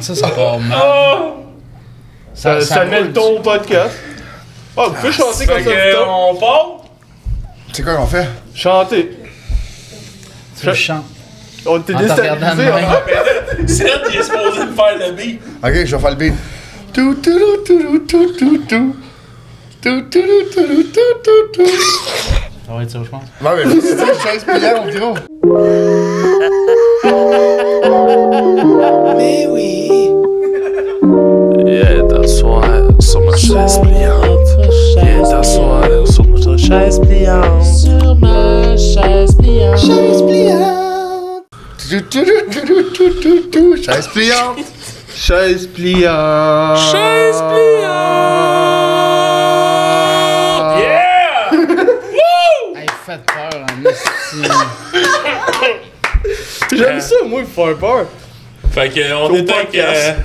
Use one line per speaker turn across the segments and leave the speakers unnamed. Ça, ça part mal.
Ah! Ça, ça met
roule.
le ton au podcast. Ah, vous pouvez chanter comme
Fait
ça.
que,
vous
on part?
C'est quoi qu'on fait?
autres. Chanter.
Tu le chantes.
On était
En te regardant de
déstabilisés.
même.
hein.
Mais là, Seth, il est supposé me faire le beat.
Ok, je vais faire le beat. Tout, tout, tout, tout, tout, tout, tout. Tout, tout, tout, tout, tout, tout, tout.
Ça va être Ah ça, je pense.
Non, mais je sais pas, je suis inspiré, mon gros.
Viens t'asseoir sur ma chaise pliante. Viens t'asseoir sur ma chaise pliante.
Tout, tout, tout, tout, tout, tout, tout. Chaise pliante.
Chaise pliante. Chaise pliante.
Yeah!
Hey, faites peur hein, en esti.
J'aime ça, moi, me faire peur.
Fait que, on est avec
podcast.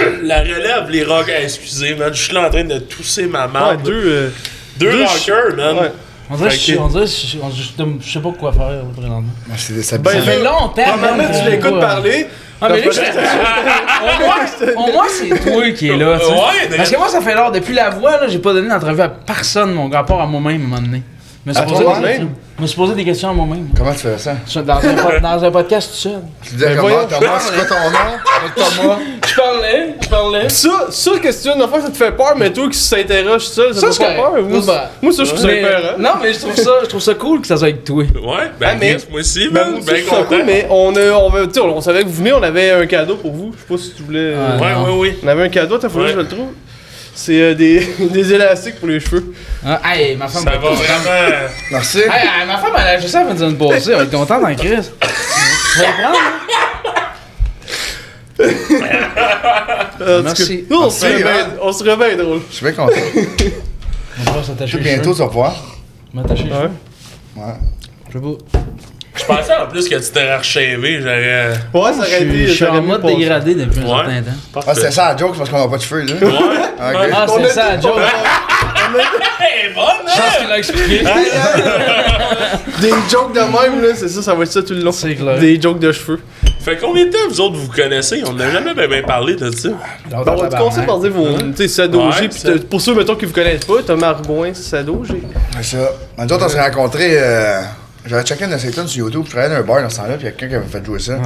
euh, la relève, les rockers. ah, Excusez, man, je suis là en train de tousser ma
Ouais,
marde.
deux. euh,
deux,
deux
rockers, man.
ouais.
On dirait que
Fait
je suis-
que-
on dirait que je suis- on- je- je sais pas quoi faire là, présentement.
Moi, c'est des sables.
Ben,
Ben,
fait longtemps,
Normalement,
man,
tu l'écoutes
qu'on-
parler.
Ah, mais là, je- au moins, au moins, c'est toi qui est là. tu sais.
Ouais,
Parce que moi, ça fait l'heure. Depuis la voix, là, j'ai pas donné d'entrevue à personne, mon rapport à moi-même, à un moment donné. Je me suis
À
posé des
toi-même?
questions. Je me suis posé des questions à moi-même.
Comment tu fais ça?
Sur- Dans un, pod- dans un podcast tout seul.
Tu disais
Ben,
comment?
voyons.
Thomas, c'est quoi ton nom? Thomas.
Je parlais, je parlais.
Ça, ça, qu'est-ce que tu viens de faire, ça te fait peur, mais toi qui s'interroges seul, ça,
Ça,
te
c'est
fait pas
correct.
peur. Moi,
Ouais, bah.
moi, ça, je trouve ça peur, hein.
Non, mais je trouve ça, je trouve ça cool que ça soit avec toi.
Ouais, ben,
Ah, mais-
Chris, moi aussi,
Ben,
man.
moi aussi,
ben
je trouve ça
content.
cool, mais on, a, on, veut- tu sais, on savait que vous venez, on avait un cadeau pour vous. Je sais pas si tu voulais. euh,
Ah,
Ouais,
Non.
ouais, ouais.
On avait un cadeau, t'as fallu que je
Ouais.
le trouve. C'est euh, des, des élastiques pour les cheveux.
Ah, hey, ma femme.
Ça va vraiment.
Merci.
Hey, hey, ma femme, elle a acheté ça la fin de semaine passée. Elle va être contente en crise. Je vais le prendre. hein.
Euh, en tout
Merci.
cas, nous,
Ah,
on se
Merci,
remet-
hein.
on se remet drôle.
Je suis bien content.
On va s'attacher
Tout
les
bientôt,
cheveux.
tu vas pouvoir.
M'attacher les
Ouais.
cheveux.
Ouais.
Je veux pas.
Je pensais en plus que tu t'es rechevé, j'aurais.
Ouais, ça
Je
aurait
suis-
été.
je suis
ça aurait
en
mieux
mode
passé.
dégradé depuis un certain temps.
Ah, c'est ça la joke, c'est parce qu'on a pas de cheveux, là.
Ouais.
Ok.
Ah,
On a
c'est ça, la
dit-
joke.
Hey, bonne,
Je pense
hein?
qu'il l'a expliqué.
Des jokes de même, là, c'est ça, ça va être ça tout le long.
C'est clair.
Des jokes de cheveux.
Fait combien de temps vous autres vous connaissez? On n'a jamais bien ben parlé de ça.
Bah,
Ben, on va
hein.
commencer par dire vos. Tu sais, Sadogé,
Ouais,
pis
ça-
t'as- pour ceux, mettons, qui vous connaissent pas, Thomas Argoin, Sadogé.
C'est ça. Mais Nous autres, on s'est rencontrés. euh, J'avais checké une de ses tunes sur YouTube, je travaillais dans un bar dans ce temps-là, puis il y a quelqu'un qui avait fait jouer ça.
Ouais.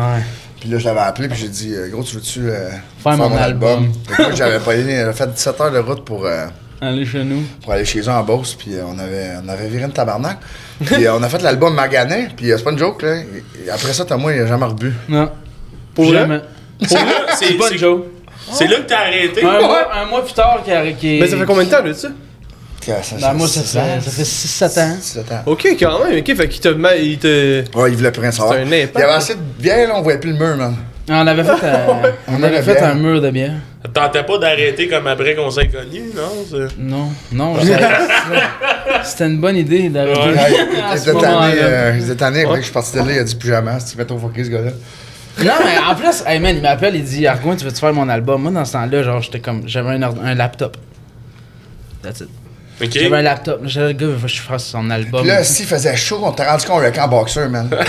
Puis là, je l'avais appelé, puis j'ai dit, euh, gros, tu veux-tu euh,
mon album.
Fait que moi, j'avais pas j'avais fait 17 heures de route pour, euh,
Allez chez nous.
pour aller chez eux en Beauce, puis euh, on, avait, on avait viré une tabarnak. Puis euh, on a fait l'album Maganet, puis euh, c'est pas une joke, là. Et Après ça, Thomas, il a jamais rebu.
Non.
Pour vrai?
Jamais.
C'est
Pas de
c'est-
joke.
c'est là que t'as arrêté.
Un mois, un mois plus tard qu'il a- qu'il
Mais Ben, ça fait combien de temps, là, ça?
Ça, ça- hein,
Ben, moi, ça, fait- ça fait 6-7 ans.
17 ans.
Ok, quand même, ok, fait qu'il te. ma- Il te...
Ouais, il voulait plus rien savoir.
C'est un
Il y
impact.
avait assez de bière, là, on voyait plus le mur, man.
On avait fait, un, on
Un mur
avait
de
fait
bière.
un mur de bière.
Tentais pas d'arrêter comme après qu'on s'est connus, non? c'est-
Non, non, je savais- c'était une bonne idée d'arriver.
Ouais,
À
Il
ce
était tanné,
moment-là.
euh, il était tanné, après que je suis parti de là, il a dit plus jamais, si tu mets ton fucké, ce gars-là.
Non, mais en plus, hey man, il m'appelle, il dit Argoin, tu veux-tu faire mon album Moi, dans ce temps-là, genre, j'étais comme, j'avais un, ord- un laptop. That's it.
Ok.
J'avais un laptop. J'avais le gars, il faut que je fasse son album.
Puis là, s'il faisait chaud, on t'a rendu compte avec en boxeur, man.
ah,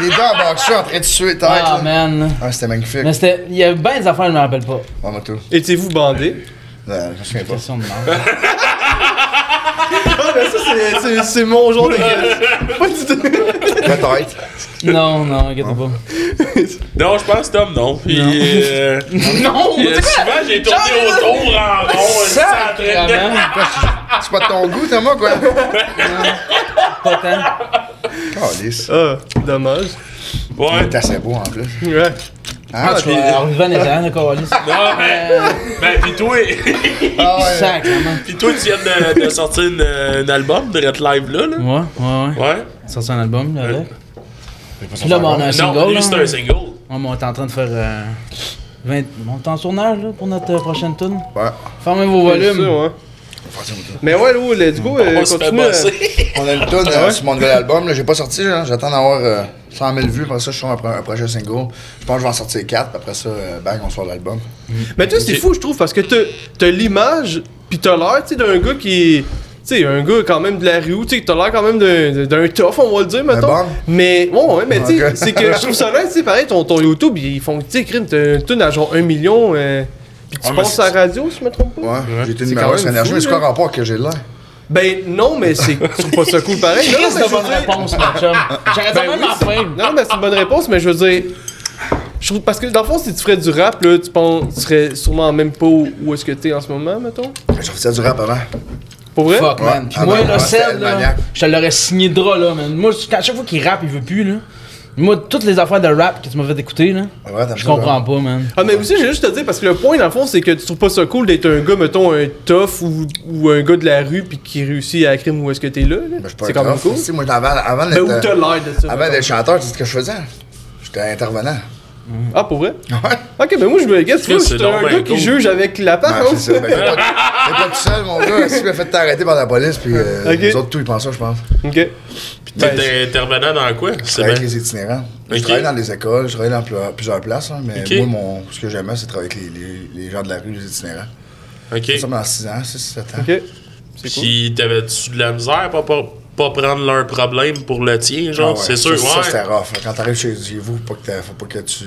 Les deux en boxeur en train de hein, suer tête.
ah,
là.
man. là.
Ah, c'était magnifique.
Mais c'était, il y avait bien des affaires, je me rappelle pas.
Ouais, moi, tout.
Étiez-vous bandé?
Euh, je me souviens pas.
Question de merde.
Ah, ben ça, c'est- c'est- c'est mon genre de gars. Pas du tout.
Peut-être.
Non, non, inquiète pas.
Non, je pense Tom, non. Puis,
Non.
euh,
Non,
euh, souvent, j'ai tourné autour en rond. ça traînait.
Sacrément,
C'est pas de ton goût, Thomas, quoi.
pas tant.
Calice.
Ah, dommage.
Ouais.
T'es assez beau, en plus.
Ouais.
Ah,
Je vais arriver en étant, le colis.
Non, mais. Ben, pis toi,
ah, ouais.
Sacrément.
pis toi, tu viens de, de sortir une, euh, un album de Red Live là, là.
Ouais, ouais, ouais.
Ouais.
Sorti un album, là.
Euh,
là.
J'ai pas
Puis là,
son
ben, on a un
nom.
single.
non,
là.
lui, c'est un single.
Ouais, mais on est en train de faire euh, 20... On est en tournage là, pour notre euh, prochaine tune.
Ouais.
Fermez vos
C'est ça,
volumes.
ouais. hein. Mais ouais, Lou, let's go. euh,
On se fait
continue. euh,
bosser.
On a une tonne sur mon nouvel album. là. J'ai pas sorti, là. J'attends d'avoir euh, 100 000 vues. Après ça, je sors un, pro- un prochain single. Je pense que je vais en sortir 4. Après ça, euh, bang, on sort l'album.
euh. Mais toi, c'est fou, je trouve, parce que t'as t'as l'image, pis t'as l'air, tu sais, d'un gars qui. est- sais, un gars quand même de la rue, tu sais, t'as l'air quand même d'un- d'un tough, on va le dire, mettons.
bon?
Mais, ouais, ouais, mais tu sais,
Ok.
c'est que je trouve ça là, tu sais, pareil, ton, ton YouTube, ils font, tu sais, crime, t'as une tune à genre 1 million, euh, pis tu
Ouais, Ah, mais
passes à la radio, si je me trompe pas.
Ouais, j'ai été
C'est
numéro
quand
1 sur
même
énergie,
fou,
mais c'est quoi
là.
le rapport que j'ai là?
Ben, non, mais c'est, je trouve pas ça cool pareil. Non,
Chris
mais
de
je veux
bonne
dire-
réponse, mon chum. J'aurais
Ben
dû même
oui,
en
c'est-
faire.
Non, mais c'est une bonne réponse, mais je veux dire. Je trouve, parce que dans le fond, si tu ferais du rap, là, tu, penses, tu serais sûrement même pas où, où est-ce que t'es en ce moment, mettons.
J'ai fait du rap avant.
Pour vrai?
Fuck, man.
Ouais.
Puis
Ah
moi,
ben,
là,
ouais, c'était
celle,
le
là,
maniaque.
je te l'aurais signé de drap, là, man. Moi, je- quand- à chaque fois qu'il rappe, il veut plus, là. Moi, toutes les affaires de rap que tu m'as fait écouter, là,
Ouais, t'as
je
fait ça,
comprends pas, man.
Ah, mais aussi, j'ai juste te dire, parce que le point, dans le fond, c'est que tu trouves pas ça cool d'être un gars, mettons, un tough ou, ou un gars de la rue, puis qui réussit à crime où est-ce que t'es là. là.
Ben, je suis pas
c'est
un Ah,
quand même
prof,
cool.
si, moi, avant, avant
Mais où t'as
d'être euh,
l'air de ça?
avant
mettons.
d'être chanteur, tu sais ce que je faisais? J'étais intervenant. ben.
Ah, pour vrai?
Ouais.
Ok, mais moi, je me guess,
Chris,
moi, je suis
c'est
un
donc
gars
ben
qui
cool.
juge avec la part.
Ben, c'est ça. Ben, t'es pas, t'es pas tout seul, mon gars. Si tu m'as fait t'arrêter par la police, puis euh,
Ok.
les autres, tout, ils pensent ça, je pense.
ok. Ben,
T'es intervenant dans quoi?
Je
C'est
travaillais
bien.
avec les itinérants. Je
Ok.
travaillais dans les écoles, je travaillais dans pl- plusieurs places, hein, mais
Ok.
moi, mon, ce que j'aimais, c'est travailler avec les, les- les gens de la rue, les itinérants.
Ok.
Nous sommes dans 6 ans, 6, 7 ans.
ok. C'est cool.
Puis t'avais-tu de la misère pas, pas, pas prendre leur problème pour le tien,
Ah
genre?
ouais,
C'est sûr,
ça, Ça, c'était
ouais.
rough. Quand t'arrives chez chez vous, faut pas que, t'aies- faut pas que tu.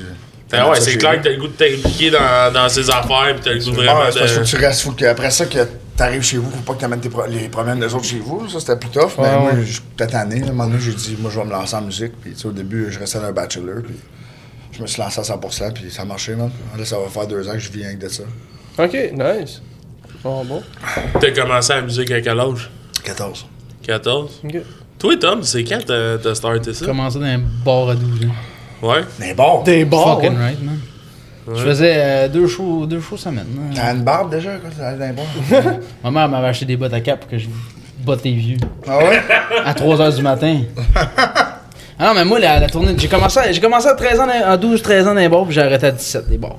Ah ouais,
ça
c'est
chez
clair
vous.
que t'as le goût de t'impliquer dans, dans ces affaires, pis t'as le goût
Ah,
vraiment
c'est parce que
de.
tu restes fou. que Après ça, que t'arrives chez vous, faut pas que t'amènes tes pro- les problèmes des autres chez vous. Ça, c'était plus tough. Mais
Ouais,
moi,
ouais.
je suis peut-être année. là. À un moment donné, j'ai dit, moi, je vais me lancer en musique. Puis, tu sais, au début, je restais dans un bachelor. Puis, je me suis lancé à 100%. Puis, ça a marché, man. Là, ça va faire deux ans que je vis rien que de ça.
Ok, nice. Bon, bon.
T'as commencé la musique à quel âge?
14.
14?
Ok.
Toi, Tom, c'est quand t'as t'as starté ça?
Commencer dans un bar à 12 ans.
Ouais.
Mais bon,
T'es bon.
Fucking right, man. Je faisais euh, deux shows, deux shows semaine. hein.
t'as une barbe déjà, quoi. T'as dans les bras.
Ma mère m'avait acheté des bottes à cap pour que je botte les vieux.
Ah ouais?
À 3h du matin. Ah non, mais moi, la, la tournée, j'ai commencé, à- j'ai commencé à 13 ans, dans- à 12-13 ans dans les bars, puis j'ai arrêté à 17 des bars.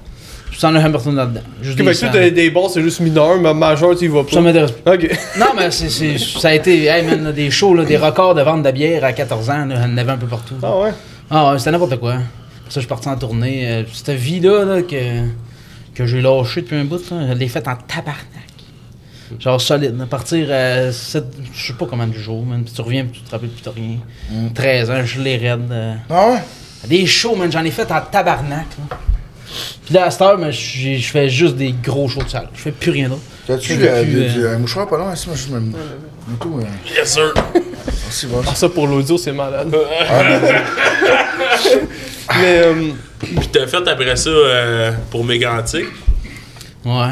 Je sens le Hamilton là-dedans. Juste
Ok,
des
fait
ben,
que toi,
sangs.
t'as des bons, c'est juste mineur, mais majeur, tu y
euh,
vas pas.
Ça m'intéresse pas.
Ok.
Non, mais c'est, c'est- ça a été, hey man, là, des shows, là, des records de vente de bière à 14 ans, là, il y en avait un peu partout.
Ah ouais.
Ah ouais, c'était n'importe quoi. Pour ça, je suis parti en tournée. Euh, cette vie-là là, que, que j'ai lâchée depuis un bout, là, je l'ai faite en tabarnak. Genre solide. là. Partir à sept- je sais pas combien de jours, man. Puis tu reviens puis tu te rappelles plus de rien. 13 ans, je l'ai raide. euh.
Ah ouais?
Des shows, man, j'en ai fait en tabarnak. là. Puis là, à cette heure, man, j'ai- je fais juste des gros shows de salle. Je fais plus rien d'autre.
T'as-tu
Je
euh,
fais plus,
du- du-
euh,
un mouchoir pas loin? Si, moi, je me. Du coup, euh,
Yes, sir.
merci, boss.
Ah, ça pour l'audio, c'est malade. mais, euh,
Puis t'as fait après ça euh, pour Mégantic.
Ouais.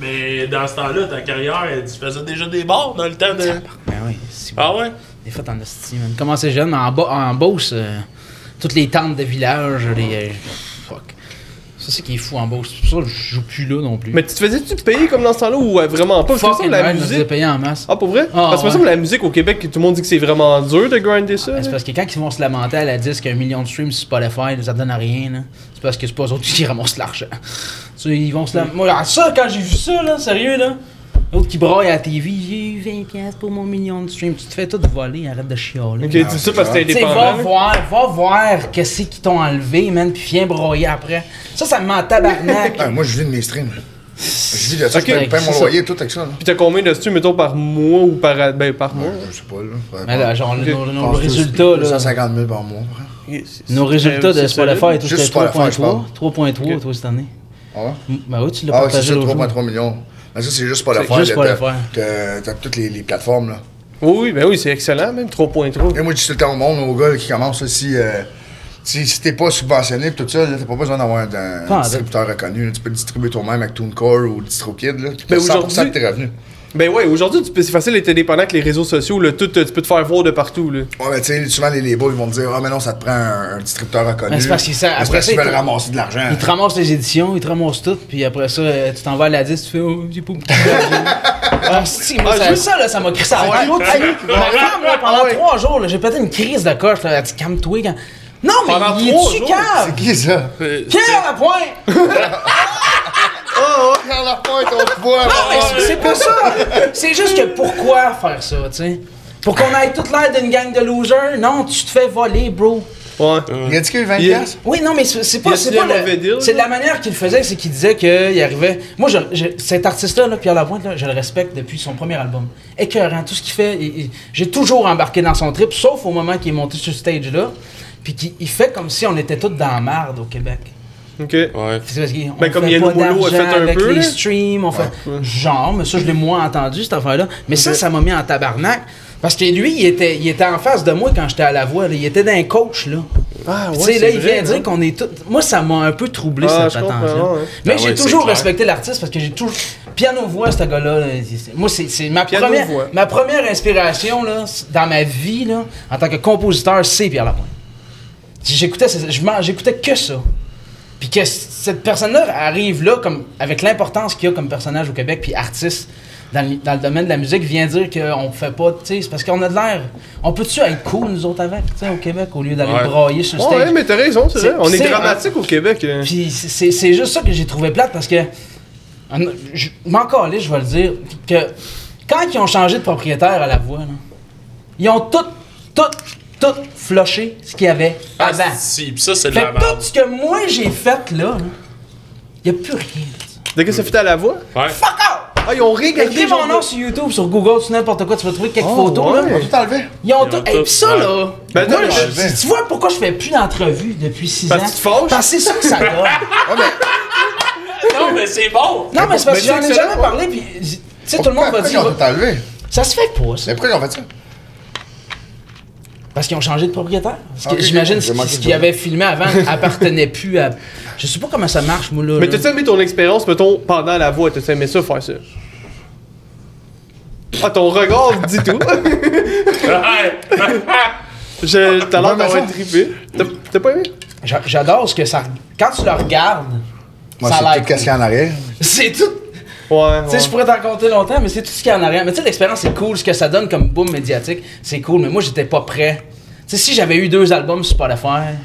Mais dans ce temps-là, ta carrière, tu faisais déjà des bars dans le temps de.
Ben oui, c'est
Ah ouais?
Des fois, t'en as man. Commencé jeune, mais en, bas, en Beauce, euh, toutes les tentes de village, les. euh, fuck. Ça, c'est qui est fou en Beauce. C'est pour ça que je joue plus là non plus.
mais tu te faisais-tu payer comme dans ce temps-là ou euh, vraiment pas? Parce que me
fucking
semble la
right, je me faisais
musique.
payer en masse.
Ah, pour vrai?
Ah,
parce que me
ouais.
semble la musique au Québec, tout le monde dit que c'est vraiment dur de grinder ça.
Ben,
là.
c'est parce que quand ils vont se lamenter à la disque, un million de streams sur Spotify, ça donne à rien, là. C'est parce que c'est pas eux autres qui ramassent l'argent. Tu sais, ils vont se lamenter. Moi, ah, ça, quand j'ai vu ça, là, sérieux, là. L'autre qui braille à la TV, j'ai eu 20$ piastres pour mon million de streams. Tu te fais tout voler, arrête de chialer.
Ok, tu dis ça parce que t'es
Tu sais, va
indépendant. là.
voir, va voir qu'est-ce qu'ils t'ont enlevé, man, puis viens broyer après. Ça, ça me met en tabarnak.
Ah, moi, je vis de mes streams. Je vis de ça,
Ok,
je paye- paye
c'est
mon
ça.
loyer, tout avec ça. là.
Puis t'as combien de streams, mettons, par mois ou par. Ben, par mois?
Je sais pas, là.
Mais là, genre, nos, nos
Pense
résultats, là,
250 000 par mois. après.
nos résultats de
C'est
Spotify et tout,
Juste
c'était
Spotify, je
3.3,
parle.
3.3, toi, cette année.
Ah ouais?
M- Ben oui, tu l'as
Ah ouais, c'est
partagé
ça,
l'autre jour.
3,3 millions. Mais ça, c'est juste pas la
C'est
faire.
juste
là,
pas la
t'as-
faire.
t'as- T'as toutes les, les plateformes, là.
Oui, oui, ben oui, c'est excellent, même 3.3.
Et moi, je dis tout le temps au monde, aux gars qui commencent, là, si, euh, si, si t'es pas subventionné pis tout ça, là, t'as pas besoin d'avoir un,
Pas en
un distributeur reconnu. là. Tu peux le distribuer toi-même avec TuneCore ou DistroKid, là. Tu
Mais
payes 100% de
aujourd'hui-
tes revenus.
Ben ouais, aujourd'hui, tu peux- c'est facile d'être indépendant avec les réseaux sociaux, là, tout, euh, tu peux te faire voir de partout. Là.
Ouais, mais tu sais, souvent, les labels, ils vont te dire, ah, mais non, ça te prend un, un distributeur reconnu.
Mais c'est parce qu'ils savent-
Mais c'est
après
parce
ça,
qu'ils
ils
veulent
te-
ramasser de l'argent.
Ils te ramassent les éditions, ils te ramassent tout, puis après ça, euh, tu t'en vas à la 10, tu fais Oh, j'ai pas beaucoup d'argent. Ah, si, moi,
Ah,
ça,
juste-
ça, là, ça m'a crissé à
un autre truc.
Ma femme, là, pendant
Ah ouais.
trois jours, là, j'ai pété une crise de coche, là, elle a dit calme-toi. Quand... Non, mais
Pendant
il
trois
est-tu
jours?
cave?
C'est qui ça?
Pierre Lapointe!
Regarde la Ah, pointe, on te voit.
Non, Ah,
Ah,
mais c'est- c'est pas ça! C'est juste que pourquoi faire ça, tu sais? Pour qu'on ait toute l'air d'une gang de losers? Non, tu te fais voler, bro.
Ouais.
Euh,
Il a dit que 20
Il-
piastres?
Oui, non, mais c'est c'est
Il
pas.
a
C'est
signé
pas
un mauvais
le-
deal,
c'est de la
là.
manière qu'il faisait, c'est qu'il disait qu'il arrivait. Moi, je, je- cet artiste-là, là, Pierre Lapointe, là, je le respecte depuis son premier album. Écœurant, tout ce qu'il fait. il- il- J'ai toujours embarqué dans son trip, sauf au moment qu'il est monté sur ce stage-là. Puis qu'il il fait comme si on était tous dans la marde au Québec.
Ok.
Ouais.
C'est parce qu'on
Ben, comme
fait
Yellow
pas
Molo a fait
d'argent
un
avec
peu,
les
là.
streams, on fait genre, mais ça je l'ai moins entendu cette affaire-là. Mais ça,
Ok.
ça m'a mis en tabarnak. Parce que lui, il était, il était en face de moi quand j'étais à la voix. là. Il était d'un coach, là.
Ah,
tu sais, là, il vient
vrai,
dire
hein.
qu'on est tous. Moi, ça m'a un peu troublé,
Ah,
cette
je comprends,
patente-là.
ouais.
Mais
Ah
j'ai
ouais, c'est
toujours
clair.
respecté l'artiste parce que j'ai toujours. Piano-voix, ce gars-là. là, c'est- c'est- Moi, c'est c'est ma
Piano
première,
voix.
ma première inspiration là, c- dans ma vie, là, en tant que compositeur, c'est Pierre Lapointe. J'écoutais ces- je m'en- j'écoutais que ça. Puis que c- cette personne-là arrive là, comme, avec l'importance qu'il y a comme personnage au Québec, puis artiste dans le, dans le domaine de la musique, vient dire qu'on fait pas. tu sais, C'est parce qu'on a de l'air. On peut-tu être cool, nous autres, avec, tu sais, au Québec, au lieu d'aller
Ouais.
brailler sur le
Ouais,
stage?
ouais, mais t'as raison, c'est vrai.
C'est-
On est,
c'est-
dramatique au Québec. hein.
Puis c'est- c'est c'est juste ça que j'ai trouvé plate parce que. en- Je m'en calais, je vais le dire. Que quand ils ont changé de propriétaire à la voix, là, ils ont tout, tout, tout floché ce qu'il y avait
Ah,
avant.
si, pis ça, c'est de
ben. Fait
la
que tout
merde.
ce que moi j'ai fait là, il n'y a plus rien.
Dès que ça fait à la voix.
Ouais.
Fuck out!
Ah, ils ont regardé.
Écris mon nom sur YouTube, sur Google, sur n'importe quoi, tu vas trouver quelques
Oh,
photos.
Ah,
là.
On va tout enlever.
Ils ont tout.
ont
Et
tout-
puis ça,
ouais.
là.
Ben,
moi,
attends,
je-
enlevé.
tu vois pourquoi je fais plus d'entrevues depuis 6 ans?
Parce que tu te fâches?
Parce que c'est ça que ça donne.
Non, mais c'est bon!
Non, mais c'est parce que
Mais
j'en ai
excellent,
jamais
ouais.
parlé, puis tu sais, tout le monde va
Pourquoi Ils ont
dire.
tout enlevé.
Ça se fait pas, ça.
Mais pourquoi ils ont fait ça?
Parce qu'ils ont changé de propriétaire. Parce que
Ok,
J'imagine
j'ai
ce qui-
manqué
ce
de
qu'ils
ça.
avaient filmé avant appartenait plus à. Je sais pas comment ça marche, moi, là.
Mais
là.
t'as-tu aimé ton expérience, mettons, pendant la voix? T'as-tu aimé ça, faire ça? Ah, ton regard dit tout.
Ouais. ben,
Je- T'as l'air
Ouais, mais
d'avoir
ça-
trippé. T'as- T'as pas aimé?
J'a- J'adore ce que ça. Quand tu le regardes,
Moi,
ça a
c'est
l'air.
tout qu'est-ce qu'il y a en arrière.
cool. C'est tout.
Ouais.
Tu sais, je
ouais.
pourrais t'en compter longtemps, mais c'est tout ce qu'il y a en arrière. Mais tu sais, l'expérience, c'est cool. Ce que ça donne comme boom médiatique, c'est cool. Mais moi, j'étais pas prêt. Tu sais, si j'avais eu deux albums sur Spotify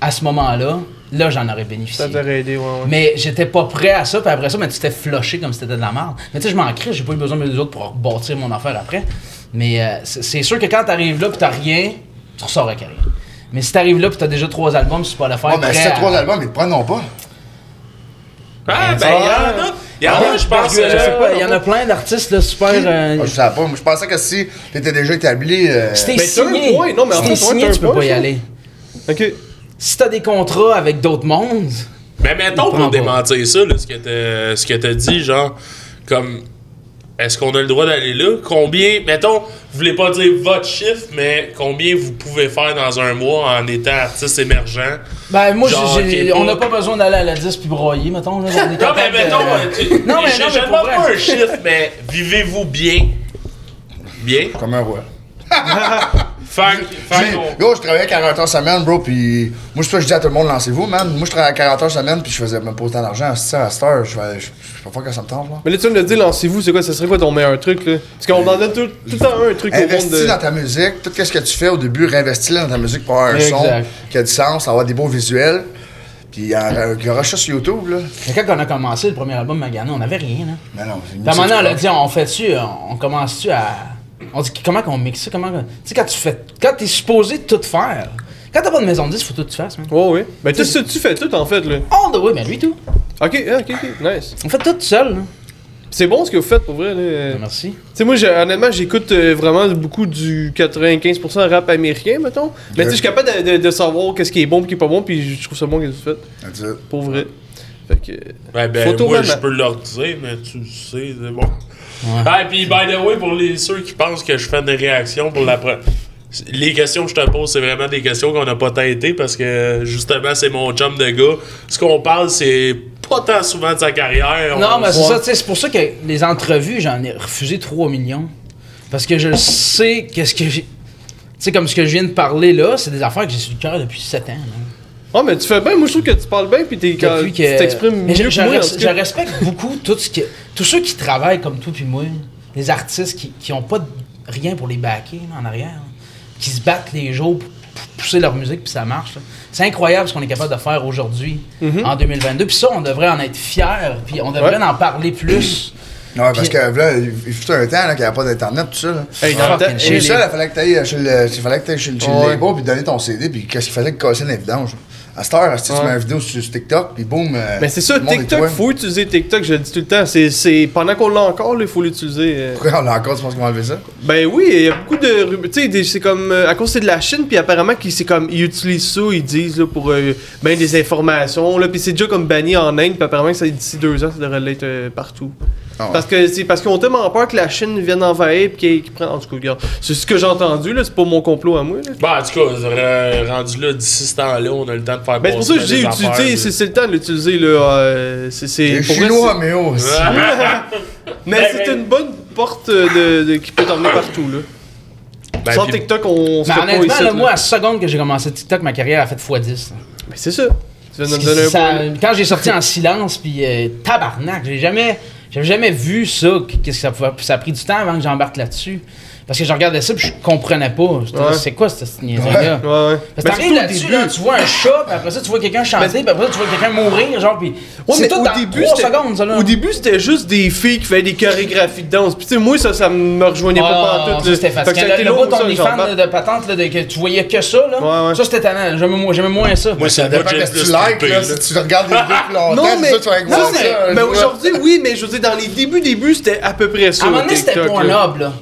à ce moment-là, là, j'en aurais bénéficié.
Ça t'aurait aidé, ouais, ouais.
Mais j'étais pas prêt à ça, puis après ça, ben, tu t'es flushé comme si t'étais de la merde. Mais tu sais, je m'en crie, j'ai pas eu besoin des autres pour rebâtir mon affaire après. Mais euh, c'est c'est sûr que quand t'arrives là pis t'as rien, tu ressors avec rien. Mais si t'arrives là pis t'as déjà trois albums, c'est pas l'affaire.
Ouais, mais
prêt
si t'as
à-
trois albums, ils te prendront pas.
Ah, ben, y'en a. Y'en a, je pense.
Parce que, Ah, je sais
euh,
pas, il y en a plein d'artistes là, super. euh,
Ah, Je savais pas. Moi, je pensais que si t'étais déjà établi. euh,
si t'es
Ben, t'as un
signé,
point, non, mais
si
en
t'es
fait, toi,
signé,
t'as un
tu peux
point,
pas y
ça.
aller.
Ok.
Si t'as des contrats avec d'autres mondes,
Mais mettons
prend
pour
pas.
démentir ça, là, ce que t'as ce que t'as dit, genre, comme, est-ce qu'on a le droit d'aller là? Combien, mettons, vous voulez pas dire votre chiffre, mais combien vous pouvez faire dans un mois en étant artiste émergent?
ben moi,
Genre,
j'ai- j'ai-
ok,
on n'a
pas-
pas besoin d'aller à la 10 puis broyer, mettons. Là, on est
Non, mais
capable de-
mettons, euh, tu-
Non, mais
je-
non,
je
mais
ne
pour
demande pas
vrai.
un chiffre, mais vivez-vous bien? Bien?
Comme un roi.
Fait que- fait
Puis,
qu'on-
Yo, je travaillais 40 heures semaine, bro, puis moi, c'est ça que je dis à tout le monde, lancez-vous, man. Moi, je travaillais 40 heures semaine, puis je faisais même pas autant d'argent à 6 heures, à cette heure. Je vais, je, je peux pas que ça me tente, là.
Mais là, tu me le dis, lancez-vous, c'est quoi, ça serait quoi ton meilleur truc, là? Parce qu'on en donne tout, tout le temps un truc au monde
Investis
de...
dans ta musique, tout ce que tu fais au début, réinvestis dans ta musique pour avoir un
Exact.
son qui a du sens, avoir des beaux visuels, puis euh, il y aura ça sur YouTube, là.
Mais quand on a commencé le premier album Magana, on n'avait rien. Là.
Mais non, c'est une
Puis à un moment donné, on a
musique.
dit, on fait-tu, on commence-tu à... On dit, comment qu'on mixe ça, comment... qu'on- Tu sais, quand tu fais... Quand t'es supposé tout faire, quand t'as pas de maison de disque, faut tout que tu fasses, man.
Ouais, ouais. Ben, tout ça, tu fais tout, en fait, là.
On the way, mais lui tout.
Ok, ah, ok, ok, nice.
On fait tout seul, là.
C'est bon ce que vous faites, pour vrai, là. Tu
Merci.
sais, moi, j'ai- honnêtement, j'écoute euh, vraiment beaucoup du 95% rap américain, mettons. Mais tu sais, je suis capable de, de- de savoir qu'est-ce qui est bon et qui est pas bon, puis je trouve ça bon que vous faites,
That's it.
pour vrai. Fait que... euh,
Ouais, ben,
Photo
moi,
même.
je peux leur dire, mais tu le sais, c'est bon. Ah, puis, by the way, pour les, ceux qui pensent que je fais des réactions pour la pre- Les questions que je te pose, c'est vraiment des questions qu'on n'a pas tentées parce que, justement, c'est mon chum de gars. Ce qu'on parle, c'est pas tant souvent de sa carrière.
Non,
On-
mais c'est
Ouais.
ça, tu sais, c'est pour ça que les entrevues, j'en ai refusé 3 millions. Parce que je sais qu'est-ce que j'ai... Tu sais, comme ce que je viens de parler, là, c'est des affaires que j'ai sur le cœur depuis 7 ans, là.
Ah, mais tu fais bien, moi, je trouve que tu parles bien, puis t'es- quand-
Depuis
tu
que-
t'exprimes
Mais je,
mieux
je
que moi, en
res-
tout
je
cas.
respecte beaucoup tout ce qui- tous ceux qui travaillent comme tout puis moi, les artistes qui, qui ont pas de- rien pour les backer là, en arrière, là, qui se battent les jours pour pour pousser leur musique puis ça marche. là. C'est incroyable ce qu'on est capable de faire
Mhm.
aujourd'hui en 2022. Puis ça, on devrait en être fiers, puis on devrait en parler plus.
Ouais, parce que là, il il fut un temps là, qu'il n'y avait pas d'internet, tout ça. Là.
Hey, dans le temps-
Ah, Chez
Chez
ça, il fallait que t'ailles euh, chez le, il fallait que t'ailles chez le, chez le
Ouais.
label, puis donner ton CD, puis qu'est-ce qu'il fallait que casser dans les vidanges. À cette heure, asti, tu
Ouais.
mets une vidéo sur, sur TikTok, puis boum. euh,
Mais c'est ça,
tout le monde est
TikTok,
toi.
faut utiliser TikTok, je le dis tout le temps. C'est, c'est- Pendant qu'on l'a encore, il faut l'utiliser. euh.
Pourquoi on l'a encore, tu penses qu'on va enlever ça?
Ben oui, il y a beaucoup de. rub- Tu sais, des- c'est comme. euh, à cause c'est de la Chine, puis apparemment, qu'ils, c'est comme, ils utilisent ça, ils disent, là, pour euh, ben des informations, là. Puis c'est déjà comme banni en Inde, puis apparemment, que ça, d'ici deux ans, ça devrait l'être euh, partout.
Ah ouais.
Parce que c'est parce qu'ils ont tellement peur que la Chine vienne envahir, puis qu'ils, qu'ils prennent. En tout cas, regarde. C'est ce que j'ai entendu, là, c'est pas mon complot à moi, là.
Bon, Bah, en tout cas, euh, rendu là, d'ici ce temps-là, on a le temps de faire
Ben c'est pour ça que je
passer
dis,
des
utiliser,
affaires,
c'est, c'est le temps de l'utiliser, là. euh, c'est, c'est,
Les
pour vrai,
Chinois, mais oh,
là.
asti.
Mais c'est une bonne porte euh, de, de- qui peut t'emmener partout, là.
Ben,
Sans
puis-
TikTok, on se
Mais
fait pas
honnêtement,
ici,
là,
là.
moi, à la seconde que j'ai commencé TikTok, ma carrière a fait x10. là.
Mais Ben, c'est ça. Tu viens de me donner un
Ça-
point.
quand j'ai sorti en silence, puis euh, tabarnak, j'ai jamais, j'avais jamais vu ça. qu- Qu'est-ce que ça pouvait- Ça a pris du temps avant que j'embarque là-dessus. Parce que je regardais ça, puis je comprenais pas. J'étais là,
Ouais.
C'est quoi cette niaiserie-là?
Ouais,
Parce
ouais.
que
Ben,
t'arrives
surtout au
là-dessus,
début.
là, tu vois un chat, puis après ça, tu vois quelqu'un chanter, puis après ça, tu vois quelqu'un mourir, genre, puis.
Ouais,
c'est
mais
tout
au
dans
début,
trois
c'était-
secondes, ça, là.
au début, c'était juste des filles qui faisaient des chorégraphies de danse. Puis tu sais, moi, ça, ça me rejoignait pas
Ah,
pas en tout.
ça, c'était
Fait que ça a
fatigant.
été
Le
long,
bout, on
ça,
est
genre,
fan
bah,
là, de patente, là, de, que tu voyais que ça, là.
Ouais, ouais.
Ça, c'était talent. J'aime moins- J'aimais moins ça.
Moi, c'est
Ça
le
dépend
budget
qu'est-ce que
plus
tu likes,
coupé,
là.
là.
Si tu regardes les vidéos plus longtemps,
Non, mais,
c'est ça, tu vas
non,
voir
mais-
ça. un
mais
jour.
aujourd'hui, oui, mais je veux dire, dans les débuts, débuts, c'était à peu près ça.
À un moment donné, c'était
TikTok, là.
Pornhub, là.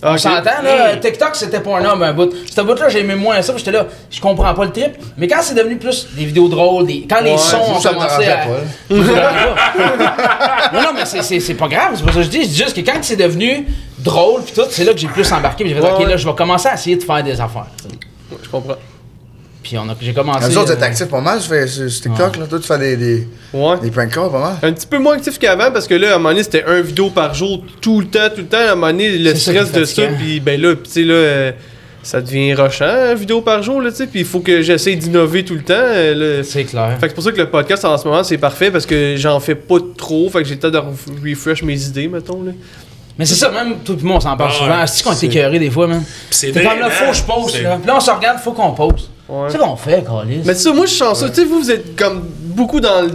Ah,
On
ok.
s'entend, là. TikTok, c'était Pornhub, un bout. Ce bout-là, j'aimais moins ça, parce que j'étais là, je comprends pas le trip. Mais quand c'est devenu plus des vidéos drôles, des... quand les
Ouais,
sons
vous,
ont
ça me
commencé
dérangeait
à...
hein.
non, non, mais c'est- c'est c'est pas grave, c'est pas ça que je dis. Je dis juste que quand c'est devenu drôle, puis tout, c'est là que j'ai plus embarqué. puis J'ai fait,
Ouais,
OK,
ouais.
là, je vais commencer à essayer de faire des affaires. tu sais.
Je comprends.
Puis on a- j'ai commencé...
Nous autres,
euh,
t'es actif pas mal sur sur- sur TikTok,
Ah.
là. Toi, tu fais des- des
Ouais.
des prank calls pas mal.
Un petit peu moins actif qu'avant parce que là, à un moment donné, c'était un vidéo par jour tout le temps, tout le temps. À un moment donné, le
C'est ça qui
stress
est
de ça,
fatigant.
puis ben là, puis tu sais, là, euh, ça devient rochant, une vidéo par jour, là, tu sais. Puis il faut que j'essaie d'innover tout le temps. euh, là.
C'est clair.
Fait que c'est pour ça que le podcast en ce moment, c'est parfait parce que j'en fais pas trop. Fait que j'ai le temps de re- refresh mes idées, mettons, là.
Mais c'est ça, même tout le monde s'en parle
Ah
souvent.
ouais,
C'est qu'on est
c'est-
écœuré des fois, man.
c'est
C'est comme là,
drainant,
faut que je pose,
c'est-
là. Puis là, on se regarde, faut qu'on pose.
Ouais.
C'est qu'on fait, Carlis.
Mais c'est ça, moi, je suis chanceux. Tu sais, vous, vous êtes comme beaucoup dans le.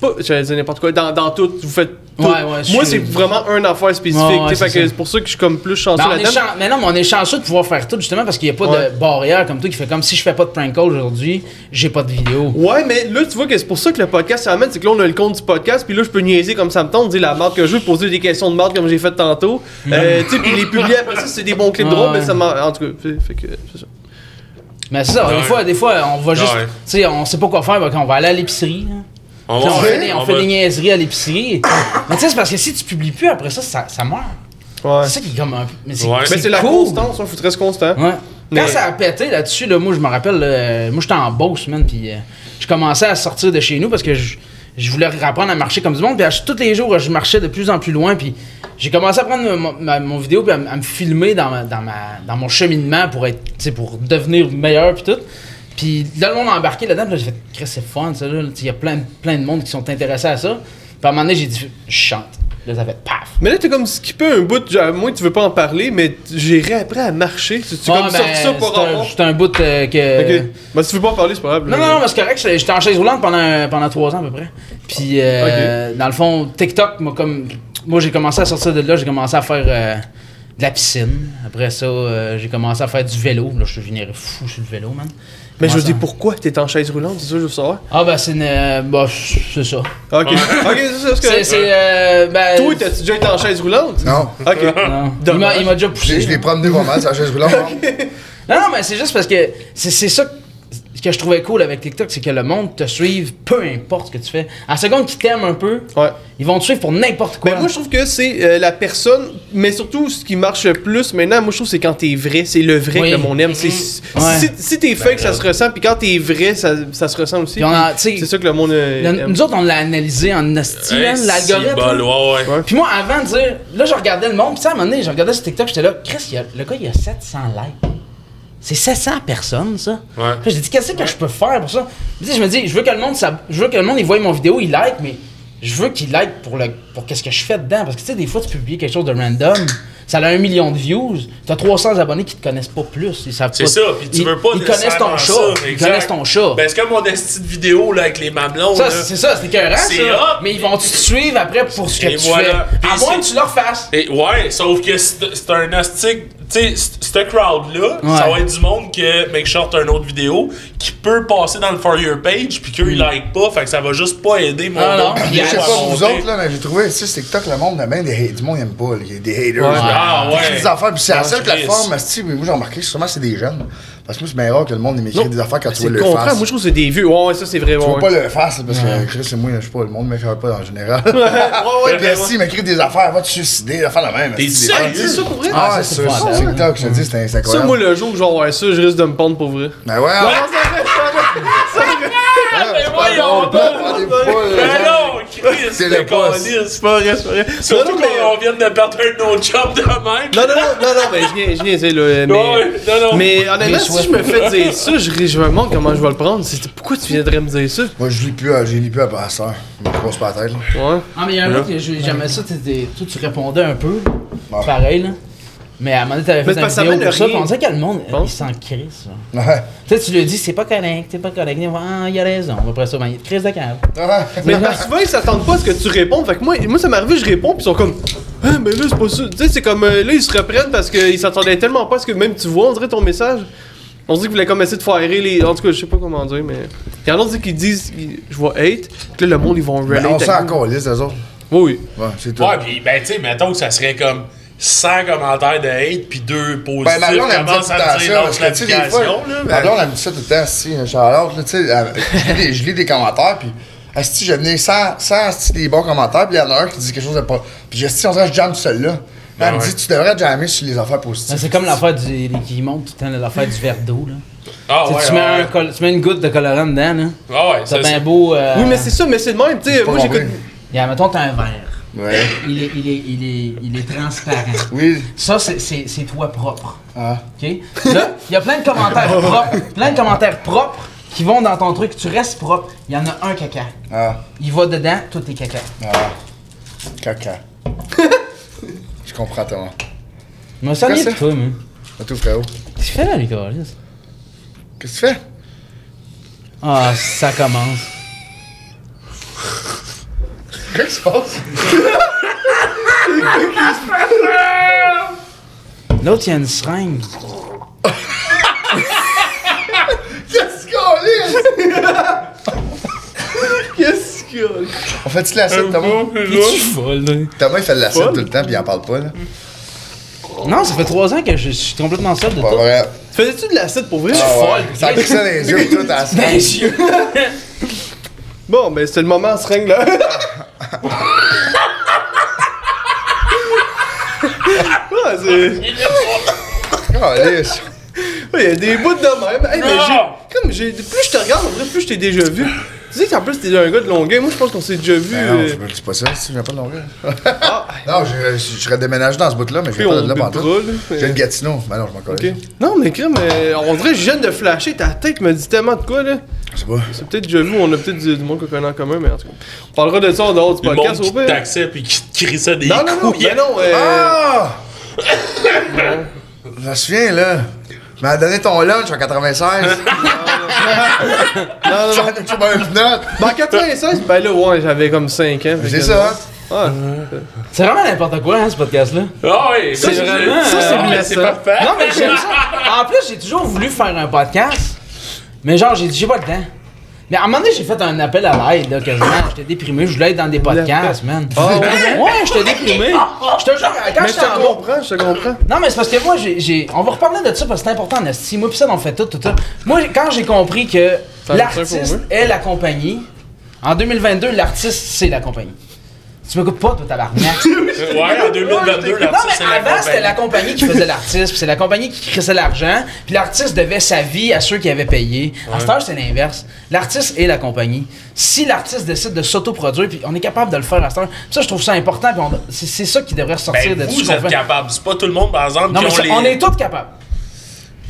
Pas, j'allais dire n'importe quoi, dans, dans tout, vous faites. tout.
Ouais, ouais, je
moi,
suis-
c'est vraiment un affaire spécifique.
Ouais, ouais,
tu sais, fait
c'est
que
ça.
c'est pour ça que je suis comme plus
Ben,
chanceux
on est
là-dedans.
chan- mais non, mais on est chanceux de pouvoir faire tout justement parce qu'il n'y a pas
Ouais.
de barrière comme toi qui fait comme si je fais pas de prank call aujourd'hui, j'ai pas de vidéo.
Ouais, mais là, tu vois que c'est pour ça que le podcast, ça amène, c'est que là, on a le compte du podcast, puis là, je peux niaiser comme ça me tente, dire la marque que je veux, poser des questions de marque comme j'ai fait tantôt. Euh, tu sais, puis les publier après ça, c'est des bons clips
Ouais.
drôles, mais ça m'en. En tout cas, fait, fait que c'est ça.
Mais c'est ça,
Ouais.
des fois, des fois on va juste.
Ouais.
Tu sais, on sait pas quoi faire, ben, quand on va aller à l'épicerie. là.
On
Puis
va
On,
faire-
fait, des, on
on
fait
va-
des niaiseries à l'épicerie. mais tu sais, c'est parce que si tu publies plus après ça, ça, ça meurt.
Ouais.
C'est ça qui est comme un peu. Mais c'est
Ouais.
Mais c'est la
cool.
constance, hein, il faut que tu restes constant.
Ouais.
Mais-
Quand ça a pété là-dessus, là, moi, je me rappelle, là, euh, moi, j'étais en Beauce, man, puis euh, je commençais à sortir de chez nous parce que je, je voulais apprendre à marcher comme du monde. Puis à ch- tous les jours, je marchais de plus en plus loin, puis j'ai commencé à prendre mon, ma- mon vidéo puis à, m- à me filmer dans, ma- dans, ma- dans mon cheminement pour être, tu sais, pour devenir meilleur puis tout. Puis là, le monde a embarqué là-dedans, puis là, j'ai fait, Chris, c'est fun, ça, là. Tu sais, Il y a plein, plein de monde qui sont intéressés à ça. Puis à un moment donné, j'ai dit, je chante. Là, ça fait paf.
Mais là, t'as comme skippé un bout, de- à moins que tu veux pas en parler, mais t- j'ai réappris à marcher. Tu, tu
Ouais,
comme
ben,
sorti ça pour
c'est un-
avoir.
c'est un, bout euh, que.
Ok. Ben, si tu veux pas en parler, c'est pas grave.
Non,
là.
non, non, mais c'est correct, j'étais j'étais en chaise roulante pendant, pendant trois ans à peu près. Puis, euh, dans le fond, TikTok, moi, comme, moi j'ai commencé à sortir de là, j'ai commencé à faire euh, de la piscine. Après ça, euh, j'ai commencé à faire du vélo. Là, je suis devenu fou sur le vélo, man.
Mais je veux
Commencé
dire, pourquoi t'es en chaise roulante, c'est ça, que je veux savoir.
à- Ah, ben, c'est une. euh, bah, c'est ça.
Ok, ok, c'est ça,
C'est.
c'est
c'est,
correct.
euh, ben,
Toi, t'as-tu déjà été en chaise roulante?
Non.
Ok.
non. Il
Dommage.
m'a- il m'a déjà
Je
poussé.
je l'ai promené pas mal, sur la chaise roulante. non?
Non, non, mais c'est juste parce que c'est c'est ça que- ce que je trouvais cool avec TikTok, c'est que le monde te suive peu importe ce que tu fais. À la seconde qu'ils t'aiment un peu,
Ouais.
ils vont te suivre pour n'importe quoi.
Ben, moi, je trouve que c'est euh, la personne, mais surtout ce qui marche le plus maintenant, moi, je trouve c'est quand t'es vrai. C'est le vrai
Oui. Mhm.
que le monde aime. C'est-
Ouais.
Si, si t'es fake, ça
Ben,
se ressent, puis quand t'es vrai, ça, ça se ressent aussi.
Puis on a- tu sais,
C'est ça que le monde. euh,
Le-
aime.
nous autres, on l'a analysé en esti,
Hey,
man,
si,
l'algorithme.
bol,
là.
ouais, ouais.
Ouais.
Puis moi, avant de dire, là, je regardais le monde, puis ça, à un moment donné, je regardais sur TikTok, j'étais là, Chris, il y a- le gars, il a 700 likes. C'est 700 personnes, ça.
Ouais.
Puis j'ai dit, qu'est-ce que je peux faire pour ça? Puis, tu sais, je me dis, je veux que le monde, ça, je veux que le monde, il voie mon vidéo, il like, mais je veux qu'il like pour le, pour qu'est-ce que je fais dedans. Parce que, tu sais, des fois, tu publies quelque chose de random. ça a un million de views, t'as 300 abonnés qui te connaissent pas plus. Ils savent
C'est
pas-
ça, puis tu
ils-
veux pas
Ils connaissent ton
nécessairement
chat.
ça,
ils
exact.
connaissent ton chat.
Ben, c'est comme mon esti de vidéo là, avec les mamelons.
ça,
là.
c'est ça, c'est écœurant,
C'est
ça.
hot.
Mais ils vont te suivre après pour ce que
Et
tu
voilà.
fais. À
Puis
moins que
c'est-
tu leur fasses.
Et ouais, sauf que c'est c'est un astic. Tu sais, c- ce crowd-là, ça
Ouais.
va être du monde que Make Short a une autre vidéo qui peut passer dans le For Your page puis qu'ils
Mm.
like pas, fait que ça va juste pas aider mon
Ah, non.
autre
Puis
Je
vidéo
sais
il y a
à
pas vous
monter.
autres, là, mais j'ai trouvé, tu sais, sur TikTok, le monde, a bien des hate- du monde n'aime pas, il y a des haters.
Ouais.
Ah
Des
ouais.
petites affaires, puis c'est la
Ah,
seule
Chris.
plateforme, asti, mais moi j'ai remarqué, sûrement c'est des jeunes. Parce que moi, c'est bien rare que le monde il m'écrit
Non,
des affaires quand tu
C'est
vois
le
le
contraire,
face.
moi je trouve que c'est des vieux. Ouais, ouais, ça c'est vrai.
Tu
ouais,
vois
ouais.
pas le face, là, parce que Chris et moi, je sais pas, le monde m'écrit pas en général.
Ouais, ouais,
Puis
vraiment.
asti, il m'écrit des affaires, va te suicider, affaire la même. asti,
T'es
des
sérieux?
fois.
C'est ça pour vrai?
Ah,
Ah, ça,
c'est
c'est
ça,
pas
sur
mal.
TikTok, je te dis, c'est c'est
Ça, moi
incroyable.
le jour que je vais avoir ça, je risque de me pendre pour vrai.
Mais ouais,
Ah, ça fait ça, là.
Ah, Mais voyons donc!
euh,
Mais non, Chris,
C'est
c'est
le
le
boss.
C'est pas vrai, c'est pas vrai.
Surtout
Non, non, mais-
qu'on vient de perdre un autre job de même.
Non, non, non, non, non, mais je niais- je niaisais, là. euh,
Ouais,
Mais,
non, non.
mais honnêtement,
Mais
si
soit-
je me fais dire ça, je ris- je me demande comment je vais le prendre. C'est pourquoi tu viendrais me dire ça?
Moi, je lis plus, à- je lis plus à Brasseur. Je me croise pas la tête, là.
Ouais.
Ah, mais il y a
Hein?
un autre que j'ai- j'aimais ça, t'étais- toi, tu répondais un peu.
Ouais.
Pareil, là. Mais à un moment donné, t'avais
Mais
fait
c'est
une
parce que ça
vidéo
mène
pour ça,
rien.
puis on dirait que le monde, euh,
Bon.
il s'en crisse. là.
Ouais.
Tu sais, tu lui dis, c'est pas correct, t'es pas correct. Il va, ah, il a raison. Après ça, ben, il te crisse de cave.
Ouais.
Mais parce que souvent, ils s'attendent pas à ce que tu répondes. Fait que moi, moi ça m'est arrivé, je réponds, puis ils sont comme. Ah, mais là, c'est pas ça. Tu sais, c'est comme. euh, là, ils se reprennent parce qu'ils s'attendaient tellement pas à ce que même tu vois, on dirait ton message. On se dit qu'ils voulaient comme essayer de foirer les. En tout cas, je sais pas comment dire, mais. Il y en a d'autres qui disent, ils- je vois hate, que là, le monde, ils vont
Mais
relate.
on s'en
avec nous.
calisse, eux autres.
Oui, oui.
Ouais, c'est tout.
Ouais, pis ben, tu sais, mettons que ça serait comme 100 commentaires de hate pis 2 positifs.
Ben, ma blonde, elle me dit
Comment
tout le temps ça,
ça me dire
parce
l'autre
que, tu sais, des fois,
l'application, là?
ma
ben-
blonde, elle me dit ça tout le temps, si, euh, Charlotte, là, tu sais, elle- je lis des- je lis des commentaires, puis, asti, j'ai venu 100, 100, asti, des bons commentaires, puis il y en a un qui dit quelque chose de pas... Puis j'ai dit, on dirait que je jamme celui-là. Elle
Ben
me dit,
ouais.
tu devrais jammer sur les affaires
Ben,
positives.
C'est comme l'affaire du, qui monte tout le temps, l'affaire du verre d'eau, là.
Ah
Tu sais,
ouais,
tu,
ouais,
mets un
ouais.
col- tu mets une goutte de colorant dedans, là.
Ah ouais,
T'as
ça,
bien
c'est...
beau. euh,
Oui, mais c'est ça, mais c'est de même, tu sais.
Pas
Moi, j'écoute.
compris.
il y a, mettons, t'as un verre.
Ouais.
Il est, il est, il est, il est transparent.
Oui.
Ça, c'est- c'est c'est toi propre.
Ah.
OK? Là, il y a plein de commentaires propres. Plein de commentaires propres qui vont dans ton truc. Tu restes propre. Il y en a un caca.
Ah.
Il va dedans, tout est caca.
Ah. Caca. je comprends, Thomas.
Mais ça
Quoi,
n'est
ça?
pas toi, mais.
À tout, frérot.
Qu'est-ce que tu fais là, Lucas?
Qu'est-ce que tu fais?
Ah, ça commence.
Qu'est-ce qui se passe?
L'autre, il y a une seringue.
Qu'est-ce qu'on lit?
Qu'est-ce qu'il y a?
On fait-tu la scène, Thomas?
folle, là?
Thomas, il fait de la scène tout le temps, puis il en parle Euh, pas, là.
Non, ça fait trois ans que je suis complètement seul de
Pas
tout.
vrai.
Tu Faisais-tu de l'acide pour vrai?
Ah ouais. Ça pique ça dans les yeux, tout, à
Ben, je-
Bon, mais c'est le moment en seringue, là. ouais, Ah, c'est.
Ah, Calisse.
Ouais, Il y a des bouts de même. Hey, mais
Non!
j'ai- comme j'ai- plus je te regarde, en vrai, plus je t'ai déjà vu. Tu sais qu'en plus t'es un gars de Longueuil, moi je pense qu'on s'est déjà vu.
Ben non,
euh, Ah,
je me dis pas ça, si je viens pas de Longueuil. non, je, je, je serais déménagé dans ce bout-là, mais je
puis
viens pas
on
de là
le
pantoute.
drôle,
Je viens de Gatineau. Ben non, je m'en
Ok.
connais.
Non mais crème, euh, on dirait que je viens de flasher, ta tête me dit tellement de quoi là.
Je sais pas.
C'est peut-être déjà vu, on a peut-être du, du monde qu'on connaît en commun, mais en tout cas. On parlera de ça en dehors du
Le monde
podcast au
qui
pire.
t'accède pis qui te crie ça des
Non, non, non,
couilles.
mais non, euh,
Ah! je me souviens, là. Tu m'as donné ton lunch en 96.
non, non, non.
tu m'as une note.
Ben, en 96, ben là, ouais, j'avais comme 5 ans. fait
C'est
que
ça, hein?
Ah,
C'est vraiment n'importe quoi, hein, ce podcast-là.
Ah ouais, ça, c'est
vraiment-
ça, c'est
Ah,
bien,
c'est
c'est parfait.
Non, mais j'aime ça. En plus, j'ai toujours voulu faire un podcast, mais genre, j'ai dit, j'ai pas le temps. Mais à un moment donné, j'ai fait un appel à l'aide, là, quasiment. J'étais déprimé, je voulais être dans des podcasts, man. ouais? j'étais déprimé. Je te jure, quand
Mais Ah, je
j'étais en
te comprends, je te comprends.
Non, mais c'est parce que moi, j'ai, j'ai- on va reparler de ça parce que c'est important, Nasty. Moi, pis ça, on fait tout, tout ça. Moi, j'ai- quand j'ai compris que
Ça va être ça pour
l'artiste
eux.
est la compagnie, en 2022, l'artiste, c'est la compagnie. Tu m'écoutes pas, toi, tabarnak.
Ouais, en 2022,
Non,
l'artiste,
mais avant, c'était
Ben,
la compagnie qui faisait l'artiste, puis c'est la compagnie qui crissait l'argent, puis l'artiste devait sa vie à ceux qui avaient payé. À cette heure, c'est l'inverse. L'artiste et la compagnie. Si l'artiste décide de s'autoproduire, puis on est capable de le faire à cette heure, ça, je trouve ça important, puis on- c'est c'est ça qui devrait ressortir
Ben,
de tout ce
vous
qu'on
êtes
fait.
capable. C'est pas tout le monde, par exemple,
Non,
qui
mais
ont
ça,
les...
on est tous capables.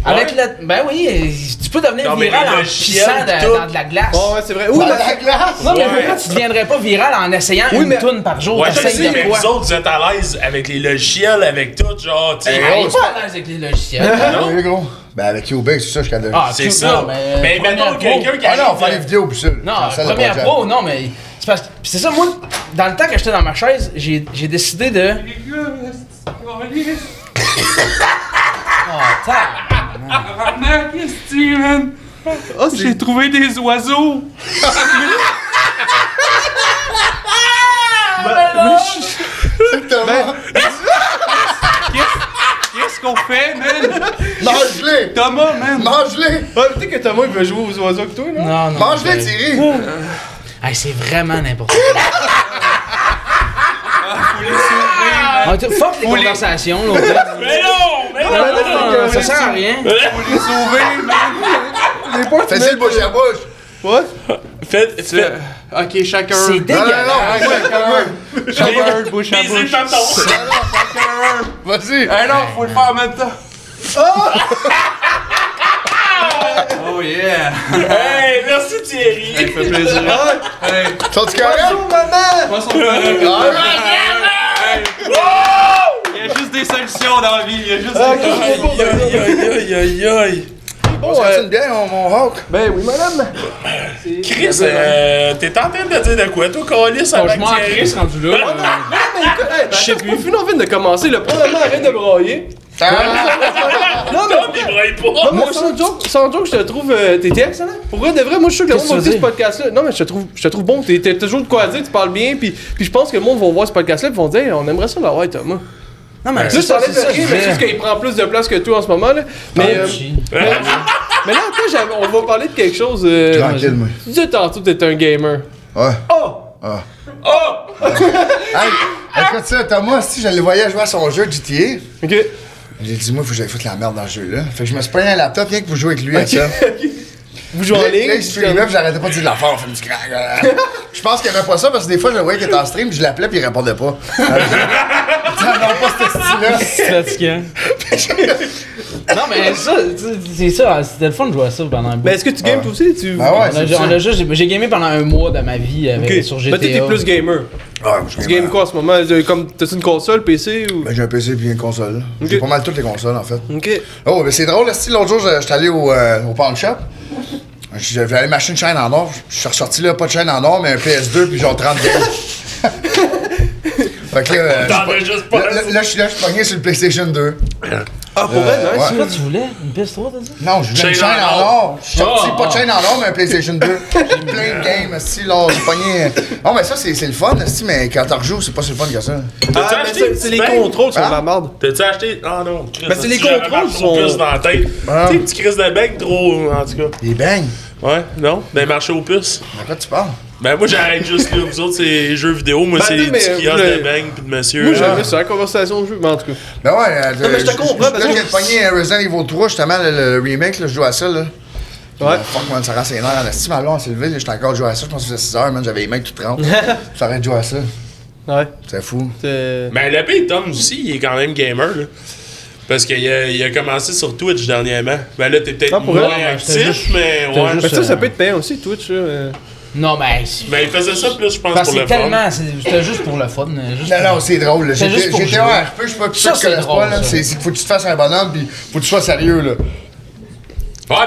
Avec le. Ben oui, euh, tu peux devenir
Non, mais
viral
avec
en
le chien,
pissant de-
tout.
dans de la glace.
Oh, ouais, c'est vrai. Ouh,
Dans
la-
la glace!
Non, mais
Ouais.
pourquoi tu deviendrais pas viral en essayant
Oui,
une
mais-
toune par jour?
Ouais, je
T'essayes
sais,
de
mais
quoi?
vous autres, vous êtes à l'aise avec les logiciels, avec tout, genre, tu sais.
Ah, il est pas à l'aise avec les logiciels.
Ah, oui, gros. Ben, avec Ubix, c'est ça, jusqu'à deux.
Ah,
C'est
tout-
ça.
non, mais-
Mais
première
mettons quelqu'un qui
Ah non, on
arrive
fait les
de-
vidéos, puis ça.
Non,
cancel le
première
projet.
pro, non, mais. C'est parce que. pis c'est ça, moi, dans le temps que j'étais dans ma chaise, j'ai j'ai décidé de. Oh, tabarnak.
oh, c'est
trouvé des oiseaux!
Exactement.
Qu'est-ce qu'on fait, man?
Mange-les!
Thomas, man!
Mange-les!
Ouais, mais Ah, peut-être que Thomas il veut jouer aux oiseaux que toi, là.
Non, non.
Mange-les,
c'est-
Thierry!
Hey, c'est vraiment n'importe quoi. Ah, tu- Fuck les conversations, là. au fait.
Mais Ben non! Mais non!
Non, non, non, Ça sert à rien.
Fais-y le bouche à bouche!
Quoi?
Faites, faites.
Ok, chacun.
C'est
Non, Ah, non,
dégueulasse.
Ah,
non! ouais, calme-toi.
Chacun, bouche à
Baiser
bouche.
tonton!
Vas-y!
Ah non, faut le faire en même temps! Oh! oh yeah!
Hey, merci Thierry!
Ça fait plaisir.
Sont-tu correct?
Pas son
Oh
Il
Alright!
y a juste des solutions dans la vie, il y a juste des
Aïe, aïe, aïe, aïe, aïe!
On sent une bière, mon- mon Hawk?
Ben oui, madame.
Chris, euh, t'es en train de dire de quoi, toi, Colis,
Je
avec
m'en
Thierry?
crisse rendu là.
Ah, Mais écoute, hey, ben, attends, c'est pas fini, on vient de commencer, là. Probablement, arrête de brailler.
Ah.
Non, mais.
Tom, il braille pas!
Non, mais sans joke, sans joke, je te trouve. euh, T'étais excellent. Pour vrai, de vrai, moi, je suis sûr que le
Qu'est-ce
monde va
que tu veux
écouter ce podcast-là. Non, mais je te trouve, je te trouve bon. T'es t'as toujours de quoi dire, tu parles bien. Puis, puis je pense que le monde va voir ce podcast-là et vont dire, hey, on aimerait ça l'avoir, Thomas.
Non, mais
Là,
c'est
ça
ça, c'est
enlève
ça.
le
je
rire, mais c'est juste
voulais.
qu'il prend plus de place que toi en ce moment, là. Mais, euh, mais là, attends, j'avais- on va parler de quelque chose. euh,
Tranquille, moi.
Tu disais tantôt que t'étais un gamer.
Ouais. Ah.
Oh!
Oh!
Hey, écoute ça, Thomas, si je le voyais jouer à son jeu GTA,
Ok.
j'ai dit, moi, faut que j'aille foutre la merde dans ce jeu-là. Fait que je me suis pris un laptop, rien que vous jouez avec lui à ça.
Vous jouez en
Là, là,
ligne?
il streamait, puis j'arrêtais pas de dire de la force. Je me dis, Crac, crac. Je pense qu'il aimait pas ça parce que des fois, je le voyais qu'il était en stream, puis je l'appelais, puis il répondait pas. Ah, Ils n'ont pas ce style-là.
Non, mais ça, tu- c'est ça. ah, C'était le fun de jouer à ça pendant un bout.
Ben, est-ce que tu games toi aussi? Tu...
Ben ouais,
On a,
c'est ça.
on a juste, j'ai- j'ai gamé pendant un mois de ma vie avec,
Ok.
sur GTA.
Ben, t'étais plus gamer.
Ah, je
Tu games quoi en ce moment? Euh, Comme, t'as-tu une console, PC ou.
Ben, j'ai un PC puis une console. J'ai
Ok.
pas mal toutes les consoles, en fait.
Ok.
Oh, mais c'est drôle, là, si l'autre jour, je- j'étais allé au, euh, au pawn shop. Je voulais aller m'acheter une chaîne en or. Je suis ressorti là, pas de chaîne en or, mais un PS2 puis genre 30 games. fait que là, euh,
T'en
je
as
suis
juste
pas-
pas.
là, là, là, je suis là, je suis pogné sur le PlayStation 2.
Ah, pour vrai,
Euh,
nice.
ouais.
Quoi tu voulais? Une PS3, t'as dit?
Non, je voulais une
Chaîne
chaîne
en
en
or.
or. Je suis sorti,
Ah,
pas de
ah.
chaîne en or, mais un PlayStation 2. J'ai plein de games, si, là, j'ai pogné. Non, mais ça, c'est c'est le fun, si, mais quand t'en rejoues, c'est pas si le fun que ça.
T'as-tu
Ah, mais
acheté
c'est
une
c'est
petite
les
bang?
contrôles sont de la
Hein?
merde.
T'as-tu acheté? Ah non, Chris.
Ben, c'est les
si j'avais
contrôles
marché
sont-
au puce dans la tête.
Ah.
Tu sais, petit Chris de bec trop, en tout cas.
Les bangs.
Ouais, non? Ben, marché aux puces.
De quoi tu parles?
Ben, moi, j'arrête juste là. Vous autres, c'est jeux vidéo. Moi,
Ben,
c'est
attends,
du
mais,
kiosque
euh,
de bang pis de monsieur.
Moi,
là.
j'avais ça, la conversation de jeu. Mais en tout cas.
Ben ouais, euh,
mais je te comprends,
Là,
parce
je
que-
viens de pogner euh, Resident Evil 3, justement, le, le remake, là, je joue à ça, là.
Ouais.
Euh, fuck, man, ça rend ses nerfs en estime. Alors, on s'est levé, là, j'étais encore joué à ça, je pense que c'était 6 heures, man, j'avais les mains toutes trempées. J'arrête de jouer à ça,
Ouais.
c'est fou.
C'est-
Ben, le pire, Tom aussi, il est quand même gamer, là. Parce qu'il a, il a commencé sur Twitch dernièrement. Ben là, t'es peut-être
Ah, pour
moins
vrai?
T'as
actif,
juste-
mais
t'as
ouais.
Mais
juste-
ça, ça peut être payant aussi, Twitch. là, euh.
Non, mais. c'est-
Ben, il faisait ça plus, je pense,
Parce
pour
que
le
c'est
fun.
tellement. c'est- C'était juste pour le fun. euh, Juste
Non, non, c'est drôle, là.
C'est
J'étais
juste pour
j'étais
jouer.
un peu, je sais pas, que
Ça,
tu
c'est
connais
drôle,
pas, là.
ça.
C'est c'est qu'il faut que tu te fasses un bonhomme, pis faut que tu sois sérieux, là.
Ouais,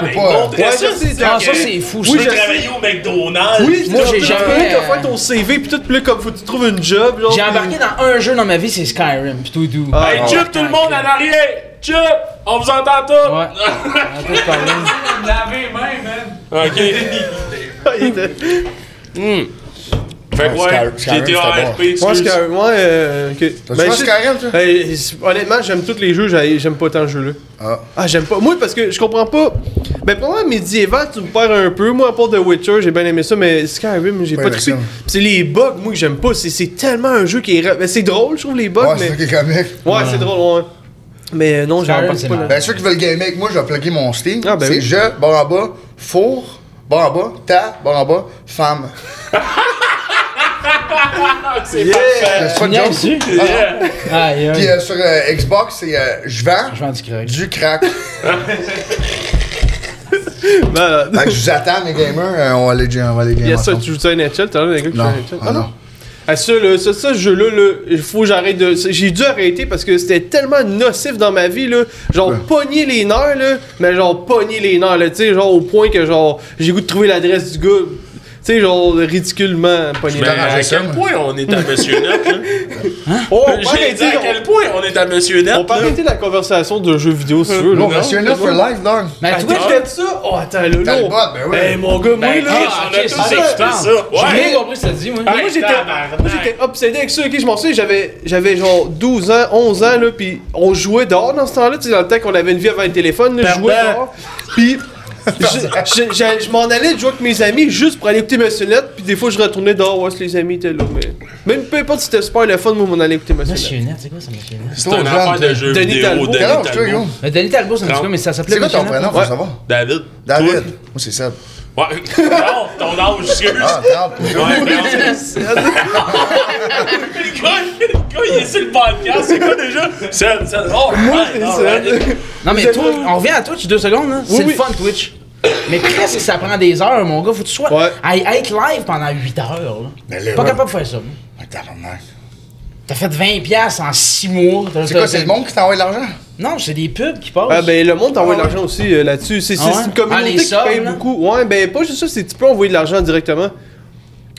mais Ah, ben, il
pas-
montrait
Ouais,
ça.
ça, c'est-
disant
Ah, ça,
que
c'est fou.
Je
ça.
veux
je sais.
travailler au McDonald's.
Oui,
Moi, j'ai
jamais.
jamais,
T'as fait
euh,
ton CV, puis tout, puis là, comme faut que tu trouves une job. genre,
J'ai
puis-
embarqué dans un jeu dans ma vie, c'est Skyrim. Pis tout doux.
Ah,
Hey,
ouais.
Chup, tout le monde en arrière! Chup! On vous entend tous!
Ouais. Ah, On peut se parler.
Euh,
Ok. Hmm.
Il était-
Fait que
Ouais,
ouais,
Skyrim, Skyrim,
j'étais
c'était
en
bon.
RP,
Moi,
excuse.
Skyrim, moi, euh, ok.
T'as
Ben,
joué à
je-
Skyrim, toi?
Ben, c'est- honnêtement, j'aime tous les jeux, j'ai- j'aime pas tant ce jeu-là.
Ah.
Ah, j'aime pas. Moi, parce que je comprends pas. Ben, pour moi, médiéval, tu me perds un peu. Moi, à part The Witcher, j'ai bien aimé ça, mais Skyrim, j'ai
Ouais,
pas
ben
trippé.
ça.
Pis C'est les bugs, moi, que j'aime pas. C'est- C'est tellement un jeu qui est. ra- Ben, c'est drôle, je trouve, les bugs,
Ouais,
mais.
c'est ça qui est comique.
Ouais, c'est drôle, ouais. Mais euh, non, j'en
Skyrim,
parle
c'est
pas.
marrant.
là.
Ben, ceux qui veulent gamer avec moi, je vais plugger mon Steam.
Ah, ben
c'est
oui.
je, barre en bas, four, barre en bas, ta, barre en bas, femme.
Fuck, c'est
Yeah!
parfait!
C'est pas une joke.
Niaises-tu?
Yeah!
Ah, Aïe, aïe.
Puis euh, sur euh, Xbox, c'est euh, je vends
Je vends du crack.
du crack. fait
Malade.
que je vous attends, mes gamers. euh, on va les on va les gamer
Il y a ça,
ensemble.
tu joues ça à NHL, t'as l'air d'un gars qui joue à
Non.
NHL.
Ah, non.
Ah, ça, là, ça, ça, ce jeu-là, là, il faut que j'arrête de. ça, J'ai dû arrêter parce que c'était tellement nocif dans ma vie, là. Genre,
Ouais.
pogner les nerfs, là. Mais genre, pogner les nerfs, là. Tu sais, genre, au point que, genre, j'ai goût de trouver l'adresse du gars. Tu sais, genre, ridiculement pogner les
Ben,
vais
nerfs.
à
arranger Ah, ça, Ah,
quel
moi.
point on est à Monsieur Net, là?
Oh, on peut
J'ai dit
arrêter,
à quel point on est à Monsieur Net,
on, on peut
là.
arrêter la conversation de jeux vidéo, si tu veux, là.
Non, monsieur, là, for life, non.
Mais
Attends,
toi,
je fais ça? Oh, attends, là, là.
T'as le
on-
bot, Ah, ben oui.
Hey, mon gars, moi,
Ben,
là.
Chris,
Ah,
on a
Chris,
tous
ah,
écouté
ben,
ça.
J'ai rien
Ouais.
compris ce que t'as dit, moi.
Ah,
moi j'étais
tabarnak.
moi, j'étais obsédé avec ça, ok, je m'en souviens, j'avais j'avais genre 12 ans, 11 ans là, puis on jouait dehors dans ce temps-là, tu sais dans le temps qu'on avait une vie avant le téléphone, là, je jouais
Perdant.
dehors. Puis je, je- je- je m'en allais jouer avec mes amis juste pour aller écouter Monsieur Net, puis des fois je retournais dehors voir si les amis étaient là, mais même peu importe si c'était super le fun, moi on allait écouter Monsieur Net.
Monsieur Net, c'est quoi ça, Monsieur Net?
C'est une affaire de jeu
Denis
vidéo,
Talbot.
Denis
Quel âge tu as,
Talbot.
Yo?
Mais Denis Talbot, c'est un
Non.
petit peu, mais ça s'appelait hein?
C'est quoi ton
Monsieur Net?
prénom? Faut
Ouais.
savoir.
David.
David. Moi, c'est ça.
Toi? Ouais. Non, ton âge, excuse.
Ah,
Ouais,
30.
non. Le gars, le gars, il est sur le podcast, c'est quoi déjà? C'est, c'est, oh, moi,
Non, mais toi, on revient à Twitch deux secondes, là. C'est
Oui,
le
oui.
fun, Twitch. Mais presque ça prend des heures, mon gars. Faut que tu sois
Ouais.
à à être live pendant 8 heures, là.
Mais là,
Pas
ouais.
capable de faire ça. moi.
Ah, tabarnak.
T'as fait 20$ piastres en 6 mois. T'as-
C'est
t'as-
quoi, c'est le monde qui t'envoie de l'argent?
Non, c'est des pubs qui passent.
Ah ben le monde t'envoie de l'argent aussi euh, là-dessus, c'est c'est
Ah ouais?
une
Ah,
communauté
les
qui
sommes,
paye
là?
beaucoup. Ouais, ben pas juste ça, c'est tu peux envoyer de l'argent directement.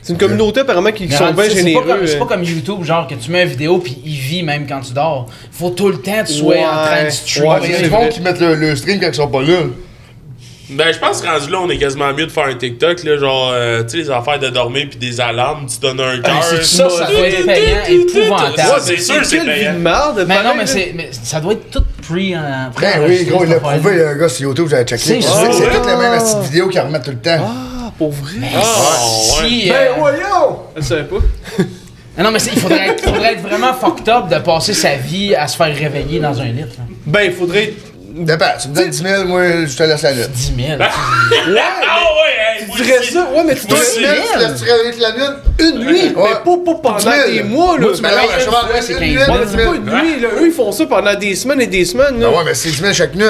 C'est une communauté apparemment qui, qui
Mais
sont
rendu-
bien
c'est pas
généreux.
comme- C'est
euh.
pas comme YouTube, genre que tu mets une vidéo puis il vit même quand tu dors. Faut tout le temps que tu sois
Ouais.
en train de
Ah,
Ouais,
streamer.
Il y a
c'est
du
vrai.
monde qui mettent le, le stream quand ils sont pas là.
Ben, je pense que rendu là, on est quasiment mieux de faire un TikTok, là, genre, euh, tu sais, les affaires de dormir puis des alarmes, tu donnes un cœur.
c'est ça, ça doit être payant,
Ouais,
épouvantable.
c'est sûr, c'est
quelle vie de
payant.
merde,
Mais non,
pareil,
mais,
là.
c'est, mais ça doit être tout pris en. pris
Ben
en
oui,
enregistré,
gros, il l'a
cette affaire-là.
prouvé, le gars sur YouTube, j'avais checké.
C'est
C'est
sûr.
c'est toutes les mêmes
Ah.
petites vidéos qu'ils remettent tout le temps.
Ah, pour vrai?
Oh, ouais.
Ben
Si, euh,
voyons! Je savais pas.
Ah Non, mais c'est- il faudrait être, faudrait être vraiment fucked up de passer sa vie à se faire réveiller dans un lit. là.
Ben, il faudrait.
Dépend, tu me donnes 10 000, moi, je te laisse la nuit.
10 000.
Ben, Ah, ouais, hey,
Tu dirais ça? Ouais, mais tu
Moi
dois.
Deux
aussi.
Mais
semaines, tu laisses-tu réveiller avec la nuit?
Une nuit!
Ouais.
Mais pas, pas pendant
10 000.
des mois, là! Ben,
Moi, tu me lèves, je
Ouais, c'est
vais une nuit,
15
Mais
une
c'est pas
semaine.
une nuit, là! Eux, ils font ça pendant des semaines et des semaines, là!
Ben ouais, mais c'est 10 000 chaque nuit.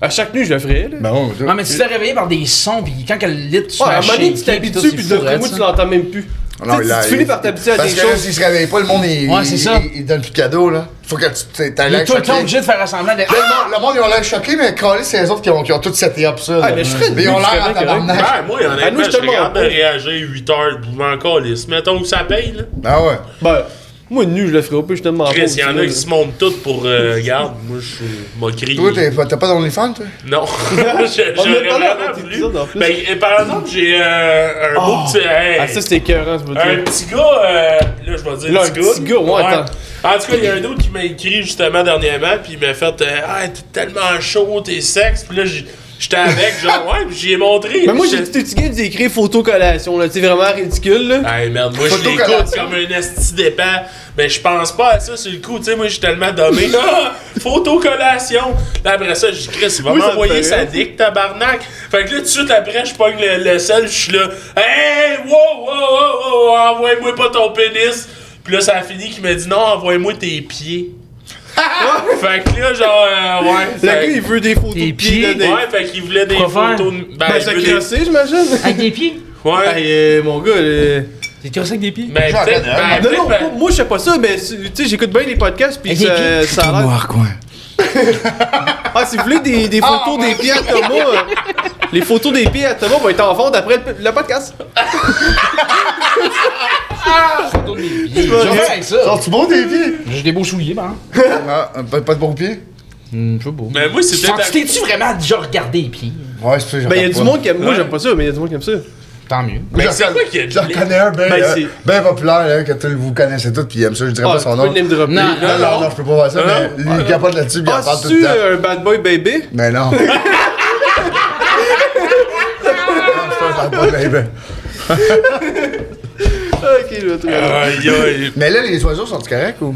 À chaque nuit, je le ferais, là!
Ben ouais,
Ah,
Non, mais tu te fais réveiller par des sons, puis quand que le lit, tu
Ouais, à un
fais
moment donné, tu
shaker, puis tout,
t'habitues, puis
c'est
d'un
fou, raide,
coup,
ça.
tu l'entends même plus. Tu sais,
il a-
tu finis par t'habituer à
Parce
des
que là,
choses.
s'il se réveille pas, le monde, il,
Ouais, c'est
il-
ça.
il- il donne plus de cadeaux, là. Faut que tu t'es- t'ailles
Il est
l'air
tout le temps
choqué.
obligé de faire assembler de.
Là, le monde- Le monde, ils ont l'air choqués, mais calé, c'est les autres qui ont, qui ont tout seté up ça.
Ah,
là.
mais je ferais une
Mais ils
nuit,
ont
je
l'air
serais
en
bien
tabarnak.
Ouais, moi,
Ah, nous,
honnêtement,
je
je
te
suis capable de
mens.
réagir 8 heures devant encore les Mettons que ça paye, là.
Ben ouais.
Ben, moi, une nuit, je le ferais au plus, je te demande.
Chris, il y en a qui se montent toutes pour. euh, Regarde, moi, je suis moquerie.
Toi, t'es pas- t'as pas d'OnlyFans, toi?
Non.
On
Je-
en a
J'aurais
parlé
vraiment
avant cet
voulu.
épisode, en plus.
Ben, et par exemple, j'ai euh, un beau petit. hey,
Ah, ça, c'était écœurant, ce bout
un petit gars, euh, là je vais dire
Là, un petit gars, ouais, attends.
En tout cas, il y a un autre qui m'a écrit justement dernièrement, puis il m'a fait euh, Ah, t'es tellement chaud, t'es sexe. Puis là, j'ai- j'étais avec, genre, ouais, puis j'y ai montré.
Mais moi, j'ai
J'étais-
tout étiqueté, j'ai écrit photocollation, là! C'est vraiment ridicule, là!
Hey merde, moi je
Photo
l'écoute
collation.
comme un esti d'épais, mais je pense pas à ça sur le coup, tu sais, moi je suis tellement dommé. Ah, Photocollation! Là après ça, je dis Chris, il va
Oui, ça me
m'envoyer
fait
sa
rire.
dick, tabarnak! Fait que là, tout de suite après, je pogne le, le sel, je suis là, hey, wow, wow, wow, wow, envoie-moi pas ton pénis! Puis là, ça a fini qu'il m'a dit non, envoie-moi tes pieds. fait que là, genre, euh, ouais.
Le
fait
gars,
que-
il veut des photos
Des
de
pieds,
pieds, là!
Ouais, fait qu'il voulait des
Quoi faire?
photos de. Ben,
Ben,
il
ça
veut des-
crossé, j'imagine!
Avec des pieds?
Ouais.
Hey, euh, mon gars, euh,
T'es crossé avec des pieds?
Ben,
Genre,
peut-être.
regarde,
ben,
non, non,
peut-être,
moi,
ben-
moi, je sais pas ça, mais tu sais, j'écoute bien les podcasts, puis
Avec des
ça,
pieds.
ça a l'air. Ah, si vous voulez des, des photos des pieds à Thomas, euh, les photos des pieds à Thomas vont être en vente après le, le podcast.
J'ai rien avec ça.
Sors-tu beau, tes pieds?
J'ai des beaux souliers, ben.
Ah, pas, pas de beaux pieds?
Hum, je sais pas.
Ben, moi, c'est peut-être.
Sens- T'es-tu vraiment déjà regardé les pieds?
Ouais, c'est ça,
Ben, y a du monde qui aime. Moi,
Ouais.
j'aime pas ça, mais y a du monde qui aime ça.
Tant mieux.
Mais c'est quoi qu'il y a
J'en
de
connais un ben,
Ben,
euh,
c'est-
ben populaire, là, que tout le- vous connaissez tous, puis il aime ça, je dirais
Ah,
pas
tu
son
peux
nom.
name dropper.
Non,
Non,
Ah,
non, non, je peux pas voir ça,
Non.
mais lui, il capote là-dessus, puis il en parle tout le
tu
temps.
un euh, bad boy baby?
Mais non. Non, je parle pas, mais ben.
Ok, je vais trouver.
Aïe, aïe.
Mais là, les oiseaux sont corrects ou?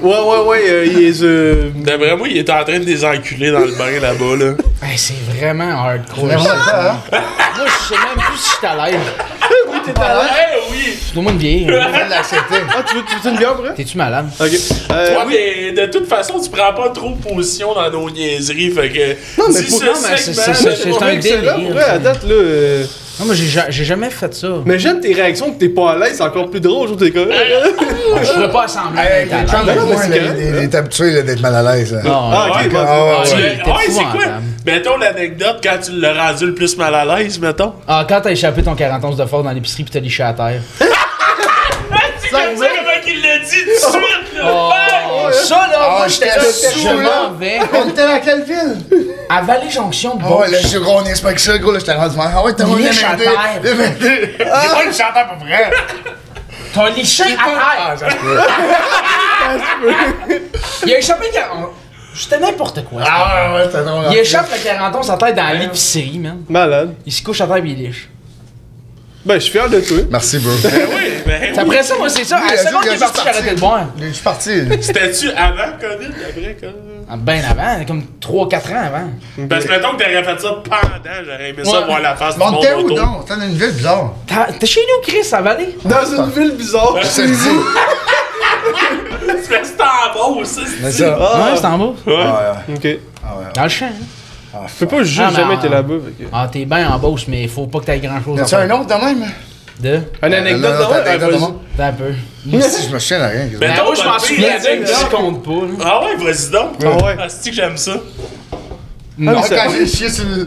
Ouais, ouais, ouais, euh, il est. euh,
D'après moi, il est en train de les enculer dans le bain là-bas, là.
Hey, c'est vraiment hardcore.
Vraiment
ça.
pas, hein?
Moi, je sais même plus si je suis à l'aise.
t'es talent.
Hey, Eh oui!
Donne-moi une vieille. hein.
Je vais l'accepter.
Ah, tu veux, tu veux une bière pour elle?
T'es-tu malade?
Ok. Euh,
Ouais,
oui.
mais de toute façon, tu prends pas trop position dans nos niaiseries, fait que...
Non, mais
dis
pour-
ce
non,
mais c'est-
segment,
c'est- c'est- un
mais-
Ouais, c'est là,
délire,
pour vrai, à
ça.
date, là. euh,
Non, moi, j'ai ja- j'ai jamais fait ça.
Mais j'aime tes réactions que t'es pas à l'aise, c'est encore plus drôle, je trouve, t'es comme.
Je ferais pas semblant.
Hey,
d'être à
les chums
l'aise.
non,
avec moi,
mais c'est
là, il-
correct,
il il est habitué là, d'être mal à l'aise. là.
Non,
Ah, ok,
Ah,
vas-y.
ouais,
Ah,
ouais.
tu l'as-
ouais, t'es
ouais, c'est quoi?
épouvantable.
Mettons l'anecdote quand tu l'as rendu le plus mal à l'aise, mettons.
Ah, quand t'as échappé ton 40 onces de fort dans l'épicerie pis t'as liché à terre.
Ah, C'est comme ça comment qu'il l'a dit tout de suite,
Oh, ça là,
Ah,
moi
j'étais
j'étais là,
sous,
je
là.
m'en vais
On était dans quelle ville?
à Valley Jonction de
Ah ouais,
Beauce.
là, je suis gros, on est pas que ça, gros, là, j'étais rendu mal. Ah ouais, t'as
Il
mon
est
MD.
chanteur.
MD. J'ai pas le chanteur pour vrai.
T'as liché à terre!
Ah, ça se peut.
Il a échappé le 40 J'étais n'importe quoi.
Ah ouais, ouais, c'était drôle.
Il échappe le 40 onces à terre dans l'épicerie, man.
Malade.
Il se couche à terre pis il liche.
Ben, je suis fier de toi.
Merci, bro.
Ben oui, ben
C'est
oui.
après ça, moi, Ah, c'est ça. À
Eh Oui,
la
elle
seconde
dit
qu'il est
qu'elle
parti,
est
j'ai arrêté de boire.
Je suis parti.
C'était-tu avant COVID, après COVID?
Ah, Ben avant, comme 3-4 ans avant.
Parce que mettons que t'aurais fait ça pendant, j'aurais aimé ça
Ouais.
voir la face du monde
Monte où
autour.
donc? T'es dans une ville bizarre.
T'as- T'es chez nous, Chris, à Valley?
Dans une ville bizarre.
Je te le dis.
Tu fais ça en bas aussi,
Mais
c'est
ça.
Ah,
Ouais, c'est en bas.
Ah, ouais.
ok.
Dans le champ. hein.
Je peux pas juger,
Ah, mais
jamais
en-
été là-bas. fait que-
Ah, t'es bien en Beauce, mais faut pas que t'aies grand chose
Y
à
a-tu un
faire.
autre de même?
De?
Une anecdote
Euh, Non, non, t'as
de
anecdote de moi.
T'as un peu.
Si, je me souviens de rien. quasiment.
Ben,
Mettons,
moi, je m'en
votre
souviens
pire
d'une qui
anecdote.
compte pas. là.
Ah ouais, vas-y donc.
Ah ouais.
Ah, c'est que j'aime ça.
Ah,
Ah,
mais ça-
quand j'ai chié sur le.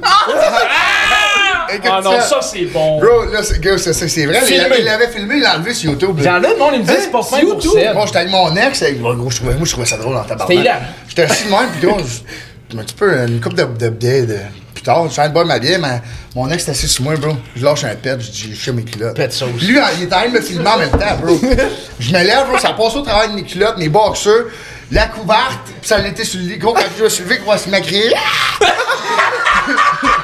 Et que
Ah
tu
non,
fais-
ça, c'est bon.
Bro, là, c'est gars, c'est- c'est- c'est vrai, il
Filmé.
l'avait- il l'avait filmé, il l'a enlevé sur YouTube. là.
Genre là, le monde, il me dit, c'est pas fin pour
YouTube.
Seb.
Moi, j'étais avec mon ex, et, gros, gros, je trouvais, moi, je trouvais ça drôle en tabarnak.
C'était hilarant.
J'étais assis de même, puis gros, je- un petit peu, une coupe de, de, de- de- plus tard, je suis en train de boire ma bière, mais mon ex était assis sur moi, bro. Je lâche un pet, je dis, je fais mes culottes.
Pet sauce.
Puis lui, il était en train de me filmer en même temps, bro. je me lève, bro, ça passe au travers de mes culottes, mes boxeurs, la couverte, puis ça l'était sur le lit. Gros, quand je me suis levé, gros, elle se maquillait.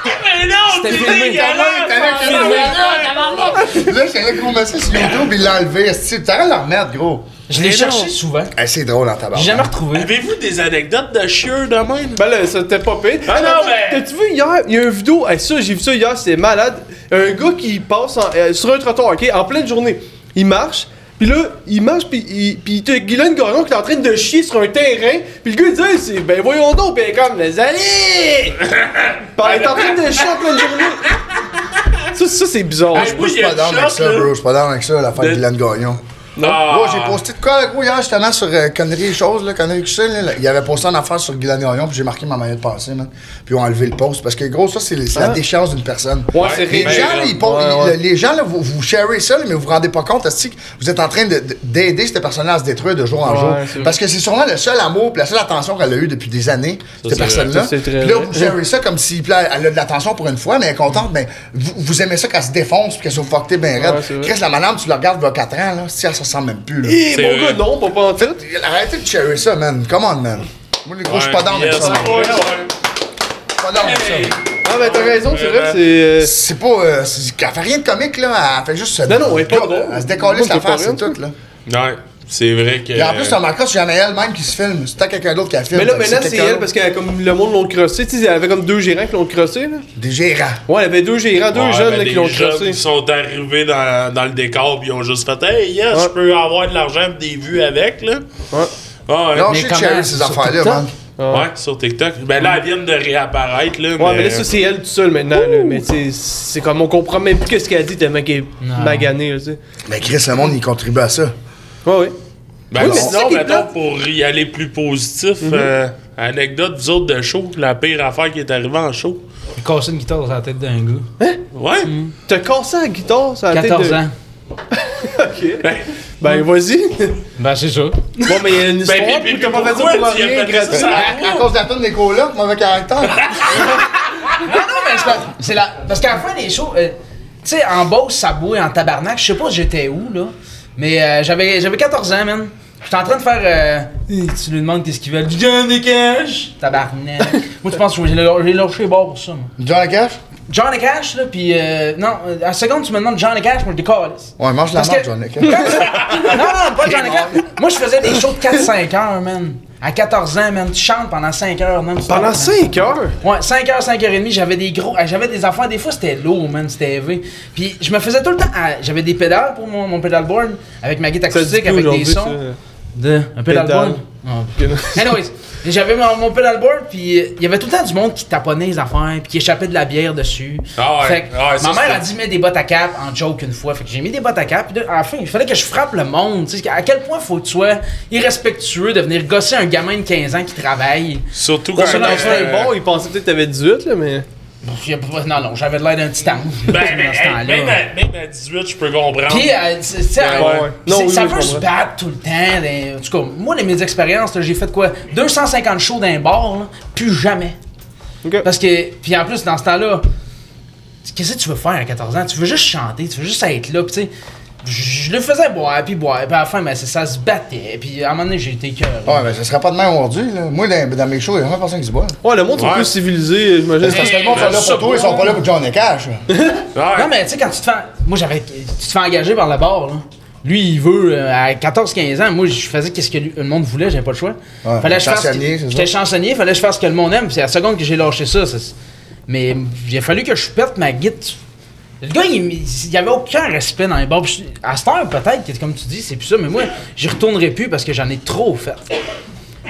Mais non, t'es
C'était filmé.
dégueulasse!
T'avais- t'avais
Ah,
filmé.
ouais.
Là, j'étais là, gros, mais ça sur YouTube, il l'a enlevé. Esti, T'as rien à le remettre, gros.
Je l'ai cherché souvent.
Eh, C'est drôle en tabarnak.
J'ai jamais retrouvé.
Avez-vous des anecdotes de chieux de même?
Ben là, ça t'es pas pire.
Ah non, mais-
T'as-tu vu hier, il y a une vidéo, hey, ça, j'ai vu ça hier, c'est malade. Un gars qui passe en- euh, sur un trottoir, ok, en pleine journée. Il marche, puis là, il marche, puis il, puis il te- il a une gorgon qui est en train de chier sur un terrain, puis le gars il dit, Hey, c'est- ben voyons donc, ben comme, les allez! Puis il est en train de chier en pleine journée. Ça, ça c'est bizarre.
Hey,
Moi, je
il
suis
y a
pas
une
down avec
shot,
ça,
là.
bro. Je suis pas down avec ça, l'affaire
De-
de Guylaine Gagnon.
Ah.
Moi, j'ai posté de quoi, gros, hier, justement, sur euh, conneries et choses, là, conneries et tout ça, là, là. Il avait posté une affaire sur Guylaine Gagnon, puis j'ai marqué ma manière de penser, man. Puis ils ont enlevé le post. Parce que, gros, ça, c'est les- c'est la déchéance d'une personne.
Ouais, c'est
Les
réel.
gens, là, ils postent-
euh, Ouais, ouais.
le- les gens, là, vous, vous sharez ça, là, mais vous vous rendez pas compte, est-ce que vous êtes en train de- de- d'aider cette personne-là à se détruire de jour en
Ouais, c'est vrai.
jour. Parce que c'est sûrement le seul amour, puis la seule attention qu'elle a eue depuis des années,
c'est
cette
vrai.
personne-là.
Ça, c'est très
Puis là,
vrai.
vous sharez ça comme si, puis là, elle a de l'attention pour une fois, mais elle est contente, mais vous, vous aimez ça qu'elle se défonce, puis qu'elle soit fuckée bien raide.
Ouais, c'est vrai.
Chris, la madame, tu la regardes, il y a 4 ans, là, si elle se ressemble même plus, là.
Eh,
C'est
mon
vrai.
gars, non, pas, pas en tout.
Arrêtez de sharrer ça, man. Come on, man. Moi, les gros, je suis pas down avec
Yes.
ça. man.
Ouais, ouais.
Je suis pas down avec ça.
Hey.
Ah, ben t'as raison, c'est vrai, c'est. euh,
C'est pas. euh, c'est- elle fait rien de comique, là. Elle fait juste se.
Non, non, elle est pas drôle.
Elle se décolle
Moi, je
cette
peux pas
affaire, c'est
rire.
tout, là.
Ouais, c'est vrai que.
Et euh, en plus, t'as remarqué, c'est jamais elle même qui se filme. C'est peut-être quelqu'un d'autre qui la filme.
Mais là, maintenant, c'est elle parce
que.
que comme le monde l'ont crossé. Tu sais, elle avait comme deux gérants qui l'ont crossé, là.
Des gérants.
Ouais, elle avait deux gérants, deux
Ouais,
jeunes
ben,
là, qui
des
l'ont
jeunes
crossé.
qui sont arrivés dans, dans le décor puis ils ont juste fait Hey, yes,
Ouais.
je peux avoir de l'argent pis des vues avec, là. Ah,
Ouais.
Ouais,
Non,
Mais
je sais
comment,
chercher ces
sur
affaires-là,
TikTok?
man.
ouais, sur TikTok. Ben là, elles viennent de réapparaître, là.
Ouais, mais là, ça, c'est elle toute seule maintenant, là. Mais tu sais, c'est comme on comprend même plus que ce qu'elle dit tellement qu'elle est
Non.
maganée, là, tu sais.
Mais Chris, le monde, il contribue à ça.
Ouais, ouais.
Ben
Oui, mais c'est ça
sinon,
qui est
mettons,
plate.
pour y aller plus positif, euh, anecdote, vous autres de show, la pire affaire qui est arrivée en show.
J'ai cassé une guitare dans la tête d'un gars.
Ouais.
T'as cassé la guitare, ça a
14 ans. Mm.
Ben, vas-y.
Ben, c'est ça.
bon, mais il y a une histoire.
Ben, puis,
où
puis,
t'as pas fait ça
pourquoi
pour
tu y as
rien,
fait ça?
gratuit.
À, à cause de la tonne des colas, mauvais caractère.
Ah Non, mais c'est pas- c'est la. Parce qu'à la fin des shows, euh, tu sais, en Beauce, ça bouille, en tabarnak, je sais pas j'étais où, là. Mais euh, j'avais j'avais 14 ans, man. J'étais en train de faire. euh, Eh, tu lui demandes qu'est-ce qu'il veut. John des Cash! Tabarnak. Moi, tu penses que j'ai lâ- j'ai lâché les bords pour ça, moi.
John le Cash?
John le Cash, là, pis. Euh, non, euh, à la seconde, tu me demandes John le Cash, moi, je décalisse.
Ouais, mange la
Parce
marde,
que-
John le Cash.
non, non, pas John le Cash. Moi, je faisais des shows de 4-5 heures, man. À 14 ans, man, tu chantes pendant 5 heures, non
Pendant 5 heures?
Ouais, 5 h 5 h 30 j'avais des gros. euh, J'avais des affaires, des fois c'était lourd, man, c'était élevé. Puis je me faisais tout le temps. euh, J'avais des pédales pour mon, mon pédalboard, avec ma guitare
Ça dit
acoustique,
quoi
avec des
aujourd'hui,
sons.
ça?
De, un pédalboard.
Pédale.
Ah, Anyways, j'avais mon, mon pedalboard, puis euh, il y avait tout le temps du monde qui taponnait les affaires, puis qui échappait de la bière dessus.
Ah ouais,
Fait que
ah ouais, ça,
ma mère
c'était-
a dit mets des bottes à cap en joke une fois. Fait que j'ai mis des bottes à cap, puis de- à la fin, il fallait que je frappe le monde. Tu sais, à quel point faut que tu sois irrespectueux de venir gosser un gamin de 15 ans qui travaille.
Surtout
Bon,
quand. euh,
ça, dans le fond,
Ouais, bon, ils pensaient peut-être que t'avais 18, là, mais.
Pff, y a pas- Non, non, j'avais de l'air d'un petit ange.
Ben, ben,
dans ce
hey,
temps-là.
même, à, même à 18, je peux comprendre.
Puis, euh, tu sais,
Ouais, ouais.
c'est-
Non, oui,
ça
oui, je
veut se
comprends.
battre tout le temps. dans- En tout cas, moi, dans mes expériences, là, j'ai fait quoi 250 shows d'un bar, là, plus jamais.
Ok.
Parce que, puis en plus, dans ce temps-là, qu'est-ce que tu veux faire à 14 ans Tu veux juste chanter, tu veux juste être là, puis tu sais. Je je le faisais boire, puis boire, puis à la fin, ben, c'est- ça se battait, puis à un moment donné, j'ai été cœur.
Ouais, mais ça serait pas de même aujourd'hui, là. Moi, dans, dans mes shows, il y a vraiment personne qui se boit.
Ouais, le monde sont
Ouais.
plus civilisés, j'imagine.
Parce que
Hey,
le monde
ben,
sont là
ça,
pour toi, ils sont pas là pour Johnny Cash. là.
Ouais.
Non, mais tu sais, quand tu te fais. Moi, j'avais. Tu te fais engager par le bar, là. Lui, il veut. euh, à 14-15 ans, moi, je faisais qu'est-ce que lui- le monde voulait, j'avais pas le choix.
Ouais,
fallait que je fasse. ce que-
chansonnier, c'est ça?
J'étais chansonnier, fallait que je fasse ce que le monde aime. Puis c'est à la seconde que j'ai lâché ça. c'est- Mais il a fallu que je pète ma guite. Le gars, il il y avait aucun respect dans les bars. Puis je- À cette heure, peut-être, que, comme tu dis, c'est plus ça, mais moi, j'y retournerai plus parce que j'en ai trop fait.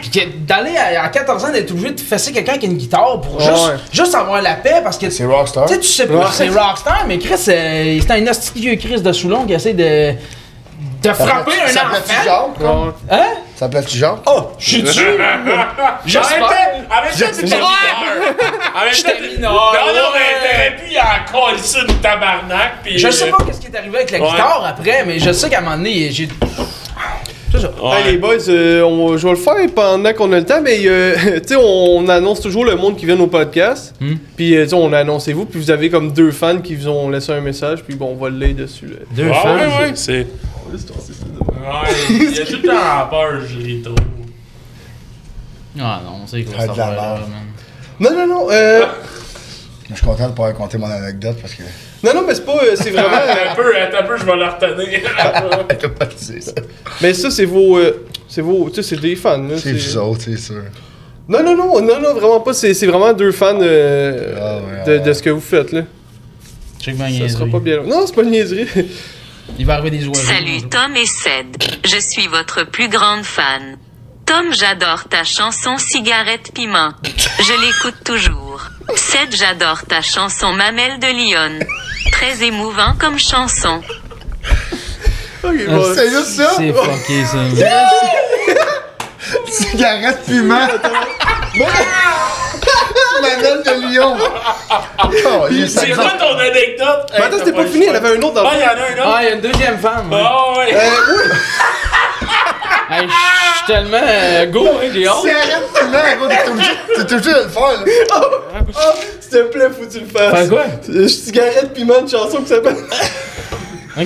Puis que d'aller à, à 14 ans, d'être obligé de fesser quelqu'un qui a une guitare pour
Ouais.
juste, juste avoir la paix parce que.
C'est rockstar.
Tu sais, tu sais pas, c'est Rockstar, mais Chris, euh, c'est un astucieux Chris de Soulon qui essaie de. de frapper
Ça
un
s'appelait-tu
enfant.
Jacques, quoi?
Hein?
Ça s'appelait-tu Jacques?
Oh, je suis dessus! J'espère!
J'étais mineur!
J'étais mineur,
Non, non,
ouais.
mais t'aurais pu y en coller sur une tabarnak, euh, pis.
Je sais pas qu'est-ce qui est arrivé avec la
Ouais.
guitare après, mais je sais qu'à un moment donné, j'ai. C'est ça.
Ouais.
Hey, les boys, euh, on- je vais le faire pendant qu'on a le temps, mais euh, tu sais, on, on annonce toujours le monde qui vient au podcast. Puis euh, tu sais, on annonce vous, puis vous avez comme deux fans qui vous ont laissé un message, puis bon, on va le lire dessus. Là.
Deux
Ouais,
fans.
ouais, ouais, c'est. Ouais, il y a tout le temps peur, je les trouve.
Ah non, c'est quoi
Ah,
ça?
de la merde.
Non, non, non, euh,
Je suis content de pouvoir raconter mon anecdote parce que.
non, non, mais c'est pas, euh, c'est vraiment.
Attends un peu, attends un peu, je vais la retenir.
Elle peut pas le dire, ça.
mais ça, c'est vos, euh, c'est vos, tu sais, c'est des fans. Là,
C'est vous autres, c'est sûr.
Non, non, non, non, non, vraiment pas. C'est c'est vraiment deux fans euh,
Ah ouais,
de,
ah
de
ouais.
ce que vous faites là.
Je sais que ma
Ça sera
niaiserie.
pas bien. long. Non, c'est pas une niaiserie.
Il va arriver des oiseaux.
Salut Tom et Ced. Je suis votre plus grande fan. Tom, j'adore ta chanson Cigarette Piment. Je l'écoute toujours. Ced, j'adore ta chanson Mamelle de Lyon. Très émouvant comme chanson.
Ok, bon.
C'est juste ça?
C'est fucké ça.
Cigarette piment! Bon. Madame de Lyon! Oh, il est
C'est
sacré.
quoi ton anecdote?
Mais attends, c'était pas fini, elle avait un autre dans
Ah, il y en a un autre?
Ah, il y a une deuxième femme. ouais.
Ah, ouais.
Hey, Je suis tellement euh, go, hein, j'ai hâte.
Cigarette piment, gros, t'es obligé- t'es obligé de le faire, là.
S'il te plaît, faut que tu le fasses.
Faire quoi?
Euh, Cigarette piment, une chanson qui s'appelle.
Ah,
Ok.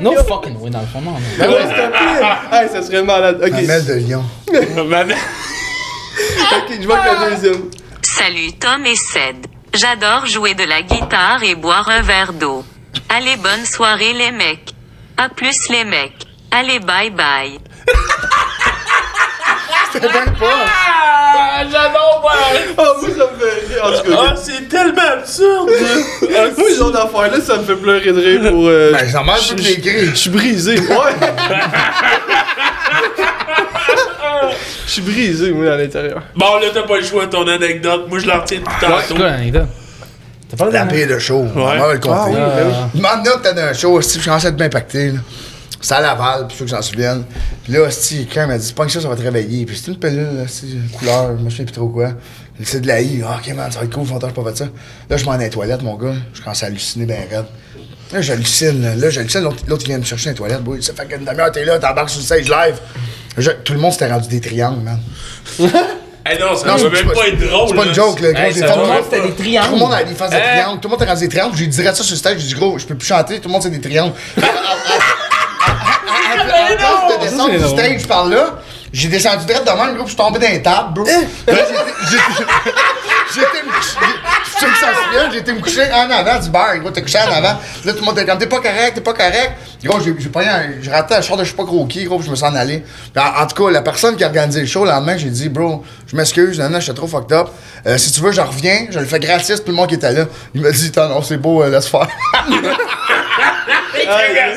No fucking way, dans le fond, non. non.
Ah ouais, s'il te plaît. Ah, ça serait malade. Ok,
Mamelle de Lyon.
Maman.
ok, je vois que la deuxième.
Salut Tom et Ced. J'adore jouer de la guitare et boire un verre d'eau. Allez, bonne soirée les mecs. À plus les mecs. Allez, bye bye.
Ah, j'adore pas.
Ah, moi, ça me fait rire. En tout cas,
Ah,
ok.
c'est tellement absurde.
Ah, moi, ce genre d'affaire là, ça me fait pleurer de rire pour. euh,
Ben, ça marche
je-
toutes les grilles.
Je suis brisé. Ouais. Je suis brisé, moi, à l'intérieur.
Bon, là, t'as pas le choix, ton anecdote. Moi, je la retiens tout
C'est
tantôt.
quoi l'anecdote? T'as parlé
La
d'un-
paix de show. On va le
Ah oui,
compter.
ben oui.
Maintenant, t'as d'un show, hostie, puis je commençais à être bien pacté, là. C'est à Laval, pour ceux qui s'en souviennent. Puis là, hostie, quand il m'a dit, pas que ça, ça va te réveiller. Puis c'était une pilule, hostie, une couleur, je me souviens plus trop quoi. C'est de la I. Ah, ok, man, ça va être cool, longtemps que j'ai pas fait ça. Là, je m'en ai dans les toilettes, mon gars. Je commence à halluciner ben raide. Là, j'hallucine, là. Là, j'hallucine. L'autre, l'autre, il vient me chercher dans les toilettes. boy. Ça fait qu'une demi-heure, t'es là, t'embarques sur le stage live. Je- tout le monde s'était rendu des triangles, man.
Eh non, ça
Non,
va
c'est
même
pas-
pas être drôle.
c'est pas une
là.
joke, là, gros,
Hey,
j'ai
ça
fait
Tout
va
le monde,
même
c'était
pas.
des
Tout le
triangles.
monde a des faces de
Hein?
triangles. Tout le monde est rendu des triangles. J'ai dit ça sur le stage. J'ai dit, gros, je peux plus chanter. Tout le monde, c'est des triangles. À- à- à- à- à- À à- à- de descendre du Ah, stage par là, j'ai descendu direct de même, gros, puis je suis tombé dans les tables, bro. Là, j'ai- j'ai- J'étais me- j'ai- sais que ça se vient, j'ai été me coucher en avant du bar. Gros, t'es couché en avant. Là, tout le monde était comme, t'es pas correct, t'es pas correct. Gros, j'ai j'ai pogné un- j'ai raté un short de je sais pas gros qui, gros, puis je me suis en allé. Puis En, en tout cas, la personne qui a organisé le show, le lendemain, j'ai dit, bro, je m'excuse, non, non, j'étais trop fucked up. Euh, si tu veux, je reviens, je le fais gratis, tout le monde qui était là. Il m'a dit, non, non, c'est beau, euh, laisse faire.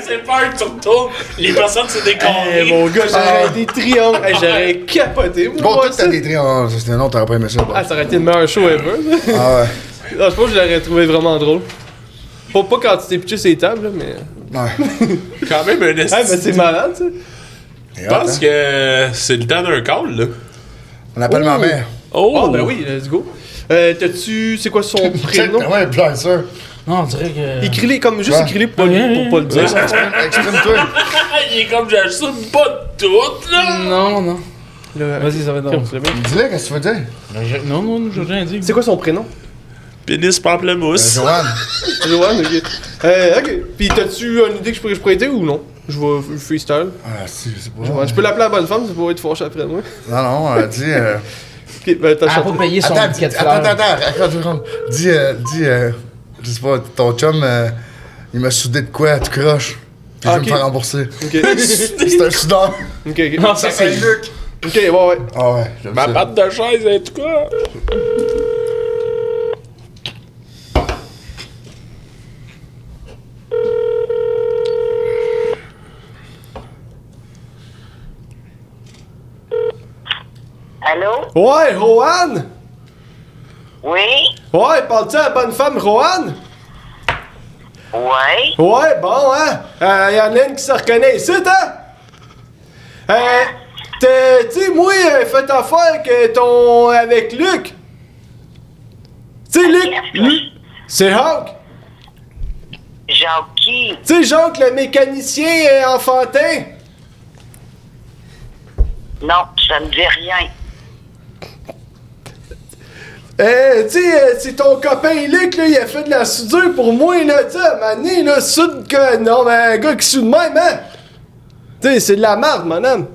C'est peur, tu retournes, les personnes se
Hey,
décontrées.
Eh, mon gars, j'aurais des triangles. Ah. Hey, j'aurais capoté, moi.
Bon,
voir
toi,
ça.
t'as des traits, oh, ça, c'était non, t'aurais pas aimé ça. bon.
Ah, ça aurait été le meilleur show ever. là.
Ah ouais.
Non, je pense que je l'aurais trouvé vraiment drôle. Pas, pas quand tu t'es pitché sur les tables, là, mais.
Ouais.
Quand même, un esti.
Ah, mais c'est malade, ça.
Et
Je
hop,
pense
hein.
que c'est le temps d'un call, là. Ah,
On appelle ma mère.
Oh, ben oui, let's go. Euh, t'as-tu. C'est quoi son prénom
Check, Ouais, bien sûr.
Non, on dirait que.
Écris-les comme. Juste
Ouais.
écris-les pour, pas le- pour pas le dire.
Exprime- Exprime-toi.
Il est comme, j'assume pas tout, là.
Non, non.
Là,
Vas-y, ça va être drôle.
c'est bien.
Dis-le, qu'est-ce que tu veux dire?
Non, non, j'ai rien dit.
C'est quoi son prénom
Pénis
Euh,
pamplemousse.
Joanne.
Joanne, ok. Euh, ok. Puis t'as-tu une idée que je pourrais, je pourrais aider ou non Je vais freestyle.
Ah, si, je sais pas.
Ouais, je peux l'appeler la bonne femme, ça va être fâché après moi.
Non, non, euh, dis. euh,
Ok, ben t'as
Elle a pas
chanté.
payé son
Attends, dis-
ticket de
attends, attends,
fleurs.
attends, raconte une seconde. Dis, euh, dis, euh, je sais pas, ton chum, euh, il m'a soudé de quoi, tu croches. Puis
Ah,
je vais
ok.
me faire rembourser.
Ok,
C'est un soudeur.
ok, ok.
Non, ça c'est.
Ok, ouais, ouais.
Ah ouais, j'aime
Ma
ça.
patte de chaise, en tout cas.
Allô?
Ouais, Roanne
Oui?
Ouais, parle-tu à la bonne femme, Roanne
Ouais?
Ouais, bon, hein? Euh, y en a une qui se reconnaît ici, hein? Euh, t'es- t'sais, moi, euh, fait affaire que ton. avec Luc. T'sais, Luc. Luc. C'est Hawk.
Jean-Qui?
T'sais, Jacques, le mécanicien euh, enfantin.
Non, ça me dit rien.
Euh, t'sais, euh, c'est ton copain Luc, là, il a fait de la soudure pour moi, là, t'sais, à un moment donné, là, soude que. Non, mais un gars qui soude même, hein? T'sais, c'est de la merde, mon homme.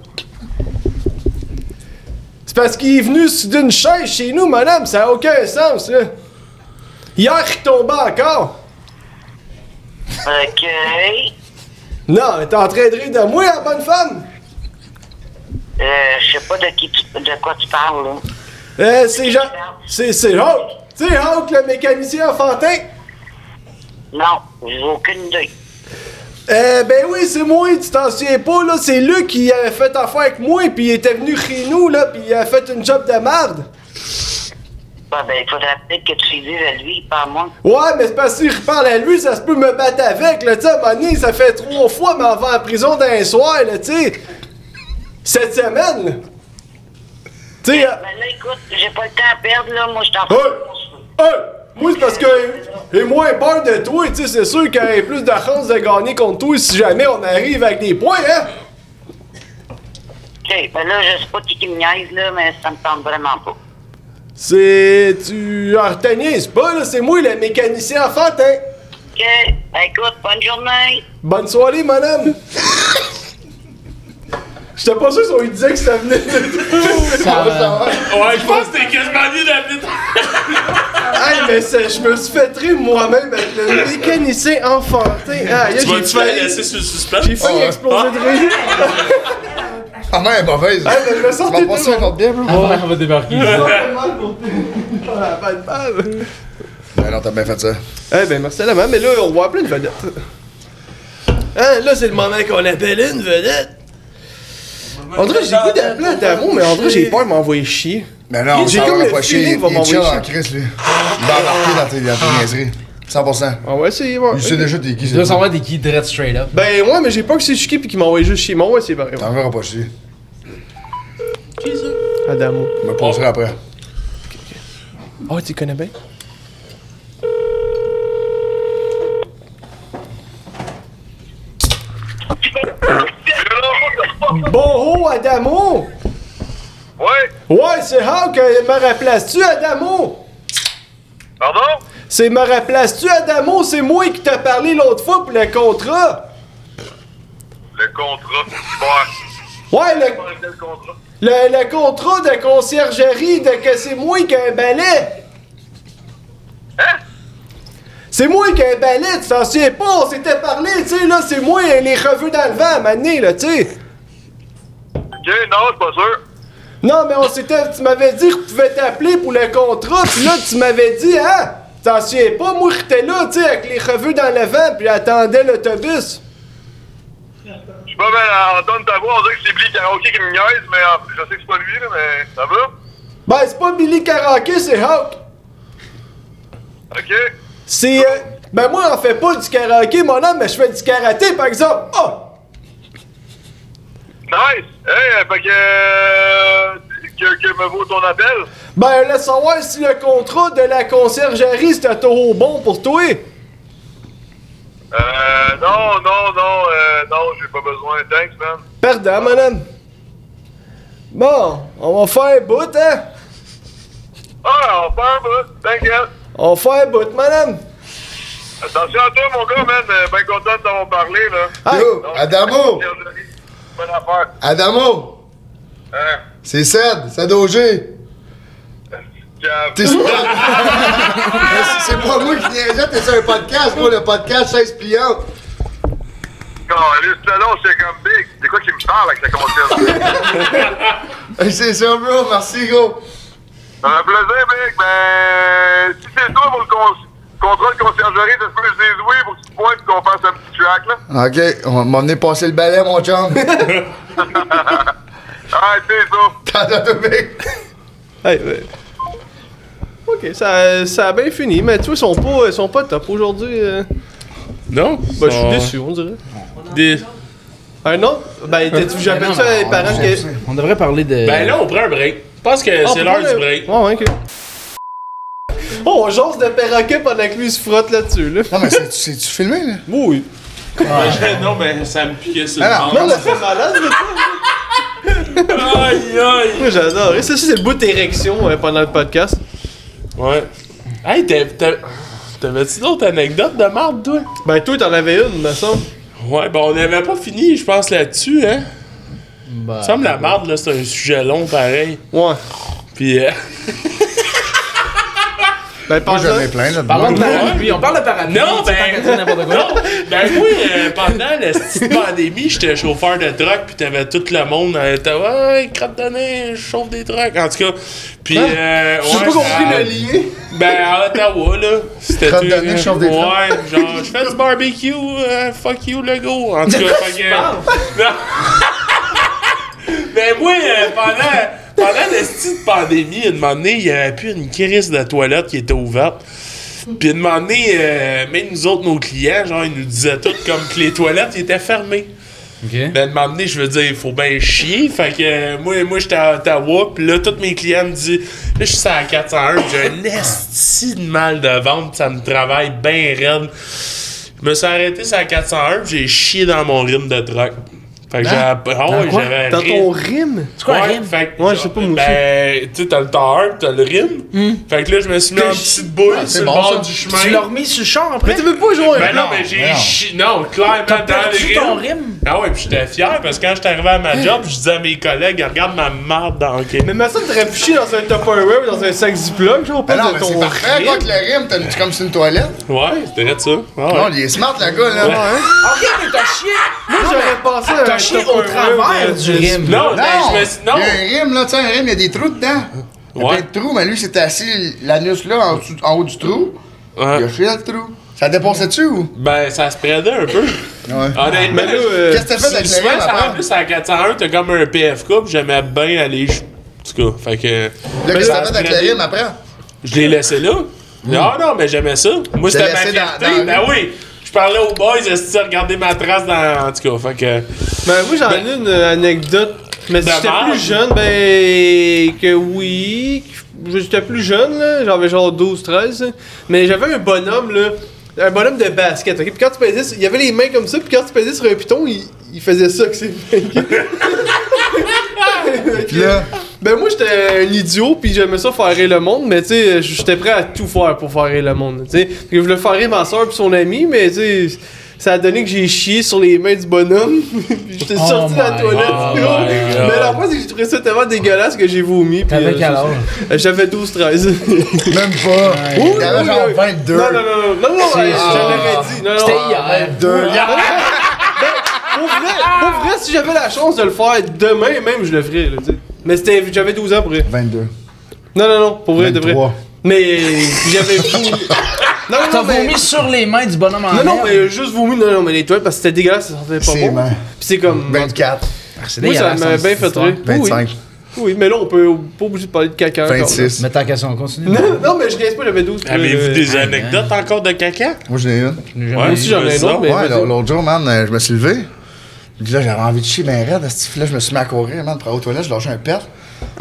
C'est parce qu'il est venu souder une chaise chez nous, mon homme, ça a aucun sens, là. Hier, il tombait encore.
Ok.
Non, mais t'es en train de rire de moi, la bonne femme.
Euh, je sais pas de qui tu- de quoi tu parles, hein. là.
Euh, c'est Jean. C'est, c'est Hawk. T'sais, Hawk, le mécanicien enfantin.
Non, j'ai aucune idée.
Euh, ben oui, c'est moi, tu t'en souviens pas, là, c'est Luc qui avait fait affaire avec moi, puis il était venu chez nous, là, puis il a fait une job de merde.
Bah, ben, il faudrait peut-être que tu lui dises à lui, pas à moi.
Ouais, mais c'est parce que si je reparle à lui, ça se peut me battre avec, là, tu sais, à un moment donné, ça fait trois fois m'avoir en prison d'un soir, là, tu sais. Cette semaine, là. Tu sais, euh,
Ben là, écoute, j'ai pas le temps à perdre, là. Moi, je t'en
Hey! Hey! Moi, c'est parce que j'ai moins peur de toi, tu sais, c'est sûr qu'il y a plus de chances de gagner contre toi si jamais on arrive avec des points, hein!
Ok, ben là, je sais pas qui qui me niaise, là, mais ça me tente vraiment pas.
C'est. Tu. Artanier, c'est pas là, c'est moi le mécanicien hein. enfantin!
Ok, ben écoute, bonne journée.
Bonne soirée, mon homme! J'étais pas sûr si on lui disait que ça venait de.
Ça va.
Ouais, je pense que t'es quasiment mieux d'appeler
hey, mais ça- je me suis fait rire moi-même avec le mécanicien enfantin! Ah,
Tu vas
j'ai
te faire
failli,
laisser sur le suspense.
j'ai failli
Oh, ouais.
exploser de rire!
Ah, non, elle est mauvaise.
Hey, mais je me sentais
Ah. Tu m'as passé un autre bien, bro?
Ouais, on va débarquer.
mal pour- Ah, la bonne femme.
Ben non, t'as bien fait ça.
Eh ben merci à la main, mais là on voit plein de vedettes. Hein, là c'est le moment qu'on appelle une vedette. On dirait que j'ai le goût d'appeler à Damo, mais on dirait que j'ai peur de m'envoyer chier.
Ben non,
J'ai
ça
comme
va
le
pas chier.
feeling
Il
va
il est chill
m'envoyer
en Chris, lui. Il va embarquer dans tes, dans tes niaiseries. 100%.
On va essayer, ouais.
Il sait déjà t'es qui,
Tu dois
c'est
savoir des qui dread straight up.
Ben ouais, mais j'ai peur que c'est chier puis qu'il m'envoie juste chier. Mais on va essayer pareil.
T'en verras pas chier.
À Damo.
Je me poserai après.
Oh, tu connais bien? Bonjour Adamo!
Ouais,
Ouais, c'est Hawk, euh, me remplaces-tu Adamo?
pardon?
C'est me remplaces-tu Adamo? C'est moi qui t'ai parlé l'autre fois pour le contrat!
Le contrat, ouais.
Ouais, le,
Quel contrat?
le, le contrat de conciergerie de que c'est moi qui ai un balai!
Hein?
C'est moi qui ai un balai, tu t'en souviens pas, on s'était parlé, tu sais, là, c'est moi, les revues dans le vent à m'amener, là, tu sais.
Ok, non, c'est pas sûr.
Non, mais on s'était. Tu m'avais dit que tu pouvais t'appeler pour le contrat, puis là, tu m'avais dit, hein? T'en souviens pas, moi, j'étais là, tu sais, avec les revues dans le vent, puis j'attendais l'autobus.
Je suis pas mal à entendre ben, ta voix, on dirait que c'est Billy Karaoke qui me niaise, mais euh, je sais que c'est pas lui, là, mais ça va?
Ben, c'est pas Billy Karaoke, c'est Hawk.
Ok?
C'est. euh, ben, moi, on fait pas du karaoké, mon homme, mais je fais du karaté, par exemple. Oh!
Nice! Hey, euh, fait que, euh, que. Que me vaut ton appel?
Ben, laisse savoir si le contrat de la conciergerie, c'était au bon pour toi.
Euh, non, non, non, euh, non, j'ai pas besoin. Thanks, man.
Pardon, mon homme. Bon, on va faire un bout, hein?
Ah, on part, bah. T'inquiète.
On va faire un bout, madame.
Attention à toi, mon gars, man. Euh, Ben content de t'avoir parlé, là.
Yo,
Donc,
Ah,
euh,
Adamo!
Bonne affaire.
Adamo!
Hein?
C'est Ced! Ced OG!
Cap.
T'es sur- Mais c'est- C'est pas moi qui niaisais, t'es sur un podcast, moi, le podcast 16 pliantes!
Caliste, là, non, c'est comme big. C'est quoi qui me parle avec sa conscience?
Hey, C'est ça, bro, merci, gros!
Un plaisir, big. Ben, si c'est toi pour le con- contrat de conciergerie, ça se peut que je dise oui pour que tu te pointes et qu'on fasse un petit track, là.
Ok, on m'a amené passer le balai, mon chum!
Ah, c'est ça.
T'as le mec!
Hey, ouais. Ok, ça, ça a bien fini, mais tu vois, ils sont pas, ils sont pas top aujourd'hui. euh.
Non?
Ben, je suis déçu, on dirait.
Des-
Un autre? Ben, t'as-tu jamais
non,
ça
mais
les parents
on-
que.
On devrait parler de.
Ben là, on prend un break. Je pense que
Ah,
c'est
on
l'heure
peut pas
du
le-
break.
Ouais, ouais, ok. Oh, on jase de perroquet pendant que lui il se frotte là-dessus, là.
Non, mais c'est- c'est-tu filmé, là?
Oui.
non, mais ça me piquait sur
Ah,
le
non,
Non, on a fait malade, là.
ventre. Aïe, aïe.
Moi, j'adore. Et ça, c'est le bout d'érection euh, pendant le podcast.
Ouais. Hey, t'as- t'as- t'avais-tu d'autres anecdotes de marde, toi?
Ben, toi, t'en avais une, me semble.
Ouais, ben on n'avait pas fini, je pense, là-dessus, hein?
Ben,
Ça me la marde, là, c'est un sujet long, pareil.
Ouais.
Puis, euh,
Ben,
Moi,
pendant.
j'en ai plein, là.
Parlons de
dedans
parapluie. On parle de parapluie.
Non,
c'est
ben-
tant qu'à dire n'importe quoi.
non, ben oui, euh, pendant la petite pandémie, j'étais chauffeur de truck, puis t'avais tout le monde, euh, t'as ouais, crotte de nez, je chauffe des trucks, en tout cas. Puis, euh,
J'ai
ouais,
pas compris
ça-
le lien.
Ben, à Ottawa, là, c'était
Crotte
tout-
de nez, je chauffe des
Ouais,
trucks.
genre, je fais du barbecue, euh, fuck you, le go. En tout cas, fait que. Non. ben, moi, euh, pendant, pendant la petite pandémie, une moment donné, il y avait plus une crise de toilette qui était ouverte. Puis, une moment donné, euh, même nous autres, nos clients, genre, ils nous disaient tout comme que les toilettes étaient fermées.
Ok.
Ben, de m'emmener, je veux dire, il faut bien chier. Fait que euh, moi, moi j'étais à Ottawa, pis là, tous mes clients me disent, là, je suis à 401, pis j'ai un esti de mal de ventre, ça me travaille bien raide. Je me suis arrêté sur la 401, pis j'ai chié dans mon rime de truck. Fait que
Hein?
j'ai. Oh,
Dans
ouais,
quoi?
j'avais un
Dans
rime.
ton rime.
C'est quoi un
Ouais,
rime?
fait que
Ouais,
genre,
je sais pas, moi
Ben, tu sais, t'as le tailleur, pis t'as le rime. Fait que là, je me suis mis en petite boule
Ah, c'est
sur
bon,
le
ça.
bord du chemin.
Tu l'as remis sur le char après?
Mais tu veux pas jouer
Ben non,
Non,
mais j'ai
non.
chi... Non, clairement,
T'as
dans le
perdu ton rime?
Ah ouais, pis j'étais fier parce que quand j'étais arrivé à ma job, je disais à mes collègues, regarde ma marde dans le
Mais ma soeur, t'aurais pu chier dans un Tupperware ou dans un sac Ziploc, genre,
Mais
pas
ben non,
de
mais
ton
c'est parfait, quoi,
rime.
que le rime, t'as mis comme sur une toilette.
Ouais, c'était vrai de ça. Ah ouais.
Non, il est smart, le gars, là.
hein?
Ok, mais t'as chié!
Moi, j'aurais pensé à un
T'as chié au
Tupperware,
travers
mais-
du rime.
Non, ben,
Non!
je me suis.
Il y a
Non!
un rime, là, tu sais, un rime, il y a des trous dedans. Il y a
Ouais.
plein de trous, mais lui, c'était assis l'anus, là, en, dessous- en haut du trou. Il a
Ouais.
fait le trou. Ça dépassait-tu ou?
Ben, ça se perdait un peu.
Ouais.
Honnêtement,
Mais là, euh,
Qu'est-ce que t'as fait avec le
souvent,
rime
ça, en
après?
plus, à 401, t'as comme un PFK, pis j'aimais bien aller. ch- En tout cas, fait que. ben,
Là, qu'est-ce que
ça
t'as fait avec
se perdait.
le rime après?
Je l'ai laissé là. Ah non, mais j'aimais ça. Moi,
T'as
c'était ma
laissé dans-
fierté.
dans-
Ben oui! Je parlais aux boys, est-ce que regardé ma trace dans. En tout cas, fait que.
Ben, moi, j'en ai une anecdote. Mais si
De
j'étais
marde.
plus jeune, ben. que oui. que J'étais plus jeune, là. J'avais genre 12, 13. hein. Mais j'avais un bonhomme, là. Un bonhomme de basket, ok? Puis quand tu pesais. sur- Il avait les mains comme ça, puis quand tu pesais sur un piton, il, il faisait ça avec ses mains.
Puis là,
Ben, moi, j'étais un idiot, puis j'aimais ça faire rire le monde, mais tu sais, j'étais prêt à tout faire pour faire rire le monde, tu sais. Fait que Je voulais faire rire ma soeur puis son ami, mais tu sais. ça a donné que j'ai chié sur les mains du bonhomme. puis j'étais
Oh
sorti de la
my
toilette.
God.
gros.
Oh my
Mais la fois, c'est que j'ai trouvé ça tellement dégueulasse que j'ai vomi. puis,
T'avais
euh,
quel âge?
euh, J'avais 12-13.
Même pas.
Ouais.
Il avait genre 22.
Non, non, non, non, non, non,
C'est-
hey, je te l'aurais dit. Non, non.
C'était hier.
Deux.
Pour vrai, pour vrai, si j'avais la chance de le faire demain même, je le ferais, là, tu sais. Mais c'était, j'avais 12 ans pour vrai.
22.
Non, non, non, pour vrai, de vrai.
23.
Mais j'avais vomi. Non, non,
T'as
non, mais-
vomi sur les mains du bonhomme en
Non, non,
herbe.
mais juste vomi, non, non, mais les toilettes, parce que c'était dégueulasse, ça sentait pas
C'est
bon.
bon.
Puis c'est comme. en tout cas,
24.
Ah, c'est
Moi, ça
dégueulasse,
m'a
hein,
bien
cette
fait
histoire.
rire. Oui,
25.
oui, mais là, on peut pas obligé de parler de caca. encore, là.
26.
Mais ta question, continue.
Non, non, mais je niaise pas, j'avais 12.
Avez-vous
euh,
des anecdotes encore de caca?
Moi, j'en ai une.
Je n'ai jamais
Ouais,
eu.
Si j'en ai un autre, mais. Ben,
Ouais,
vas-y.
l'autre l'autre jour, man, euh, je me suis levé. Puis là, j'avais envie de chier ben raide. Puis là, je me suis mis à courir, man, pour aller aux toilettes. Je lâchais un pet.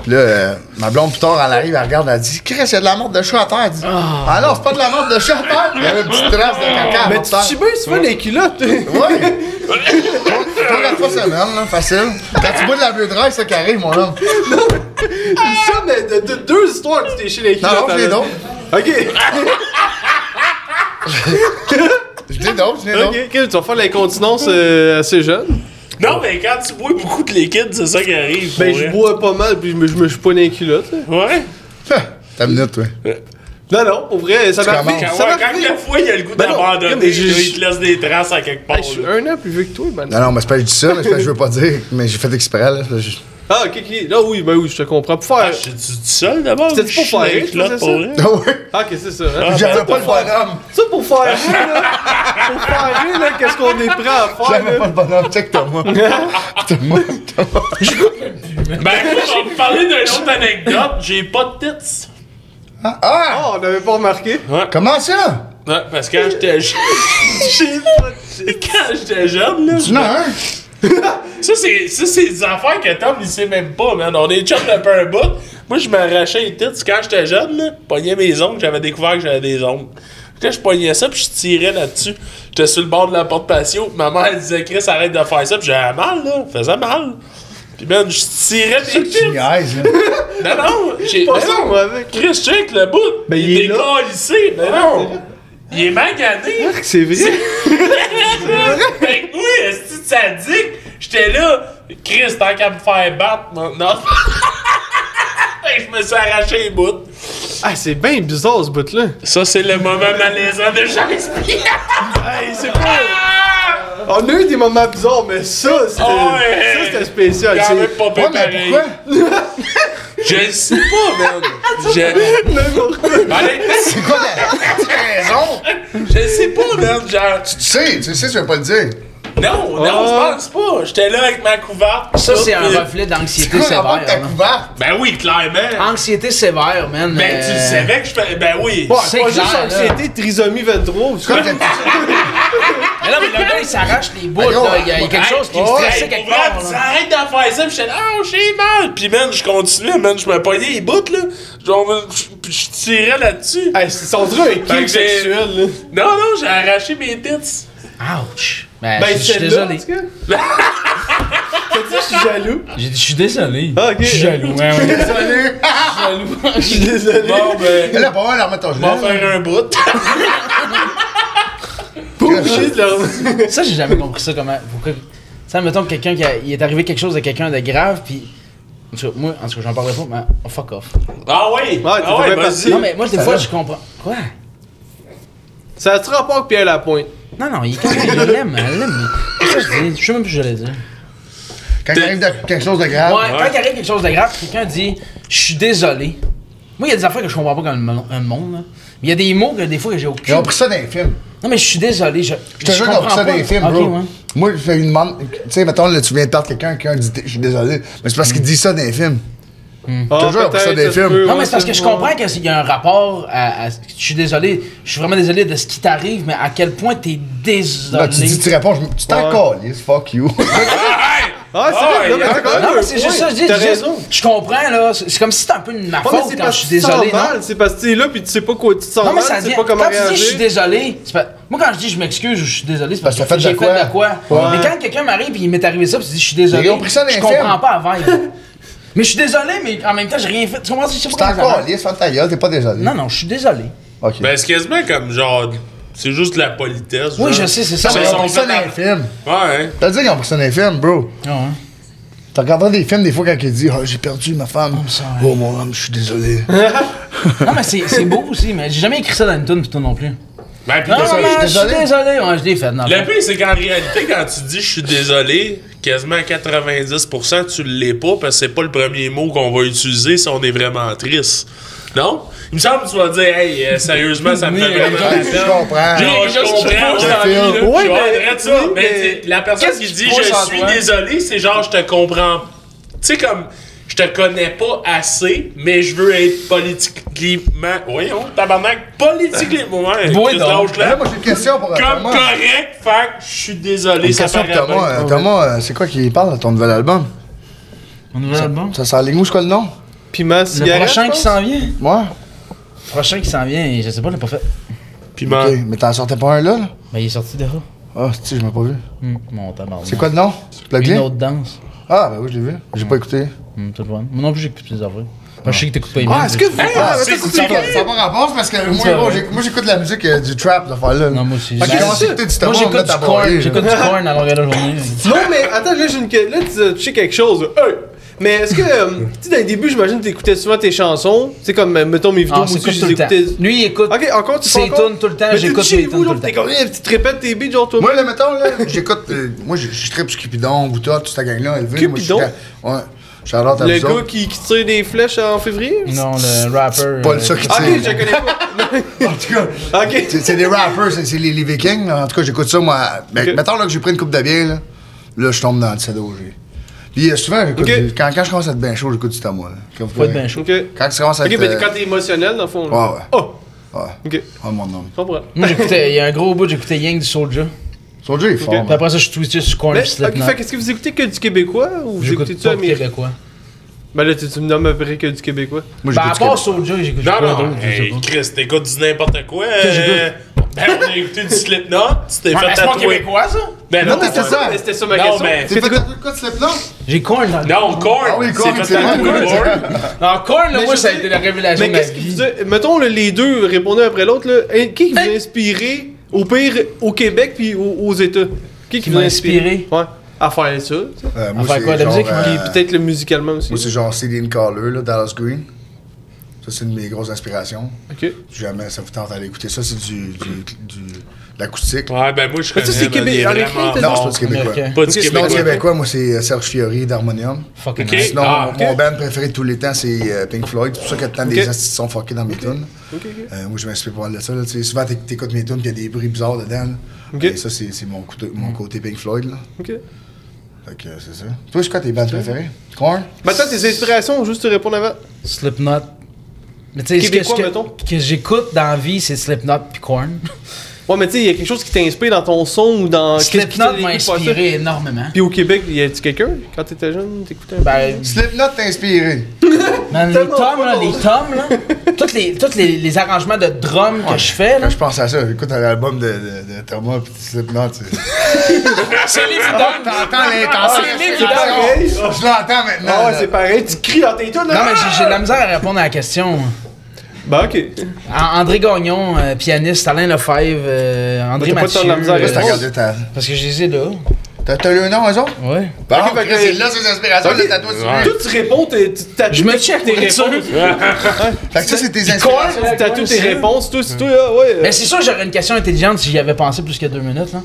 Puis là, euh, ma blonde, plus tard, elle arrive, elle regarde, elle dit Chris, il y a de la morte de chat à terre. Elle dit Ah non, c'est pas de la morte de chat à terre. Il y avait une petite trace de caca. à
Mais
terre.
tu chies bien souvent les culottes.
Ouais! Trois, quatre fois semaine, là, facile. Quand tu bois de la bleu dry, c'est ça qui arrive, mon homme.
ça, mais de, de- deux histoires que tu t'es chié les
Non,
culottes.
non, je l'ai
alors.
donc.
Ok.
Je l'ai donc, je l'ai donc.
Ok, ok, tu vas faire l'incontinence euh, assez jeune.
Non, mais quand tu bois beaucoup de liquide, c'est ça qui arrive.
Ben,
pour
je
vrai.
bois pas mal, puis je me, je me suis pas dans les culottes. là.
Ouais.
T'as une minute, toi.
Non, non, pour vrai, ça
Tu
m'a
commences.
arrivé.
Quand,
Ça m'a
ouais, quand
arrivé.
la fois, il y a le goût
Ben non,
d'abandonner,
mais je-
là, il te laisse des traces à quelque part.
Hey, je suis
là.
un an plus vieux que toi, ben, man.
Non, non, mais c'est pas que je dis ça, mais c'est parce que je veux pas dire, mais j'ai fait exprès, là. Je-
Ah, ok, ok. Là, oui, ben oui, je te comprends. Pour
Ah,
faire.
je suis tout seul d'abord.
C'était-tu
Je
pour
suis dans
faire
les
rire,
culottes,
ça,
pour
ça?
vrai.
Ah ouais?
Ah, ok, c'est ça. hein.
Ah,
J'avais
ben,
pas le bonhomme.
Ça, pour faire rire, là. Pour faire rire, là, qu'est-ce qu'on est prêt à
J'avais
faire, là.
pas le bonhomme. Check Thomas. Thomas.
Ben, écoute, on va te parler d'une autre anecdote. J'ai pas de tits.
Ah, ah!
Ah, on n'avait pas remarqué.
Comment ça?
Ouais, parce que quand j'étais jeune. Quand j'étais jeune, là.
Tu en as un?
Ça, c'est ça, c'est des affaires que Tom, il sait même pas, man. On est chum de peu un bout. Moi, je m'arrachais les tits quand j'étais jeune, là. Je pognais mes ongles, j'avais découvert que j'avais des ongles. Quand je pognais ça, puis je tirais là-dessus. J'étais sur le bord de la porte patio, puis ma mère, elle disait, Chris, arrête de faire ça, puis j'avais mal, là. Faisait mal. Puis, man, je tirais
Tu
mes
me
tits.
niaises, là.
Non, non, j'ai.
Pas
mais
ça,
non.
moi, avec.
Chris, check le bout.
Ben,
il,
il est
est
là. Hein?
décalissé. Ben non. Il est magané.
C'est vrai.
Fait que moi, est-ce que ça dit j'étais là, Chris, tant qu'à me faire battre maintenant. Fait que je me suis arraché les bouts.
Ah, c'est bien bizarre, ce bout-là.
Ça, c'est le moment malaisant de Shakespeare.
Hey, c'est pas. Ah, On a eu des moments bizarres, mais ça, c'était.
Ah ouais.
Ça, c'était spécial.
Quand
c'est-
même pas
Ouais,
pire
mais
pareil.
pourquoi?
Je le sais pas, man. Je...
N'importe quoi.
Allez,
C'est quoi la la raison?
je le sais pas, man. Genre...
Tu sais, tu sais, tu veux pas le dire.
Non, non, je pense pas. J'étais là avec ma couverte.
Ah. Ça, c'est
puis-
un reflet d'anxiété
Quoi, la porte t'as
sévère. hein. là.
couvert?
Ben oui, clairement.
Anxiété sévère, man.
Ben, tu
Ah. euh,
savais que je fais... Ben oui.
Bon,
C'est
c'est pas juste
clair, là.
anxiété, trisomie 23. c'est
Quoi,
comme-
t'as-
Mais là, mais le gars, il s'arrache les bouts.
Ben non,
là. Il y a il y a quelque
Hey,
chose qui est
ouais,
stressé
hey,
quelque
pour vrai,
part.
pis
là.
ça Arrête d'en faire ça, pis j'étais là, ah, j'ai mal! Pis man, je continuais, man, je me pognais les bouts, là. Genre, je- pis je tirais là-dessus.
Hey, c'est on dirait un
Fait
Ben,
kick
que j'ai-
sexuel, là.
Non, non, j'ai arraché mes tits.
Ouch! Ben,
Ben,
je je suis
c'est là, en
désolé.
tout cas. T'as dit, je suis jaloux.
J'ai dit, Je suis désolé.
Ah, ok.
Je suis jaloux. Ouais, ouais.
Salut!
Je suis désolé.
Bon, ben,
Elle a pas mal la remettre ton
on va
genou.
faire un bout.
Pas obligé de leur-
Ça, j'ai jamais compris ça comment. Pourquoi. Tu sais, mettons que quelqu'un qui a- il est arrivé quelque chose à quelqu'un de grave, puis. En tout cas, moi, en tout cas, j'en parlerai pas, mais oh, fuck off.
Ah oui!
t'étais
ah
bien
ouais,
parti.
vas-y.
Non, mais moi, des
Ça
fois,
va.
je comprends. Quoi?
Ça a-tu rapport avec Pierre Lapointe?
Non, non, il est correct, il l'aime, elle l'aime. mais- Ça, je dis, je sais même plus ce que j'allais dire.
Quand il arrive de- quelque chose de grave.
Ouais, Ah, quand il arrive quelque chose de grave, quelqu'un dit Je suis désolé. Moi, il y a des affaires que je comprends pas quand le mon- le monde. là. Mais il y a des mots que des fois que j'ai
Ils
aucune.
ont pris ça dans les films.
Non, mais je suis désolé. Je,
Je te jure qu'ils ont pris ça dans les films,
Ok,
bro.
ouais.
Moi, je fais une demande. Tu sais, mettons, là, tu viens de perdre quelqu'un, quelqu'un dit Je suis désolé. Mais c'est parce qu'il dit ça dans les films.
Ah,
Toujours,
peut-être,
ça, des
ça se
films.
peut,
Non,
ouais,
mais c'est parce que je
ouais.
comprends qu'il y a un rapport à, à- Je suis désolé, je suis vraiment désolé de ce qui t'arrive, mais à quel point t'es désolé.
Là, tu dis, tu réponds, je me- tu t'en calisses, fuck you.
Ah, c'est
Ah,
vrai, non,
il y a
mais t'as quand même
Non,
un
mais c'est juste
point.
ça, je dis.
T'as
je dis-
raison.
Je comprends, là. C'est c'est comme si c'était un peu de ma
Ouais, mais
faute
c'est
quand
parce
je suis
que tu te sens
désolé, non?
mal, C'est parce que t'es là puis tu sais pas quoi tu te sens
Non, mais
mal,
ça
tu sais
devient.
pas comment
Quand tu dis je suis
réagir.
désolé, c'est pas- moi quand je dis je m'excuse ou je suis désolé, c'est parce que
Parce que t'as
j'ai
fait
fait
de
de quoi.
quoi.
Mais quand quelqu'un m'arrive et il m'est arrivé ça, puis je dis je suis désolé,
Ils ont pris ça dans
je
les
comprends
films.
pas la vibe. mais je suis désolé, mais en même temps, j'ai rien fait. Tu comprends? Je sais
Tu
pas
t'en
comment ça marche.
calisses, ferme ta gueule, t'es pas désolé.
Non, non, je suis désolé.
Ok.
Ben, c'est quasiment Ben, comme genre. C'est juste de la politesse.
Oui,
genre.
je sais, c'est ça.
Ça,
mais
mais
ils
ils
ils ont
sont
pris ça
fait
dans
à-
les films.
Ouais, hein.
T'as dit qu'ils ont pris ça dans les films, bro.
Ah ouais.
T'as regardé des films des fois quand ils disent Ah, j'ai perdu ma femme.
ça, hein.
Oh, mon homme, je suis désolé.
Non, mais c'est c'est beau aussi, mais j'ai jamais écrit ça dans une tune pis tout non plus.
Ben, puis
Non,
t'as-
non,
désolé,
non, je suis
désolé.
désolé. Ouais, je l'ai fait. Non,
Le pire, c'est qu'en réalité, quand tu dis je suis désolé, quasiment à 90%, tu l'es pas parce que c'est pas le premier mot qu'on va utiliser si on est vraiment triste. Non? Il me semble que tu vas dire, hey, euh, sérieusement, ça me fait
Oui,
vraiment
oui,
la
je
peine.
comprends.
J'ai-
Non,
je comprends,
je
j'ai envie,
feel.
là.
Oui,
Je
mais-
regrette ça,
oui,
mais
mais-
c'est- la personne
Qu'est-ce
qui
que
dit
tu
je
penses en
suis
toi?
désolé, c'est genre, je te comprends. Tu sais, comme, je te connais pas assez, mais je veux être politiquement. Voyons, tabarnak, politiquement. Ouais,
Oui,
Chris,
donc.
lâche-la.
Là, moi, j'ai une question pour euh,
Comme
Thomas.
correct, fait que je suis désolé,
Une
ça
question pour
paraît bien.
Thomas. Euh, Thomas, euh, c'est quoi qui parle de ton nouvel album?
Mon nouvel album.
Ça sent les où, c'est quoi le nom?
Piment,
Le
cigarette.
prochain qui
je pense.
s'en vient.
Moi?
Le prochain qui s'en vient, je sais pas, je l'ai pas fait.
Piment.
Ok, mais t'en sortais pas un là? là?
Mais Ben, il est sorti déjà.
Ah, si, je m'ai pas vu.
Hum, Mon tabarnak.
C'est quoi le nom?
Une
Plug-in?
autre danse.
Ah, ben oui, je l'ai vu. J'ai pas écouté.
Hum, tout le fun. Moi non plus, j'écoute plus d'affaires. Moi, je sais que t'écoutes pas les
Ah,
mêmes,
est-ce que vous. Ah, mais ça,
c'est-
ça va- ça va rapport c'est parce que moi, gros, j'éc- moi, j'écoute la musique euh, du trap, de faire là.
Non, moi aussi.
Fait que
Ben,
j'ai commencé à écouter du
Moi,
Thomas, on me met
j'écoute
à
du corn.
broyer,
J'écoute du
là.
corn à longueur de la journée.
Non, mais attends, là, j'ai une... que- là tu, tu sais quelque chose. Hey! Mais est-ce que, euh, tu sais, dans le début, j'imagine que t'écoutais souvent tes chansons. Tu sais, comme, euh, mettons, mes vidéos,
Ah,
moi
on
aussi,
s'écoute
je
tout le
les écoutais.
temps. Lui, il écoute.
Ok, encore, tu
Ses
fais encore?
tunes tout le temps,
Mais t'es
j'écoute
chez
mes
vous,
tunes
là,
tout le
T'es
temps.
comme, eh, tu te répètes tes beats, genre, toi.
Moi, là, mettons, là, j'écoute. euh, moi, je, je tripe sur Cupidon, Bouta, toute ta gang-là, élevé. Moi, je suis
Cupidon?
ta- Ouais. Charlotte à
le
vous
gars
autres.
qui, qui tire des flèches en février?
Non, le rapper.
Pas
euh,
le ça qui
Ok, je
tire.
le connais pas.
En tout cas,
Ok.
c'est c'est des rappers, c'est c'est les, les Vikings. là. En tout cas, j'écoute ça, moi. Ben,
Ok.
Mettons, là, que j'ai pris une coupe de bière, là. Là, je tombe dans le CEDO. j'ai- Puis, euh, souvent, j'écoute.
Ok.
du- Quand, quand je commence à être bien chaud, j'écoute du Thomas, là. Comme
Faut
quoi,
être bien chaud.
Ok.
Quand ça commence à
Ok,
être.
mais
euh,
quand t'es émotionnel, dans le fond. là.
Ouais, ouais.
Oh!
Ouais.
Ok,
Oh, mon homme.
je comprends.
Moi, j'écoutais. Il y a un gros bout, j'écoutais Yang du Soldier.
Soldier est fort,
Puis
man.
après ça, je tweetais sur corn
Mais,
et
ok,
Slipknot.
fait qu'est-ce que vous écoutez que du québécois ou vous écoutez
J'écoute
ça
pas de
américain?
québécois.
Ben là, tu, tu me nommes à peu près que du québécois.
Moi,
Ben, à
j'écoute du
part
Québec.
Soldier, j'écoute
Non,
pas
non,
d'autres, je sais
hey,
pas.
Chris, t'écoutes du n'importe quoi. euh, Ben, on a écouté du Slipknot, tu t'es
Ouais,
fait
mais c'est pas
tatouer.
québécois, ça?
Ben
Non, mais Ah, c'est ça.
Mais c'était ça ma
Non,
question.
mais-
T'es fait tatouer quoi, tu l'as non?
J'ai Korn dans le
Non, Korn,
Ah oui, Korn,
c'est
c'est
fait
vrai,
tatouer
oui, c'est vrai.
Korn.
Non, Korn, là,
Mais
moi,
je
ça a
sais-
été la révélation
Mais
de ma
qu'est-ce que
vie.
vous a- Mettons, là, les deux répondez après l'autre, là. Hein, qui qui vous a inspiré, au pire, au Québec puis aux, aux États? Qui qui vous a
m'a
inspiré?
inspiré?
Ouais. À faire ça, tu sais.
Euh,
On fait
c'est
quoi, la
genre,
musique, moi?
euh,
Puis peut-être le musicalement aussi.
Moi, c'est genre Céline Caller, là, Dallas Green. Ça, c'est une de mes grosses inspirations.
Ok.
Si jamais ça vous tente d'aller écouter ça, c'est du, du, du, de l'acoustique.
Ouais, ben, moi, je
Mais
connais.
ça, c'est
mais
Québec-
il est
en écrit,
vraiment
t'as-
Non,
fort.
c'est pas du Québécois.
Américain.
Pas du
Sinon,
Québécois.
du Québécois, moi, c'est euh, Serge Fiori d'Harmonium.
Fucking
Ok.
nice.
Sinon,
Ah,
mon band préféré de tous les temps, c'est euh, Pink Floyd. C'est pour ça qu'il y a tant des
Ok.
astuces qui sont fuckés dans mes tunes. Euh, moi, je m'inspire pas mal de ça. Là. Tu sais, Souvent, t'éc- t'écoutes mes tunes, puis il y a des bruits bizarres dedans. là.
Ok.
Et ça, c'est c'est mon, côté- mon côté Pink Floyd. Là.
Ok.
Fait que euh, c'est ça. Toi, c'est quoi tes bands préférés? Corn?
Ben attends, tes inspirations, juste te répondre avant.
Slipknot. Mais tu sais, ce que-
Québécois,
ce
mettons.
que, que j'écoute dans la vie, c'est Slipknot puis Korn.
Ouais, mais tu sais, il y a quelque chose qui t'inspire dans ton son ou dans. qu'est-ce qui t'a
Slipknot m'a
dégoûté de faire ça?
inspiré énormément.
Puis au Québec, y a-tu quelqu'un quand t'étais jeune, t'écoutais un
Ben,
Slipknot t'a inspiré.
man, les
tellement
tomes,
pas
là,
bon.
les tomes, là, tous les, tous les, les arrangements de drum que je fais, là,
Quand je pense à ça, écoute à l'album de, de, de Thomas pis de Slipknot, tu
c'est
Ah,
l'évident.
T'entends l'intensité.
c'est lui qui parle.
Ah, Je l'entends maintenant.
Ah ouais,
là.
c'est pareil, tu cries dans tes tunes,
euh, Non,
là.
mais j'ai- j'ai de la misère à répondre à la question.
Ben ok.
An- André Gagnon, euh, pianiste, Alain Lefebvre, euh, André
Mais t'as pas
Mathieu.
tant de la misère à
euh,
Juste à regarder ta-
parce que je les ai là.
T'as t'as le nom, eux autres?
Ouais.
Bon,
Ok, fait
Chris,
que-
c'est là ses inspirations,
Ok.
le tatouage sur lui.
Toi, tu réponds, t'es- tu tatoues.
Je me
tes-
check
tes
pour être sûr.
réponses.
Fait que ça, c'est tes
Corn,
inspirations.
Tu tatoues tes réponses, toi, c'est toi, là,
Mais
ouais.
Ben, c'est sûr que j'aurais une question intelligente si j'y avais pensé plus que deux minutes. Là.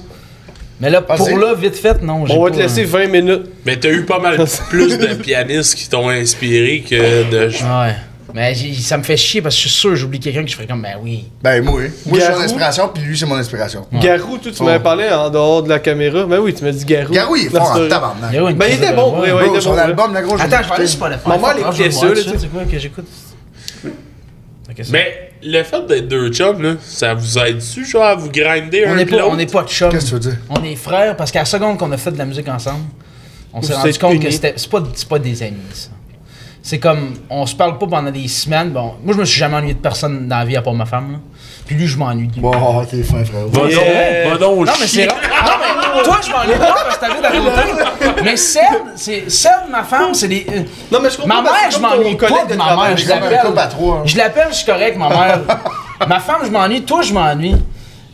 Mais là,
c'est-
pour là, vite fait, non. j'ai
On va te
pas, hein.
laisser 20 minutes.
Mais t'as eu pas mal plus de pianistes qui t'ont inspiré que
Ah.
de.
euh, Ouais. Mais j'ai- ça me fait chier parce que je suis sûr que j'oublie quelqu'un que je ferais comme, ben oui.
Ben, moi, oui. Moi, j'ai
Garou.
son inspiration, puis lui, c'est mon inspiration.
Garou, toi, tu
Oh.
m'avais parlé en dehors de la caméra. Ben oui, tu m'as dit Garou.
Garou, il est
Dans
fort en
story.
Il y
tabarnak.
a une
Ben, il
crise de
était bon,
voix.
oui, oui. il
Bro,
était
son
bon,
album, la grosse.
Attends, je vais aller sur Spotify.
Maman, elle
Faut que je
écoutait
vois
ça,
tout
là,
de suite,
tu sais. Ben,
C'est quoi que j'écoute? Ok, ça-
Mais Ben, le fait d'être deux chums, là, ça vous aide-tu, genre, à vous grinder
on
un
n'est
peu
pas, on est pas de chum.
Qu'est-ce que tu veux dire?
On est frères parce qu'à la seconde qu'on a fait de la musique ensemble, on s'est
Vous
rendu
êtes
compte
unis.
que c'était c'est pas, c'est pas des amis. ça. C'est comme on se parle pas pendant des semaines. Bon, moi je me suis jamais ennuyé de personne dans la vie à part ma femme. là. Puis lui je m'ennuie. de lui.
Bon, ah, t'es fin, frère.
Va
Yeah.
donc, va donc,
Non mais c'est
chier.
rare. Non mais toi je m'ennuie pas parce que t'habites à côté. Mais Seb, c'est Seb ma femme, c'est des. euh,
Non, mais je comprends
Ma
parce que
mère, je
comme ton
m'ennuie pas
collègue
de
de
ma
travail,
mère.
c'est
Je
comme un couple à
l'appelle.
trois, hein.
Je l'appelle, je suis correct, ma mère. ma femme, je m'ennuie. Toi, je m'ennuie.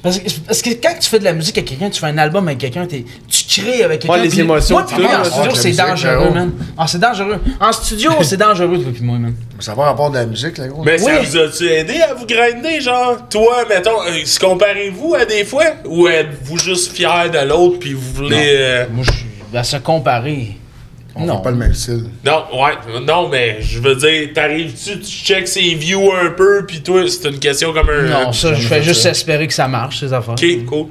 Parce que, parce que quand tu fais de la musique avec quelqu'un, tu fais un album avec quelqu'un, t'es- tu crées avec quelqu'un.
Ouais, les
puis-
émotions,
Moi,
tout
puis moi,
là.
en studio,
Ah,
c'est
la musique,
dangereux,
ben,
man. Ah, c'est dangereux. En studio, c'est dangereux, toi, puis moi, man.
Ça va rapport de la musique, là, gros.
Mais ça
Oui.
vous a-tu aidé à vous grinder, genre? Toi, mettons, euh, se comparez-vous à des fois? Ou êtes-vous juste fier de l'autre puis vous voulez... euh,
Moi, je suis à se comparer.
on
non.
fait pas le même style.
Non, ouais, non, mais je veux dire, t'arrives-tu, tu checks ses views un peu, puis toi, c'est une question comme
Euh,
un...
Non, ça, je fais
fait
juste
ça.
espérer que ça marche, ces affaires.
Ok, cool.
Moi,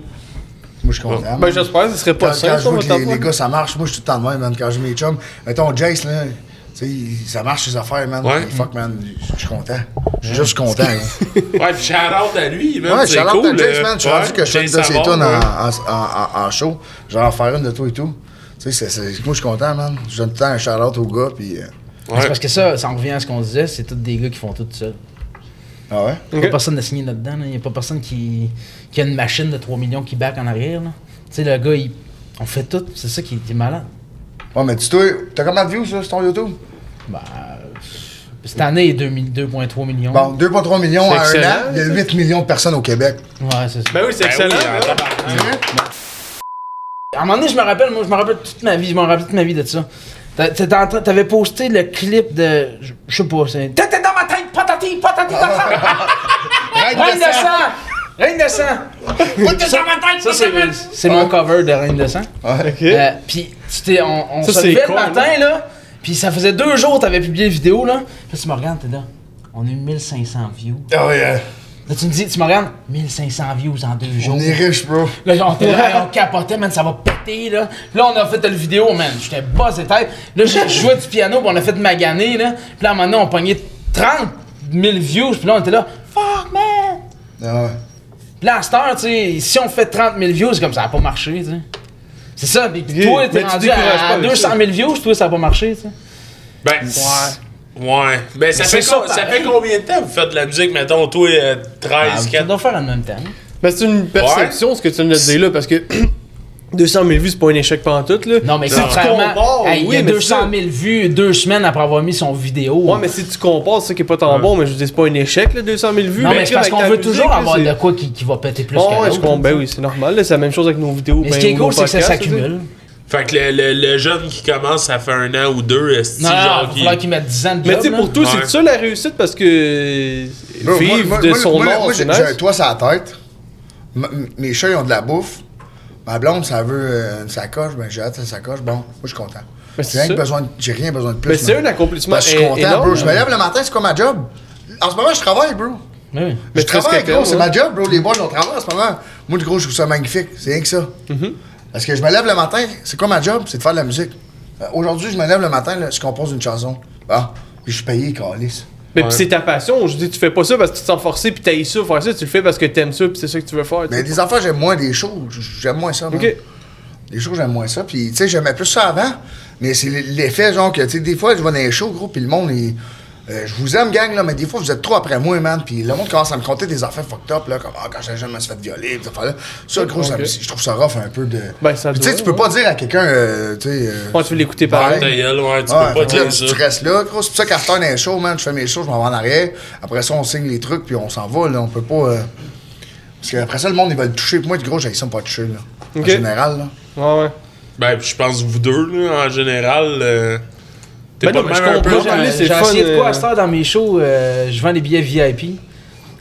je suis content.
Ben, j'espère que ce serait
Quand,
pas
quand
simple,
je
on
vois
va
que les,
t'en
les gars, ça marche, moi, je suis tout le temps de même, man. Quand je mets les chums, mettons, Jace, là, tu sais, il- ça marche ses affaires, man.
Ouais.
Fuck, man, je suis content. Je suis juste content, gros.
Ouais, puis shout-out à lui, man,
Ouais,
c'est
shout out
cool.
à Jace,
euh,
man. Je suis
ouais,
rendu que je fais une
Jace
de ses
Savard,
tunes en,
ouais.
en- en- en show. Genre, faire une de toi et tout. Tu sais, c'est- c'est- moi, je suis content, man. Je donne tout le temps un shout-out au gars, puis... euh,
C'est parce que ça, ça en revient à ce qu'on disait, c'est tous des gars qui font tout ça.
Ah ouais?
Il n'y a pas personne de signé là-dedans. Il n'y a pas personne qui, qui a une machine de 3 millions qui back en arrière. là. Tu sais, le gars, il- on fait tout. C'est ça qui est malade.
Ouais, mais dis-toi, t'as combien de views, ça, sur ton YouTube?
Bah, cette année, il est 2000 2,3 millions.
Bon, 2,3 millions
C'est
à un
excellent,
an, il y a 8 millions de personnes au Québec.
Ouais, c'est ça.
Ben oui, c'est
Ben oui,
excellent.
en
hein.
là.
tabarnak.
À un moment donné, je me rappelle, moi, je me rappelle toute ma vie, je me rappelle toute ma vie de ça. T'a- t'étais en train- T'avais posté le clip de. Je je sais pas, c'est. T'étais dans ma tête, patati, patati, patata!
Ah
Reine de sang! Reine de sang! Patati dans ma tête, Ça, c'est- c'est mon cover de Reine de sang.
Ouais.
Euh, puis tu t'es, on, on
Ça,
se
c'est
levait
con,
le matin, là. Puis ça faisait deux jours que t'avais publié une vidéo, là. Puis là, tu me regardes, t'es là. On a eu 1500 views.
Ah ouais, euh,
Là, tu me dis, tu me regardes, 1500 views en deux jours.
on est riche, bro.
Là, genre, on était là, on capotait, man, ça va péter, là. Puis là, on a fait le vidéo, man, j'étais bas et tête. Là, j'ai joué du piano, puis on a fait maganer, là. Puis là, à un moment donné, on pognait 30 000 views, puis là, on était là, fuck, man!
Ah ouais.
Puis là, à cette heure, tu sais, si on fait 30 000 views, c'est comme ça n'a pas marché, tu sais. C'est ça, puis toi,
mais
t'es
tu
rendu
décourages
à,
pas avec
200 000 views, toi, ça n'a pas marché, tu sais.
Ben, ouais. Ouais. Ben, ça,
Mais
fait,
c'est ça,
co- ça
pareil.
fait combien de temps vous faites de la musique, mettons, toi, euh,
Ah,
13,
Ça
14...
doit faire en même temps.
Mais Ben, c'est une perception, ce que tu viens de dire là, parce que 200 000 vues, c'est pas un échec pantoute, là.
Non, mais
si tu
contrairement,
compares,
hey, il
oui,
y a
mais
200 000 vues deux semaines après avoir mis son vidéo.
Ouais, mais si tu compares, c'est ça qui est pas tant bon, mais je dis c'est pas un échec, là, 200 000 vues.
non, mais
là,
c'est parce
avec
qu'on
ta
veut
musique,
toujours
là,
avoir
c'est-
de quoi qui, qui va péter plus
Ouais,
que
ouais, je
l'autre.
comprends. Ben oui, c'est normal, là, c'est la même chose avec nos vidéos.
Mais
ben,
ce qui est
ou
cool,
nos
c'est que ça
podcasts, là, tu sais.
s'accumule.
Fait que le, le- le jeune qui commence, ça fait un an ou deux, est-ce
Non,
genre
non, il
qui...
va qu'ils mettent 10 ans de
Mais
job,
tu sais,
là.
pour toi,
Ouais.
c'est ça la réussite parce que.
Bro, moi-
Vivre
moi-
de
moi,
son
moi,
art,
moi,
c'est
j'ai j'ai un
nice.
toit sur la tête. M- m- mes chats, ils ont de la bouffe. Ma blonde, ça veut euh, une sacoche. Ben, j'ai hâte à une sacoche. Bon, moi, je suis content.
Ben,
J'ai
c'est
rien
ça.
que besoin de- J'ai rien besoin de plus.
Ben, c'est
man.
un accomplissement
Parce que je suis content,
énorme. hein.
bro. Je me lève le matin, c'est quoi ma job? En ce moment, je travaille, bro.
Oui, oui.
Mais
je
tu fais ce
travaille,
que
gros.
t'aimes,
C'est
ouais.
ma job, bro. Les boys, on travaille en ce moment. Moi, du gros, je trouve ça magnifique. C'est rien que ça.
Mm-hmm.
Parce que je me lève le matin, c'est quoi ma job? C'est de faire de la musique. Euh, Aujourd'hui, je me lève le matin, là, je compose une chanson. Ah, puis je suis payé, calice.
Mais pis c'est ta passion. Je dis, tu fais pas ça parce que tu te sens forcé pis t'as ça, faire ça. Tu le fais parce que t'aimes ça pis c'est ça que tu veux faire. tu
Mais
sais.
des affaires, j'aime moins des shows. J'aime moins ça. man.
Ok.
Les shows, j'aime moins ça. Puis, tu sais, j'aimais plus ça avant. Mais c'est l'effet, genre, que, tu sais, des fois, je vais dans les shows, gros, puis le monde, il- euh, je vous aime, gang, là, mais des fois, vous êtes trop après moi, man. Puis le monde commence à me compter des affaires fucked up, là, comme, ah, quand j'étais jeune, je me suis fait violer, des affaires-là. Ça, gros, ça me-
Ok.
je trouve ça rough un peu de.
Ben, ça
Puis, tu sais,
doit,
tu peux
ouais.
pas dire à quelqu'un, euh, tu sais. euh,
Ouais, tu veux l'écouter par
Ouais.
Ta gueule, ouais, tu
Ouais,
peux pas
Ah, fait que là,
dire ça.
tu restes là, gros. C'est pour ça qu'after dans les shows, man, je fais mes shows, je m'en vais en arrière. Après ça, on signe les trucs, puis on s'en va, là. On peut pas. euh, Parce qu'après ça, le monde, il va le toucher. Puis Moi, gros, j'ai ça me pas toucher, là. En
Ok.
général, là.
Ouais, ouais.
Ben, puis je pense vous deux, là, en général... euh, T'es
Ben
pas
non,
de
mais
même
je
un peu...
comprends,
genre-
là,
J'ai
c'est
j'ai
le fun,
essayé de quoi
euh.
à cette heure dans mes shows. euh, je vends des billets VIP.